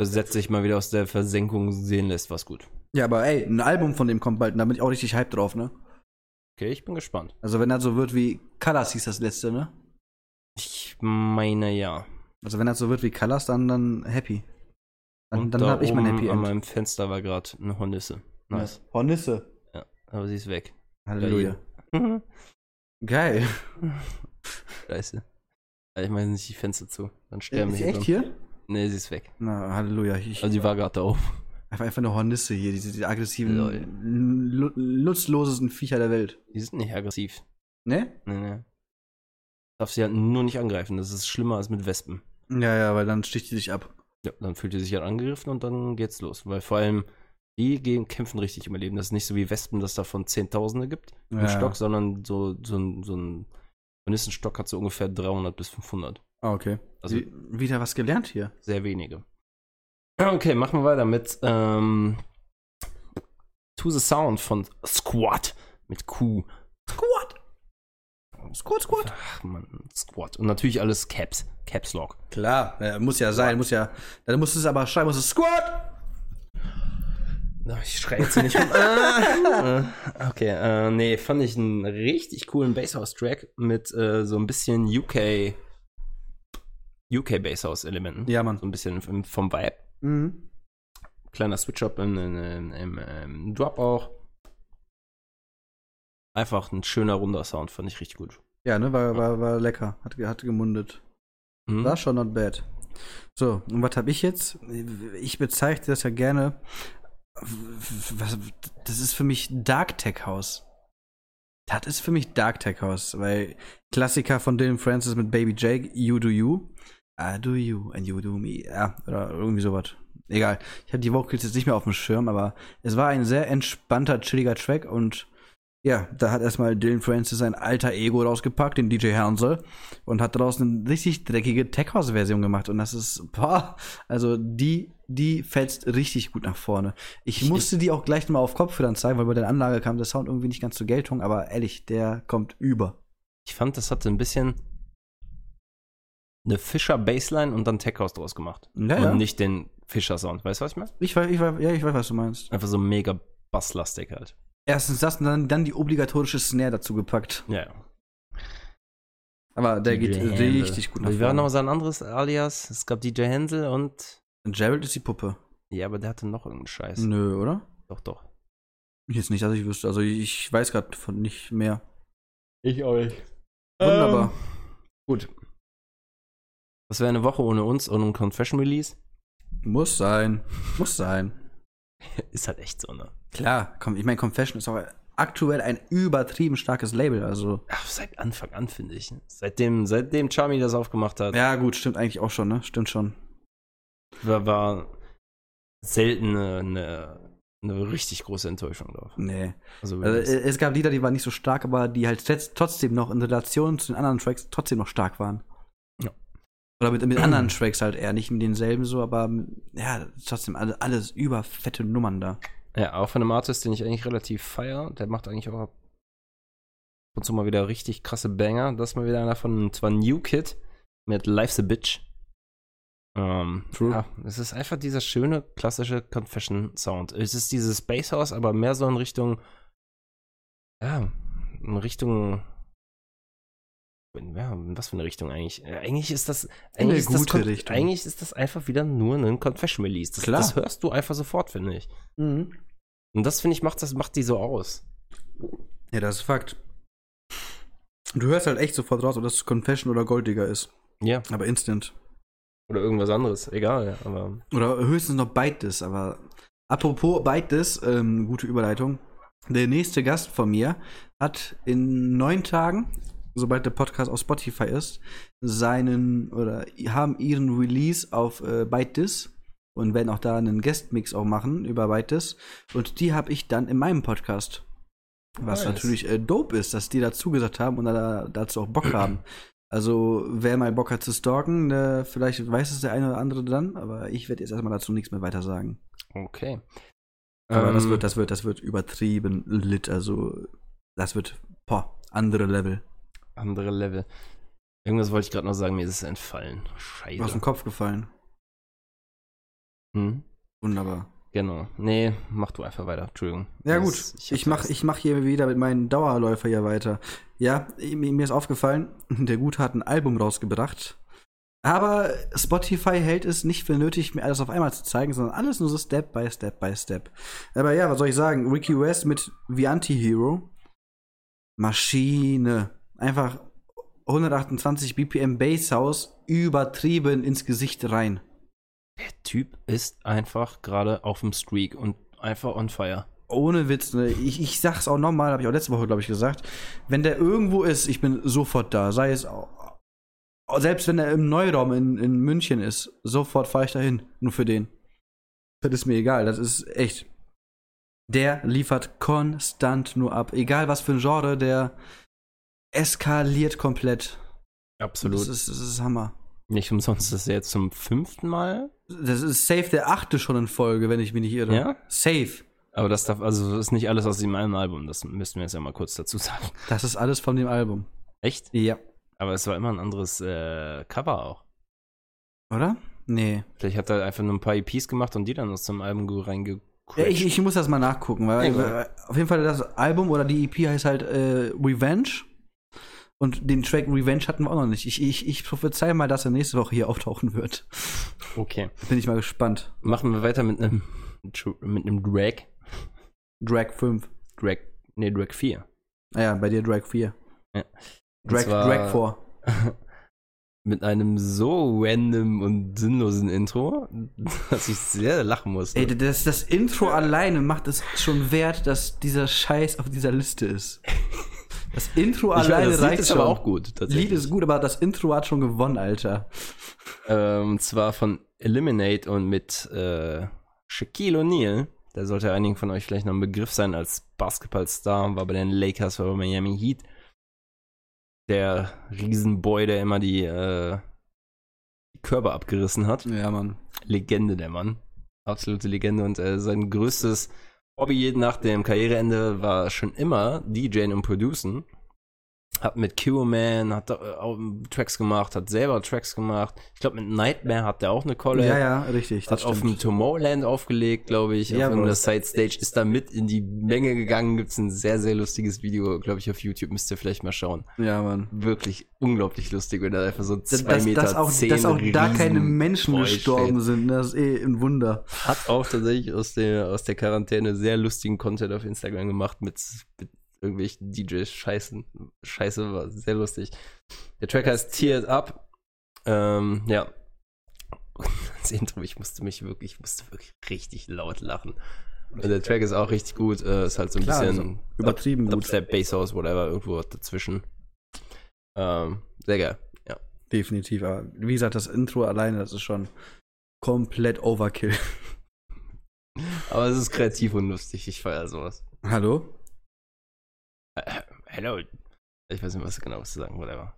[SPEAKER 1] Versetzt sich mal wieder aus der Versenkung sehen lässt, was gut.
[SPEAKER 2] Ja, aber ey, ein Album von dem kommt bald und da bin ich auch richtig hyped drauf, ne?
[SPEAKER 1] Okay, ich bin gespannt.
[SPEAKER 2] Also wenn das so wird wie Colors hieß das letzte, ne?
[SPEAKER 1] Ich meine ja.
[SPEAKER 2] Also wenn das so wird wie Colors, dann, dann happy. Dann,
[SPEAKER 1] Und
[SPEAKER 2] dann
[SPEAKER 1] da
[SPEAKER 2] hab ich mein
[SPEAKER 1] oben
[SPEAKER 2] Happy
[SPEAKER 1] An
[SPEAKER 2] End.
[SPEAKER 1] meinem Fenster war gerade eine Hornisse. Nice.
[SPEAKER 2] Ja. Hornisse.
[SPEAKER 1] Aber sie ist weg.
[SPEAKER 2] Halleluja. Mhm. Geil.
[SPEAKER 1] Scheiße. Ja, Ich meine nicht die Fenster zu. Dann sterben
[SPEAKER 2] Äh, Ist sie
[SPEAKER 1] wir
[SPEAKER 2] echt
[SPEAKER 1] drin.
[SPEAKER 2] hier?
[SPEAKER 1] Nee, sie ist weg.
[SPEAKER 2] Na, Halleluja. Ich,
[SPEAKER 1] Also die war gerade da oben.
[SPEAKER 2] einfach, einfach eine Hornisse hier, diese, diese aggressiven,
[SPEAKER 1] Lol.
[SPEAKER 2] lu- nutzlosesten Viecher der Welt.
[SPEAKER 1] Die sind nicht aggressiv.
[SPEAKER 2] Ne?
[SPEAKER 1] Nee, nee. Darf sie halt nur nicht angreifen. Das ist schlimmer als mit Wespen.
[SPEAKER 2] Ja, ja, weil dann sticht die dich ab.
[SPEAKER 1] Ja, dann fühlt ihr sich halt angegriffen und dann geht's los. Weil vor allem, die gehen, kämpfen richtig im Leben. Das ist nicht so wie Wespen, dass davon Zehntausende gibt im
[SPEAKER 2] Ja.
[SPEAKER 1] Stock, sondern so, so, ein- so ein Hornissenstock hat so ungefähr 300 bis 500.
[SPEAKER 2] Ah, okay.
[SPEAKER 1] Also-
[SPEAKER 2] Also wieder was gelernt hier.
[SPEAKER 1] Sehr wenige. Okay, machen wir weiter mit ähm, To the Sound von Squat mit Q.
[SPEAKER 2] Squat. Squat, squat.
[SPEAKER 1] Ach man, Squat. Und natürlich alles Caps, Caps Lock.
[SPEAKER 2] Klar, äh, muss ja sein, muss ja. Dann musst du es aber schreiben, musst du Squat.
[SPEAKER 1] Na, Ich schreie jetzt hier nicht rum. Ah, äh, okay, äh, nee, fand ich einen richtig coolen Basshouse-Track mit äh, so ein bisschen UK UK Basshouse-Elementen.
[SPEAKER 2] Ja, Mann.
[SPEAKER 1] So ein bisschen vom vom Vibe.
[SPEAKER 2] Mhm.
[SPEAKER 1] Kleiner Switch-Up im, im, im, im Drop auch. Einfach ein schöner, runder Sound, fand ich richtig gut.
[SPEAKER 2] Ja, ne, war, war, war lecker. Hat, ge- hat gemundet.
[SPEAKER 1] Mhm.
[SPEAKER 2] War schon not bad. So, und was habe ich jetzt? Ich bezeichne das ja gerne. Was, das ist für mich Dark Tech House. Das ist für mich Dark Tech House, weil Klassiker von Dylan Francis mit Baby Jake, You Do You. I do you and you do me. Ja, oder irgendwie sowas. Egal. Ich habe die Vocals jetzt nicht mehr auf dem Schirm, aber es war ein sehr entspannter, chilliger Track und ja, da hat erstmal Dylan Francis sein alter Ego rausgepackt, den DJ Hansel und hat daraus eine richtig dreckige Tech House Version gemacht und das ist boah, also die die fetzt richtig gut nach vorne. Ich musste die auch gleich mal auf Kopfhörern zeigen, weil bei der Anlage kam der Sound irgendwie nicht ganz zur Geltung, aber ehrlich, der kommt über.
[SPEAKER 1] Ich fand, das hatte ein bisschen eine Fischer-Bassline und dann Tech House draus gemacht.
[SPEAKER 2] Ja,
[SPEAKER 1] und
[SPEAKER 2] ja.
[SPEAKER 1] nicht den Fischer-Sound. Weißt du, was ich meine?
[SPEAKER 2] Ich weiß, ich weiß, ja, ich weiß, was du meinst.
[SPEAKER 1] Einfach so mega basslastig halt.
[SPEAKER 2] Erstens das und dann, dann die obligatorische Snare dazu gepackt.
[SPEAKER 1] Ja, ja.
[SPEAKER 2] Aber der geht richtig gut nach
[SPEAKER 1] Wir waren Also noch
[SPEAKER 2] vorne.
[SPEAKER 1] sein anderes Alias. Es gab DJ Hänsel und.
[SPEAKER 2] Gerald ist die Puppe.
[SPEAKER 1] Ja, aber der hatte noch irgendeinen Scheiß.
[SPEAKER 2] Nö, oder?
[SPEAKER 1] Doch, doch.
[SPEAKER 2] Jetzt nicht, dass ich wüsste. Also ich weiß gerade von nicht mehr.
[SPEAKER 1] Ich euch.
[SPEAKER 2] Wunderbar.
[SPEAKER 1] gut. Das wäre eine Woche ohne uns und ein Confession Release.
[SPEAKER 2] Muss sein. Muss sein.
[SPEAKER 1] Ist halt echt so, ne?
[SPEAKER 2] Klar, komm, ich meine, Confession ist auch aktuell ein übertrieben starkes Label, also.
[SPEAKER 1] Ach, seit Anfang an, finde ich. Seitdem, seitdem Charmy das aufgemacht hat,
[SPEAKER 2] Ja, gut, stimmt eigentlich auch schon, ne? Stimmt schon.
[SPEAKER 1] war, war selten eine, eine, eine richtig große Enttäuschung drauf.
[SPEAKER 2] Nee.
[SPEAKER 1] Also,
[SPEAKER 2] Also, äh, es gab Lieder, die waren nicht so stark, aber die halt jetzt trotzdem noch in Relation zu den anderen Tracks trotzdem noch stark waren.
[SPEAKER 1] Ja.
[SPEAKER 2] Oder mit, mit anderen Tracks halt eher, nicht mit denselben so, aber mm, ja, trotzdem alle, alles über fette Nummern da.
[SPEAKER 1] Ja, auch von einem Artist, den ich eigentlich relativ feier. Der macht eigentlich auch ab und zu mal wieder richtig krasse Banger. Das ist mal wieder einer von, und zwar New Kid mit Life's a Bitch. Ähm,
[SPEAKER 2] True.
[SPEAKER 1] Ja, es ist einfach dieser schöne, klassische Confession-Sound. Es ist dieses Bass House, aber mehr so in Richtung, ja, in Richtung, ja, in was für eine Richtung eigentlich? Äh, Eigentlich ist das,
[SPEAKER 2] Eine
[SPEAKER 1] eigentlich ist das,
[SPEAKER 2] gute
[SPEAKER 1] Kon-
[SPEAKER 2] Richtung.
[SPEAKER 1] eigentlich ist das einfach wieder nur ein Confession-Release. Das,
[SPEAKER 2] Klar.
[SPEAKER 1] das hörst du einfach sofort, finde ich.
[SPEAKER 2] Mhm.
[SPEAKER 1] Und das, finde ich, macht, das macht die so aus.
[SPEAKER 2] Ja, das ist Fakt. Du hörst halt echt sofort raus, ob das Confession oder Golddigger ist.
[SPEAKER 1] Ja.
[SPEAKER 2] Aber instant.
[SPEAKER 1] Oder irgendwas anderes, egal, aber.
[SPEAKER 2] Oder höchstens noch beides, aber apropos beides, ähm, gute Überleitung. Der nächste Gast von mir hat in neun Tagen, sobald der Podcast auf Spotify ist, seinen oder haben ihren Release auf äh, ByteDis und werden auch da einen Guest-Mix auch machen über ByteDis. Und die habe ich dann in meinem Podcast. Was
[SPEAKER 1] Nice.
[SPEAKER 2] natürlich äh, dope ist, dass die dazu gesagt haben und da, dazu auch Bock haben. Also, wer mal Bock hat zu stalken, äh, vielleicht weiß es der eine oder andere dann, aber ich werde jetzt erstmal dazu nichts mehr weiter sagen.
[SPEAKER 1] Okay.
[SPEAKER 2] Aber das
[SPEAKER 1] Ähm,
[SPEAKER 2] wird, das wird, das wird übertrieben lit. Also, das wird, boah, andere Level.
[SPEAKER 1] Andere Level. Irgendwas wollte ich gerade noch sagen, mir ist es entfallen.
[SPEAKER 2] Aus dem
[SPEAKER 1] Scheiße.
[SPEAKER 2] Kopf gefallen.
[SPEAKER 1] Hm?
[SPEAKER 2] Wunderbar.
[SPEAKER 1] Genau. Nee, mach du einfach weiter. Entschuldigung.
[SPEAKER 2] Ja,
[SPEAKER 1] Das-
[SPEAKER 2] gut.
[SPEAKER 1] hab
[SPEAKER 2] Ich mach,
[SPEAKER 1] das-
[SPEAKER 2] ich mach hier wieder mit meinen Dauerläufer hier weiter. Ja, mir mir ist aufgefallen, der Gut hat ein Album rausgebracht. Aber Spotify hält es nicht für nötig, mir alles auf einmal zu zeigen, sondern alles nur so Step by Step by Step. Aber ja, was soll ich sagen? Ricky West mit The Anti-Hero. Maschine. Einfach 128 BPM Basshaus übertrieben ins Gesicht rein.
[SPEAKER 1] Der Typ ist einfach gerade auf dem Streak und einfach on fire.
[SPEAKER 2] Ohne Witz, ne? ich, ich sag's auch nochmal, habe ich auch letzte Woche, glaube ich, gesagt. Wenn der irgendwo ist, ich bin sofort da. Sei es auch, selbst wenn er im Neuraum in, in München ist, sofort fahre ich dahin. Nur für den. Das ist mir egal, das ist echt. Der liefert konstant nur ab. Egal was für ein Genre, der eskaliert komplett. Das
[SPEAKER 1] Absolut.
[SPEAKER 2] ist, das ist Hammer.
[SPEAKER 1] Nicht umsonst ist er jetzt zum fünften Mal.
[SPEAKER 2] Das ist safe der achte schon in Folge, wenn ich mich nicht irre.
[SPEAKER 1] Ja?
[SPEAKER 2] Safe.
[SPEAKER 1] Aber das darf, also das ist nicht alles aus dem einen Album, das müssten wir jetzt ja mal kurz dazu sagen.
[SPEAKER 2] Das ist alles von dem Album.
[SPEAKER 1] Echt?
[SPEAKER 2] Ja.
[SPEAKER 1] Aber es war immer ein anderes äh, Cover auch.
[SPEAKER 2] Oder? Nee.
[SPEAKER 1] Vielleicht hat er einfach nur ein paar EPs gemacht und die dann aus dem Album reingequetscht.
[SPEAKER 2] Ja, ich, ich muss das mal nachgucken, weil
[SPEAKER 1] Egal.
[SPEAKER 2] weil auf jeden Fall das Album oder die EP heißt halt äh, Revenge. Und den Track Revenge hatten wir auch noch nicht. Ich, ich, ich prophezei mal, dass er nächste Woche hier auftauchen wird.
[SPEAKER 1] okay.
[SPEAKER 2] Bin ich mal gespannt.
[SPEAKER 1] Machen wir weiter mit einem mit einem Drag.
[SPEAKER 2] Drag 5.
[SPEAKER 1] Drag. Nee, Drag 4.
[SPEAKER 2] Naja, bei dir Drag 4.
[SPEAKER 1] Ja. Und
[SPEAKER 2] Drag,
[SPEAKER 1] zwar-
[SPEAKER 2] Drag 4.
[SPEAKER 1] Mit einem so random und sinnlosen Intro, dass ich sehr lachen musste.
[SPEAKER 2] Ey, das, das Intro alleine macht es schon wert, dass dieser Scheiß auf dieser Liste ist. Das Intro
[SPEAKER 1] Ich meine,
[SPEAKER 2] alleine
[SPEAKER 1] das Lied
[SPEAKER 2] reicht
[SPEAKER 1] ist
[SPEAKER 2] schon.
[SPEAKER 1] aber auch gut. tatsächlich.
[SPEAKER 2] Lied ist gut, aber das Intro hat schon gewonnen, Alter.
[SPEAKER 1] Ähm, und zwar von Eliminate und mit äh, Shaquille O'Neal. Der sollte einigen von euch vielleicht noch ein Begriff sein als Basketballstar, war bei den Lakers, war bei Miami Heat. Der Riesenboy, der immer die, äh, die Körper abgerissen hat.
[SPEAKER 2] Ja, Mann.
[SPEAKER 1] Legende, der Mann. Absolute Legende. Und äh, sein größtes Hobby nach dem Karriereende war schon immer DJing und Producen. Hat mit Q-Man, hat da, äh, auch Tracks gemacht, hat selber Tracks gemacht. Ich glaube, mit Nightmare hat der auch eine Collab.
[SPEAKER 2] Ja, ja, richtig.
[SPEAKER 1] Hat auf dem Tomorrowland aufgelegt, glaube ich.
[SPEAKER 2] Jawohl.
[SPEAKER 1] auf einer Side Stage ist da mit in die Menge gegangen. Gibt es ein sehr, sehr lustiges Video, glaube ich, auf YouTube. Müsst ihr vielleicht mal schauen.
[SPEAKER 2] ja, Mann.
[SPEAKER 1] Wirklich unglaublich lustig, wenn da einfach so
[SPEAKER 2] dass,
[SPEAKER 1] zwei
[SPEAKER 2] dass,
[SPEAKER 1] Meter
[SPEAKER 2] dass, auch,
[SPEAKER 1] zehn
[SPEAKER 2] dass auch da keine
[SPEAKER 1] Riesen-
[SPEAKER 2] Menschen
[SPEAKER 1] Boy
[SPEAKER 2] gestorben sind, ne? das ist eh ein Wunder.
[SPEAKER 1] Hat auch tatsächlich aus der, aus der Quarantäne sehr lustigen Content auf Instagram gemacht mit, mit irgendwelchen DJs. Scheißen. Scheiße, war sehr lustig. Der Track heißt Tear It Up. Ähm, ja. Das Intro, ich musste mich wirklich, ich musste wirklich richtig laut lachen. Und der Track ist auch richtig gut. Äh, ist halt so ein
[SPEAKER 2] Klar, also
[SPEAKER 1] bisschen
[SPEAKER 2] Übertrieben gut.
[SPEAKER 1] Dubstep, Basshouse, whatever, irgendwo dazwischen. Ähm, sehr geil. Ja.
[SPEAKER 2] Definitiv, aber wie gesagt, das Intro alleine, das ist schon komplett Overkill.
[SPEAKER 1] Aber es ist kreativ und lustig. Ich feiere sowas.
[SPEAKER 2] Hallo?
[SPEAKER 1] Hello. Ich weiß nicht, was genau zu sagen, whatever.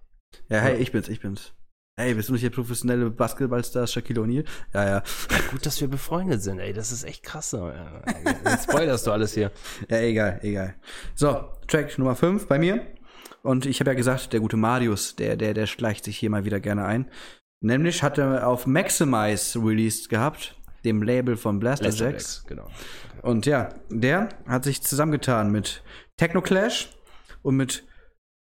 [SPEAKER 2] Ja, hey, ich bin's, ich bin's. Hey, bist du nicht der professionelle Basketballstar Shaquille O'Neal? Ja, ja.
[SPEAKER 1] Gut, dass wir befreundet sind, ey. Das ist echt krass. so. Äh, Jetzt spoilerst du alles hier.
[SPEAKER 2] Ja, egal, egal. So, Track Nummer 5 bei mir. Und ich habe ja gesagt, der gute Marius, der, der, der schleicht sich hier mal wieder gerne ein. Nämlich hat er auf Maximize released gehabt, dem Label von Blaster
[SPEAKER 1] Lester
[SPEAKER 2] Jacks.
[SPEAKER 1] Jax, genau.
[SPEAKER 2] Und ja, der hat sich zusammengetan mit Techno Clash und mit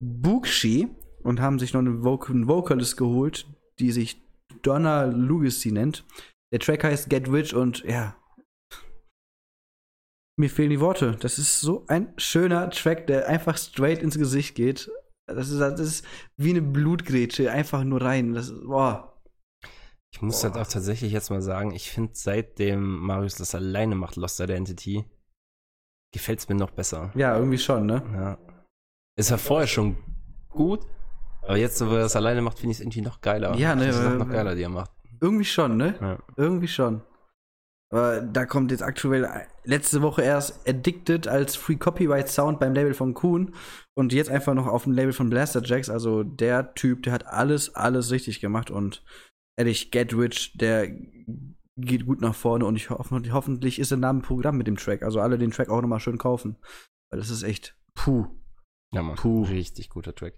[SPEAKER 2] Bookshi und haben sich noch einen, Voc einen Vocalist geholt, die sich Donna Lugacy nennt. Der Track heißt Get Rich und ja. Mir fehlen die Worte. Das ist so ein schöner Track, der einfach straight ins Gesicht geht. Das ist, das ist wie eine Blutgrätsche, einfach nur rein. Das ist, boah.
[SPEAKER 1] Ich muss halt auch tatsächlich jetzt mal sagen, ich finde seitdem Marius das alleine macht, Lost Identity, gefällt es mir noch besser.
[SPEAKER 2] Ja, irgendwie schon, ne?
[SPEAKER 1] Ja. Es war vorher schon gut, aber jetzt, wo er das alleine macht, finde ich es irgendwie noch geiler.
[SPEAKER 2] Ja, ne,
[SPEAKER 1] Ich find's
[SPEAKER 2] weil-
[SPEAKER 1] noch geiler, die er macht.
[SPEAKER 2] Irgendwie schon, ne?
[SPEAKER 1] Ja.
[SPEAKER 2] Irgendwie schon. Aber da kommt jetzt aktuell äh, letzte Woche erst Addicted als Free Copyright Sound beim Label von Kuhn und jetzt einfach noch auf dem Label von Blaster Jacks. Also der Typ, der hat alles, alles richtig gemacht und ehrlich, Get Rich, der geht gut nach vorne und ich hoffe, hoffentlich ist der Name Programm mit dem Track. Also alle den Track auch nochmal schön kaufen. Weil das ist echt puh.
[SPEAKER 1] Ja, Mann.
[SPEAKER 2] Puh.
[SPEAKER 1] Richtig guter Track.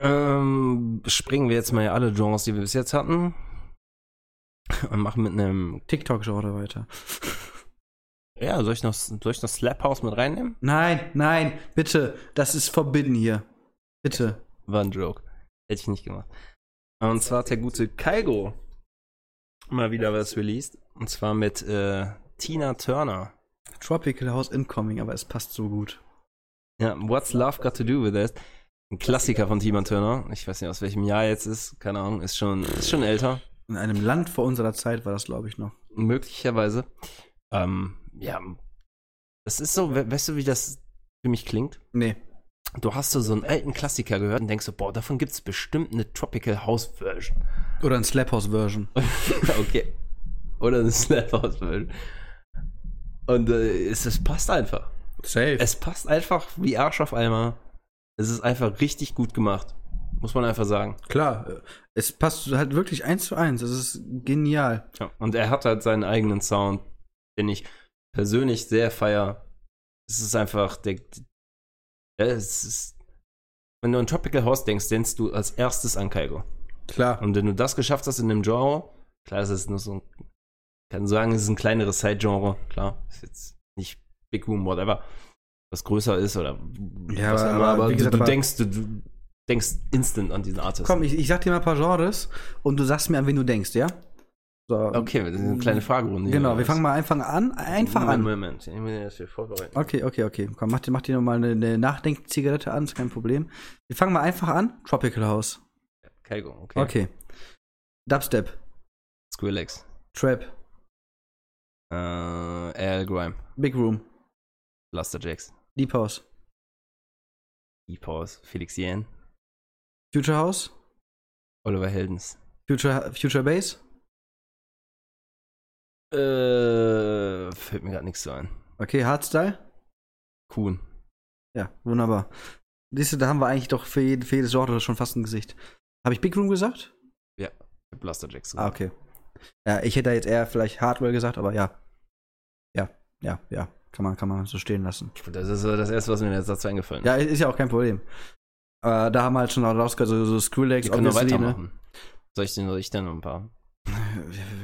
[SPEAKER 1] Ähm, springen wir jetzt mal alle Genres, die wir bis jetzt hatten. Und machen mit einem.
[SPEAKER 2] TikTok-Genre weiter.
[SPEAKER 1] Ja, soll ich noch, soll ich noch Slap House mit reinnehmen?
[SPEAKER 2] Nein, nein, bitte. Das ist forbidden hier. Bitte.
[SPEAKER 1] War ein Joke. Hätte ich nicht gemacht. Und zwar hat der gute Kaigo mal wieder was released. Und zwar mit äh, Tina Turner.
[SPEAKER 2] Tropical House Incoming, aber es passt so gut.
[SPEAKER 1] Ja, What's Love Got to Do with It? Ein Klassiker von Tina Turner. Ich weiß nicht, aus welchem Jahr jetzt ist. Keine Ahnung. Ist schon, ist schon älter.
[SPEAKER 2] In einem Land vor unserer Zeit war das, glaube ich, noch.
[SPEAKER 1] Möglicherweise. Ähm, ja. Das ist so, we weißt du, wie das für mich klingt?
[SPEAKER 2] Nee.
[SPEAKER 1] Du hast so, so einen alten Klassiker gehört und denkst so, boah, davon gibt's bestimmt eine Tropical House Version.
[SPEAKER 2] Oder ein Slap House Version.
[SPEAKER 1] okay. Oder eine Snap-Ausbildung. Und äh, es, es passt einfach.
[SPEAKER 2] Safe.
[SPEAKER 1] Es passt einfach wie Arsch auf Eimer. Es ist einfach richtig gut gemacht. Muss man einfach sagen.
[SPEAKER 2] klar. Es passt halt wirklich eins zu eins. Es ist genial.
[SPEAKER 1] Ja. Und er hat halt seinen eigenen Sound, den ich persönlich sehr feier. Es ist einfach der, der, es ist, wenn du an Tropical House denkst, denkst du als erstes an Kaigo.
[SPEAKER 2] Klar.
[SPEAKER 1] Und wenn du das geschafft hast in dem Genre, klar, es ist nur so ein, kann sagen, es ist ein kleineres Side-Genre, klar, ist jetzt nicht Big Boom, whatever, was größer ist oder
[SPEAKER 2] Ja,
[SPEAKER 1] was
[SPEAKER 2] aber-
[SPEAKER 1] immer,
[SPEAKER 2] aber
[SPEAKER 1] aber
[SPEAKER 2] wie gesagt,
[SPEAKER 1] du, du
[SPEAKER 2] aber-
[SPEAKER 1] denkst, du, du denkst instant an diesen Artist.
[SPEAKER 2] Komm, ich, ich sag dir mal ein paar Genres und du sagst mir, an wen du denkst, ja? So.
[SPEAKER 1] okay, das ist eine kleine Fragerunde.
[SPEAKER 2] Genau, wir fangen mal einfach an. Einfach
[SPEAKER 1] Moment,
[SPEAKER 2] an.
[SPEAKER 1] Moment, ich muss erst hier vorbereiten.
[SPEAKER 2] Okay, okay, okay. Komm, mach dir, mach dir nochmal eine, eine Nachdenkzigarette an, ist kein Problem. Wir fangen mal einfach an. Tropical House.
[SPEAKER 1] Kaigo, okay.
[SPEAKER 2] Okay. Dubstep.
[SPEAKER 1] Skrillex,
[SPEAKER 2] Trap.
[SPEAKER 1] äh, Al Grime,
[SPEAKER 2] Big Room.
[SPEAKER 1] Blaster Jacks,
[SPEAKER 2] Deep House.
[SPEAKER 1] E-Pause, Felix Yen,
[SPEAKER 2] Future House.
[SPEAKER 1] Oliver Heldens,
[SPEAKER 2] Future, Future Bass.
[SPEAKER 1] äh, fällt mir gerade nichts so ein.
[SPEAKER 2] Okay, Hardstyle.
[SPEAKER 1] Kuhn,
[SPEAKER 2] Ja, wunderbar. Siehst du, da haben wir eigentlich doch für, jeden, für jedes Genre schon fast ein Gesicht. Habe ich Big Room gesagt?
[SPEAKER 1] Blaster Jacks.
[SPEAKER 2] Ah, okay. Ja, ich hätte da jetzt eher vielleicht Hardware gesagt, aber ja. Ja, ja, ja. Kann man, kann man so stehen lassen.
[SPEAKER 1] Das ist so das Erste, was mir jetzt dazu eingefallen ist.
[SPEAKER 2] Ja, ist ja auch kein Problem. Aber da haben wir halt schon rausgehört, so, so Skrillex,
[SPEAKER 1] Wir können noch
[SPEAKER 2] obviously, ne?
[SPEAKER 1] weitermachen. Soll ich denn, soll ich denn noch ein paar?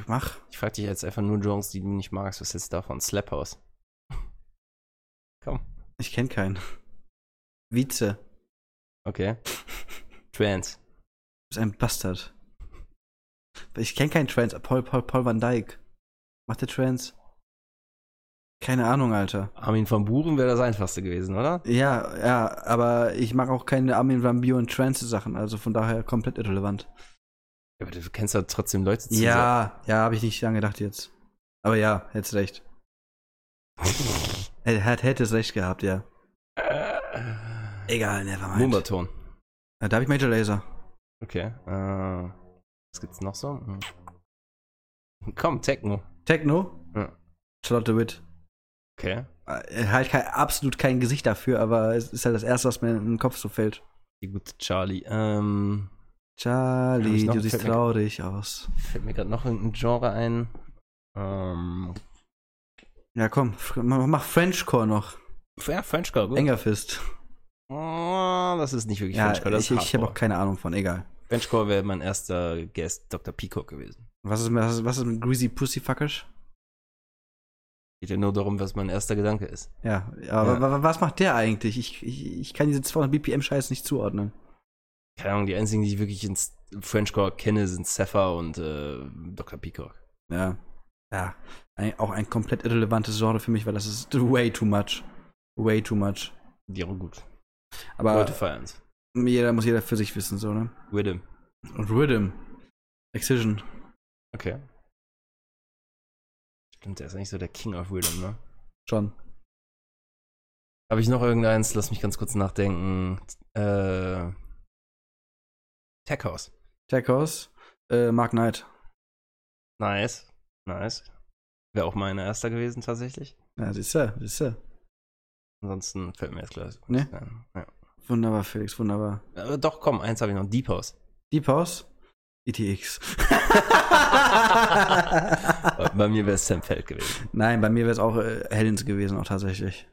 [SPEAKER 2] Mach.
[SPEAKER 1] Ich frag dich jetzt einfach nur Genres, die du nicht magst. Was hältst du davon? Slap House. Komm.
[SPEAKER 2] Ich kenne keinen. Vize.
[SPEAKER 1] Okay. Trance.
[SPEAKER 2] Ist ein Bastard. Ich kenne keinen Trans. Paul, Paul, Paul Van Dyke. Macht der Trans? Keine Ahnung, Alter.
[SPEAKER 1] Armin van Buren wäre das einfachste gewesen, oder?
[SPEAKER 2] Ja, ja, aber ich mag auch keine Armin Van Buren Trance Sachen, also von daher komplett irrelevant.
[SPEAKER 1] Ja, aber du kennst ja trotzdem Leute zu
[SPEAKER 2] Ja, ja, habe ich nicht dran gedacht jetzt. Aber ja, hättest recht. Er hat, hätte es recht gehabt, ja.
[SPEAKER 1] Äh,
[SPEAKER 2] Egal, nevermind.
[SPEAKER 1] Mumbaton.
[SPEAKER 2] Ja, Da habe ich Major Laser.
[SPEAKER 1] Okay. Äh, was gibt's noch so? Hm. Komm, Techno.
[SPEAKER 2] Techno?
[SPEAKER 1] Ja.
[SPEAKER 2] Charlotte Witt.
[SPEAKER 1] Okay.
[SPEAKER 2] Er hat kein, absolut kein Gesicht dafür, aber es ist halt das erste, was mir in den Kopf so fällt.
[SPEAKER 1] Die gute Charlie. Ähm, Hab ich
[SPEAKER 2] Charlie,
[SPEAKER 1] noch?
[SPEAKER 2] du siehst
[SPEAKER 1] Fällt mir-
[SPEAKER 2] traurig aus.
[SPEAKER 1] fällt mir gerade noch irgendein Genre ein. Ähm,
[SPEAKER 2] Ja, komm, fr- mach mach Frenchcore noch.
[SPEAKER 1] ja, Frenchcore, gut.
[SPEAKER 2] Engerfist.
[SPEAKER 1] Oh, das ist nicht wirklich
[SPEAKER 2] Ja,
[SPEAKER 1] Frenchcore, das
[SPEAKER 2] ich,
[SPEAKER 1] ist
[SPEAKER 2] ich habe auch
[SPEAKER 1] Hardcore.
[SPEAKER 2] keine Ahnung von, egal.
[SPEAKER 1] Frenchcore wäre mein erster Guest Dr. Peacock gewesen.
[SPEAKER 2] Was ist, mit- was, ist, was ist mit Greasy Pussyfuckers?
[SPEAKER 1] Geht ja nur darum, was mein erster Gedanke ist.
[SPEAKER 2] Ja, aber
[SPEAKER 1] Ja.
[SPEAKER 2] wa- wa- was macht der eigentlich? Ich, ich, ich kann diese 200 BPM-Scheiß nicht zuordnen.
[SPEAKER 1] Keine Ahnung, die einzigen, die ich wirklich in Frenchcore kenne, sind Sepha und äh, Dr. Peacock.
[SPEAKER 2] Ja. ja, ein, auch ein komplett irrelevantes Genre für mich, weil das ist way too much. Way too much.
[SPEAKER 1] Ja, gut.
[SPEAKER 2] Aber
[SPEAKER 1] Leute feiern's.
[SPEAKER 2] jeder muss jeder für sich wissen, so, ne?
[SPEAKER 1] Rhythm.
[SPEAKER 2] Und Rhythm. Excision.
[SPEAKER 1] Okay. Stimmt, der ist eigentlich so der King of Rhythm, ne?
[SPEAKER 2] Schon.
[SPEAKER 1] Habe ich noch irgendeins? Lass mich ganz kurz nachdenken. Äh. Tech House.
[SPEAKER 2] Tech House. Äh, Mark Knight.
[SPEAKER 1] Nice. Nice. Wäre auch mein erster gewesen, tatsächlich.
[SPEAKER 2] Ja, siehst du, siehst du.
[SPEAKER 1] Ansonsten fällt mir jetzt gleich.
[SPEAKER 2] Nee.
[SPEAKER 1] kein- Ja.
[SPEAKER 2] Wunderbar, Felix, wunderbar.
[SPEAKER 1] Äh, doch, komm, eins habe ich noch. Deep House.
[SPEAKER 2] Deep House. E ETX.
[SPEAKER 1] Bei- Bei mir wäre es Sam Feld gewesen.
[SPEAKER 2] Nein, bei mir wäre es auch äh, Heldens gewesen, auch tatsächlich.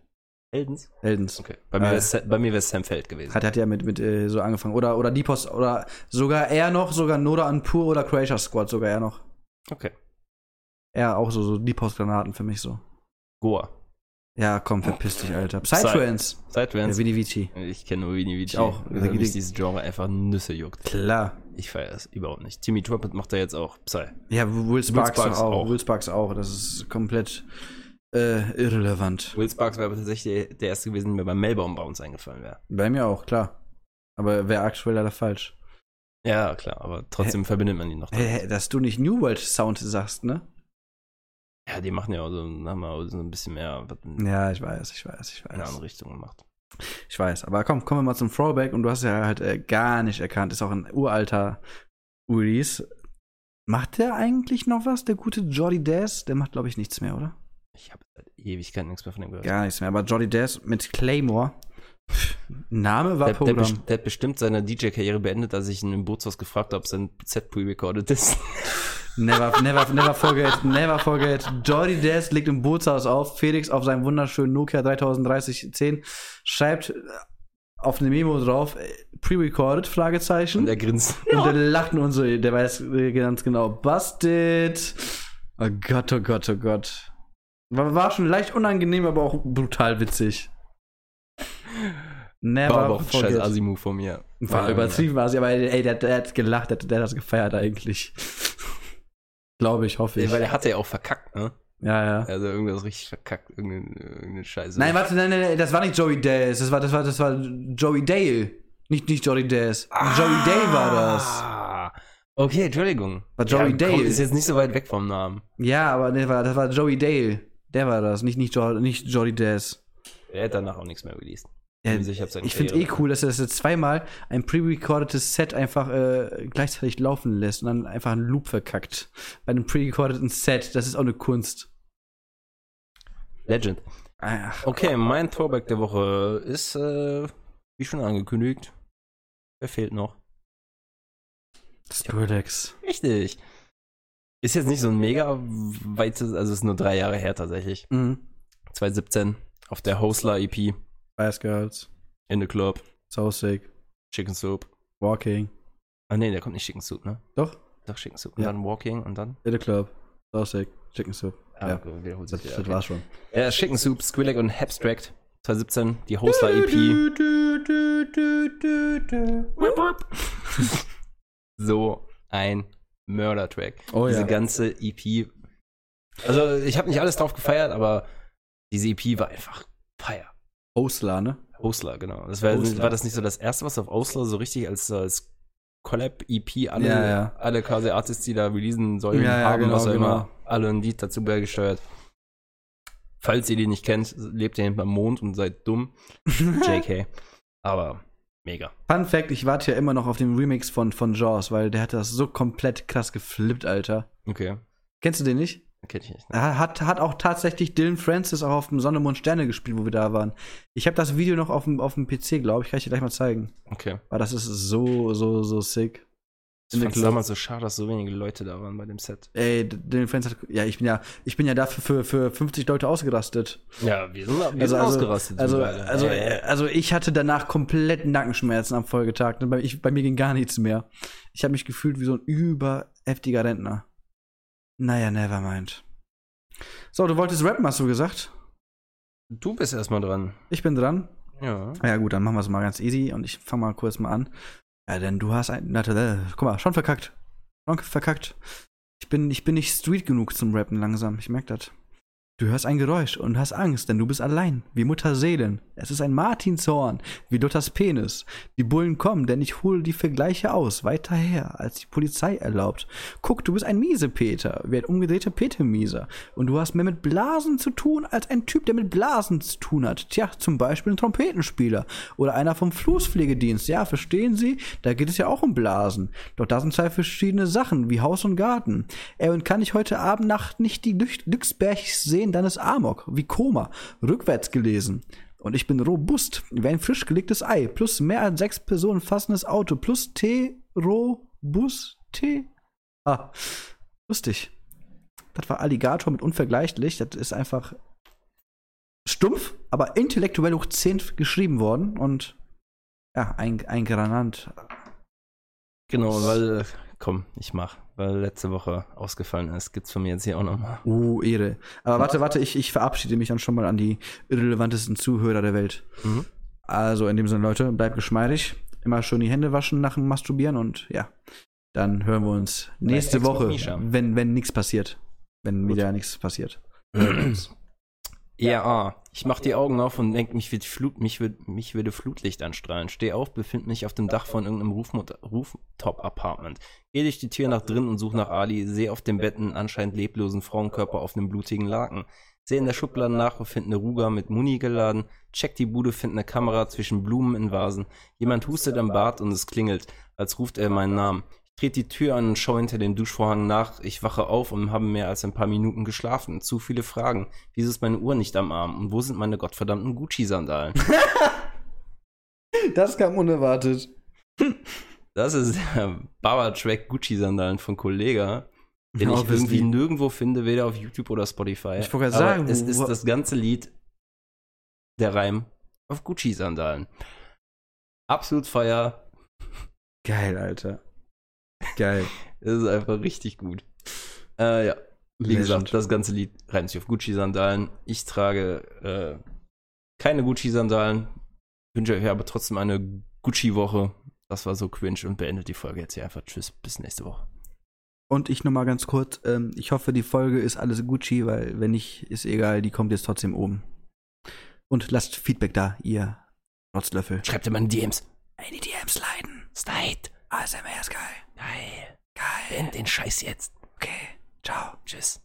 [SPEAKER 1] Heldens?
[SPEAKER 2] Heldens.
[SPEAKER 1] Okay. Bei mir
[SPEAKER 2] Äh.
[SPEAKER 1] wäre es Sam, bei mir wär's Sam Feld gewesen.
[SPEAKER 2] Hat, hat ja mit, mit äh, so angefangen. Oder, oder Deep House, oder sogar er noch, sogar Noda Anpur oder Croatia Squad, sogar er noch.
[SPEAKER 1] Okay.
[SPEAKER 2] Er auch so, so Deep House Granaten für mich so.
[SPEAKER 1] Goa.
[SPEAKER 2] Ja, komm, verpiss dich, Alter. Psytrance. Der
[SPEAKER 1] Sideways.
[SPEAKER 2] Vini Vici.
[SPEAKER 1] ich kenne nur Vini Vici.
[SPEAKER 2] Ich auch.
[SPEAKER 1] Weil
[SPEAKER 2] Die-
[SPEAKER 1] mich dieses Genre einfach Nüsse juckt.
[SPEAKER 2] Klar.
[SPEAKER 1] Ich feiere es überhaupt nicht. Timmy Trumpet macht da jetzt auch Psy.
[SPEAKER 2] Ja, Will Sparks,
[SPEAKER 1] Sparks
[SPEAKER 2] auch.
[SPEAKER 1] auch.
[SPEAKER 2] Will Sparks auch. Das ist komplett äh, irrelevant.
[SPEAKER 1] Will Sparks wäre aber tatsächlich der erste gewesen, der mir bei Melbourne Bounce eingefallen wäre.
[SPEAKER 2] Bei mir auch, klar. Aber wäre aktuell leider falsch.
[SPEAKER 1] Ja, klar, aber trotzdem verbindet man die noch.
[SPEAKER 2] Hä, hä, dass du nicht New World Sound sagst, ne?
[SPEAKER 1] Ja, die machen ja auch so, haben ja so ein bisschen mehr was in
[SPEAKER 2] Ja, ich weiß, ich weiß, ich
[SPEAKER 1] eine andere
[SPEAKER 2] weiß.
[SPEAKER 1] Richtung gemacht.
[SPEAKER 2] Ich weiß. Aber komm, kommen wir mal zum Throwback und du hast ja halt äh, gar nicht erkannt. Ist auch ein uralter Release. Macht der eigentlich noch was, der gute Jordi Daz? Der macht, glaube ich, nichts mehr, oder?
[SPEAKER 1] Ich habe seit Ewigkeiten nichts mehr von dem gehört.
[SPEAKER 2] Gar nichts mehr. Aber Jordi Daz mit Claymore. Pff, Name war
[SPEAKER 1] Der, der,
[SPEAKER 2] Programm.
[SPEAKER 1] best- der hat bestimmt seine DJ-Karriere beendet, als ich ihn im Bootshaus gefragt habe, ob sein Set pre-recorded ist.
[SPEAKER 2] Never, never, never forget, never forget. Jordi Dez legt im Bootshaus auf, Felix auf seinem wunderschönen Nokia 303010 schreibt äh, auf eine Memo drauf, äh, pre-recorded, Fragezeichen.
[SPEAKER 1] Und er grinst.
[SPEAKER 2] Und der lacht nur und so, der weiß äh, ganz genau, busted. Oh Gott, oh Gott, oh Gott. War, war schon leicht unangenehm, aber auch brutal witzig. Never
[SPEAKER 1] War aber auch Also ein scheiß
[SPEAKER 2] forget.
[SPEAKER 1] Asimu von mir.
[SPEAKER 2] War übertrieben, war sie, aber ey, der, der hat gelacht, der, der hat das gefeiert eigentlich. Glaube ich, hoffe
[SPEAKER 1] Ja,
[SPEAKER 2] ich.
[SPEAKER 1] weil er hatte ja auch verkackt, ne?
[SPEAKER 2] Ja, ja.
[SPEAKER 1] Also irgendwas richtig verkackt, irgendeine, irgendeine Scheiße.
[SPEAKER 2] Nein, warte, nein, nein, nein, das war nicht Joey Daz, das war, das war, das war Joey Dale. Nicht, nicht Joey Daz. Joey Dale war das.
[SPEAKER 1] Ah. Okay, Entschuldigung.
[SPEAKER 2] War Joey
[SPEAKER 1] komm,
[SPEAKER 2] Dale.
[SPEAKER 1] Ist jetzt nicht so weit weg vom Namen.
[SPEAKER 2] Ja, aber nee, war, das war Joey Dale. Der war das, nicht, nicht, jo nicht Joey Daz.
[SPEAKER 1] Er hat danach auch nichts mehr released.
[SPEAKER 2] Ja,
[SPEAKER 1] Also ich hab seine
[SPEAKER 2] ich finde eh
[SPEAKER 1] Karriere-
[SPEAKER 2] cool, dass er das jetzt zweimal ein pre-recordetes Set einfach äh, gleichzeitig laufen lässt und dann einfach einen Loop verkackt. Bei einem pre-recordeten Set, das ist auch eine Kunst. eh-
[SPEAKER 1] Legend.
[SPEAKER 2] Ach,
[SPEAKER 1] Okay, mein Throwback der Woche ist, äh, wie schon angekündigt, er fehlt noch.
[SPEAKER 2] Skrillex.
[SPEAKER 1] Richtig. Ist jetzt nicht so ein mega weites, also ist nur drei Jahre her tatsächlich.
[SPEAKER 2] Mhm.
[SPEAKER 1] 2017 auf der Hostler EP
[SPEAKER 2] Spice Girls,
[SPEAKER 1] in the Club,
[SPEAKER 2] So Sick,
[SPEAKER 1] Chicken Soup.
[SPEAKER 2] Walking.
[SPEAKER 1] Ah nee, der kommt nicht Chicken Soup, ne?
[SPEAKER 2] Doch,
[SPEAKER 1] Doch Chicken Soup. Und
[SPEAKER 2] Ja.
[SPEAKER 1] dann Walking und dann. Ah,
[SPEAKER 2] in the Club, So Sick, Chicken Soup. Ja.
[SPEAKER 1] okay, wiederholt
[SPEAKER 2] Das,
[SPEAKER 1] sich wieder.
[SPEAKER 2] das war's schon.
[SPEAKER 1] Ja, Chicken Soup, Squillick und Abstract 2017, die Hostler E
[SPEAKER 2] E
[SPEAKER 1] EP. so ein Mörder-Track.
[SPEAKER 2] Oh
[SPEAKER 1] diese
[SPEAKER 2] ja.
[SPEAKER 1] ganze EP. Also, ich habe nicht alles drauf gefeiert, aber diese EP war einfach feier.
[SPEAKER 2] Osla, ne?
[SPEAKER 1] Osler, genau. Das war,
[SPEAKER 2] Osler.
[SPEAKER 1] war das nicht so das erste, was auf Osler so richtig als, als Collab-EP alle,
[SPEAKER 2] Ja, ja.
[SPEAKER 1] alle quasi Artists, die da releasen sollen,
[SPEAKER 2] Ja, ja,
[SPEAKER 1] haben, was auch
[SPEAKER 2] genau, genau.
[SPEAKER 1] immer, alle ein Lied dazu beigesteuert. Falls ihr die nicht kennt, lebt ihr hinterm Mond und seid dumm. JK. Aber mega.
[SPEAKER 2] Fun Fact, ich warte ja immer noch auf den Remix von, von Jaws, weil der hat das so komplett krass geflippt, Alter.
[SPEAKER 1] Okay.
[SPEAKER 2] Kennst du den nicht?
[SPEAKER 1] Kenn ich nicht. ne?
[SPEAKER 2] Er Hat, hat auch tatsächlich Dylan Francis auch auf dem Sonne, Mond, Sterne gespielt, wo wir da waren. Ich habe das Video noch auf dem, auf dem PC, glaube ich. Kann ich dir gleich mal zeigen.
[SPEAKER 1] Okay.
[SPEAKER 2] Weil das ist so, so, so sick.
[SPEAKER 1] Ich fand
[SPEAKER 2] Club.
[SPEAKER 1] damals so schade, dass so wenige Leute da waren bei dem Set.
[SPEAKER 2] Ey, D- Dylan Francis hat, ja, ich bin ja, ich bin ja dafür für, für 50 Leute ausgerastet.
[SPEAKER 1] Ja, wir sind,
[SPEAKER 2] Also- also-
[SPEAKER 1] ausgerastet.
[SPEAKER 2] Also, also,
[SPEAKER 1] äh,
[SPEAKER 2] also ich hatte danach komplett Nackenschmerzen am Folgetag. ne? Bei, ich, bei mir ging gar nichts mehr. Ich habe mich gefühlt wie so ein überheftiger Rentner. Naja, nevermind. So, du wolltest rappen, hast du gesagt?
[SPEAKER 1] du bist erstmal dran.
[SPEAKER 2] Ich bin dran.
[SPEAKER 1] Ja.
[SPEAKER 2] Ja gut, dann machen wir es mal ganz easy und ich fange mal äh, kurz mal an. Ja, denn du hast ein... na, da, da, Guck mal, schon verkackt. Schon verkackt. Ich bin, ich bin nicht street genug zum Rappen langsam. Ich merke das. Du hörst ein Geräusch und hast Angst, denn du bist allein, wie Mutter Seelen. Es ist ein Martinshorn, wie Dotters Penis. Die Bullen kommen, denn ich hole die Vergleiche aus, weiter her, als die Polizei erlaubt. Guck, du bist ein Miesepeter, wie ein umgedrehter Petemieser. Und du hast mehr mit Blasen zu tun, als ein Typ, der mit Blasen zu tun hat. Tja, zum Beispiel ein Trompetenspieler oder einer vom Flusspflegedienst. Ja, verstehen Sie? Da geht es ja auch um Blasen. Doch da sind zwei verschiedene Sachen, wie Haus und Garten. Ey, und kann ich heute Abend Nacht nicht die Lüch- Lüxbergs sehen, dann ist Amok, wie Koma, rückwärts gelesen. Und ich bin robust, wie ein frisch gelegtes Ei, plus mehr als sechs Personen fassendes Auto, plus T, Robust, T. Ah, lustig. Das war Alligator mit unvergleichlich. Das ist einfach stumpf, aber intellektuell hoch 10 geschrieben worden und ja, ein, ein Granant.
[SPEAKER 1] Genau, weil, äh, komm, ich mach, weil letzte Woche ausgefallen ist, gibt's von mir jetzt hier auch nochmal.
[SPEAKER 2] Uh, Ehre. Aber warte, warte, ich, ich verabschiede mich dann schon mal an die irrelevantesten Zuhörer der Welt.
[SPEAKER 1] Mhm.
[SPEAKER 2] Also in dem Sinne, Leute, bleibt geschmeidig. Immer schön die Hände waschen nach dem Masturbieren und ja, dann hören wir uns nächste
[SPEAKER 1] Ex mit
[SPEAKER 2] Woche,
[SPEAKER 1] Misha.
[SPEAKER 2] wenn, wenn nichts passiert. Wenn
[SPEAKER 1] Gut.
[SPEAKER 2] wieder nichts passiert.
[SPEAKER 1] Ja, ah. ich mach die Augen auf und denk, mich, wird Flut, mich, wird, mich würde Flutlicht anstrahlen. Steh auf, befind mich auf dem Dach von irgendeinem Rufmut- Rooftop-Apartment. Geh durch die Tür nach drinnen und such nach Ali. Seh auf dem Bett einen anscheinend leblosen Frauenkörper auf einem blutigen Laken. Seh in der Schublade nach und find eine Ruga mit Muni geladen. Check die Bude, find eine Kamera zwischen Blumen in Vasen. Jemand hustet am Bad und es klingelt, als ruft er meinen Namen. Ich trete die Tür an und schaue hinter dem Duschvorhang nach. Ich wache auf und habe mehr als ein paar Minuten geschlafen. Zu viele Fragen. Wieso ist meine Uhr nicht am Arm? Und wo sind meine gottverdammten Gucci-Sandalen?
[SPEAKER 2] Das kam unerwartet.
[SPEAKER 1] Das ist der Baba-Track Gucci-Sandalen von Kollega, den ich irgendwie nirgendwo finde, weder auf YouTube oder Spotify.
[SPEAKER 2] Ich wollte gerade
[SPEAKER 1] Aber
[SPEAKER 2] sagen,
[SPEAKER 1] es
[SPEAKER 2] wo-
[SPEAKER 1] ist
[SPEAKER 2] wo-
[SPEAKER 1] das ganze Lied der Reim auf Gucci-Sandalen. Absolut feier.
[SPEAKER 2] Geil, Alter. Geil.
[SPEAKER 1] Es ist einfach richtig gut. Äh, ja. Wie gesagt,
[SPEAKER 2] Legend.
[SPEAKER 1] das ganze Lied reimt sich auf Gucci-Sandalen. Ich trage äh, keine Gucci-Sandalen. Wünsche euch aber trotzdem eine Gucci-Woche. Das war so cringe und beendet die Folge jetzt hier einfach. Tschüss, bis nächste Woche.
[SPEAKER 2] Und ich nochmal ganz kurz, ähm, ich hoffe, die Folge ist alles Gucci, weil wenn nicht, ist egal, die kommt jetzt trotzdem oben. Und lasst Feedback da, ihr Rotzlöffel.
[SPEAKER 1] Schreibt in meine DMs.
[SPEAKER 2] Ey, die DMs leiden.
[SPEAKER 1] Stayed.
[SPEAKER 2] ASMR ist geil.
[SPEAKER 1] Geil.
[SPEAKER 2] Geil.
[SPEAKER 1] End den Scheiß jetzt.
[SPEAKER 2] Okay. Ciao.
[SPEAKER 1] Tschüss.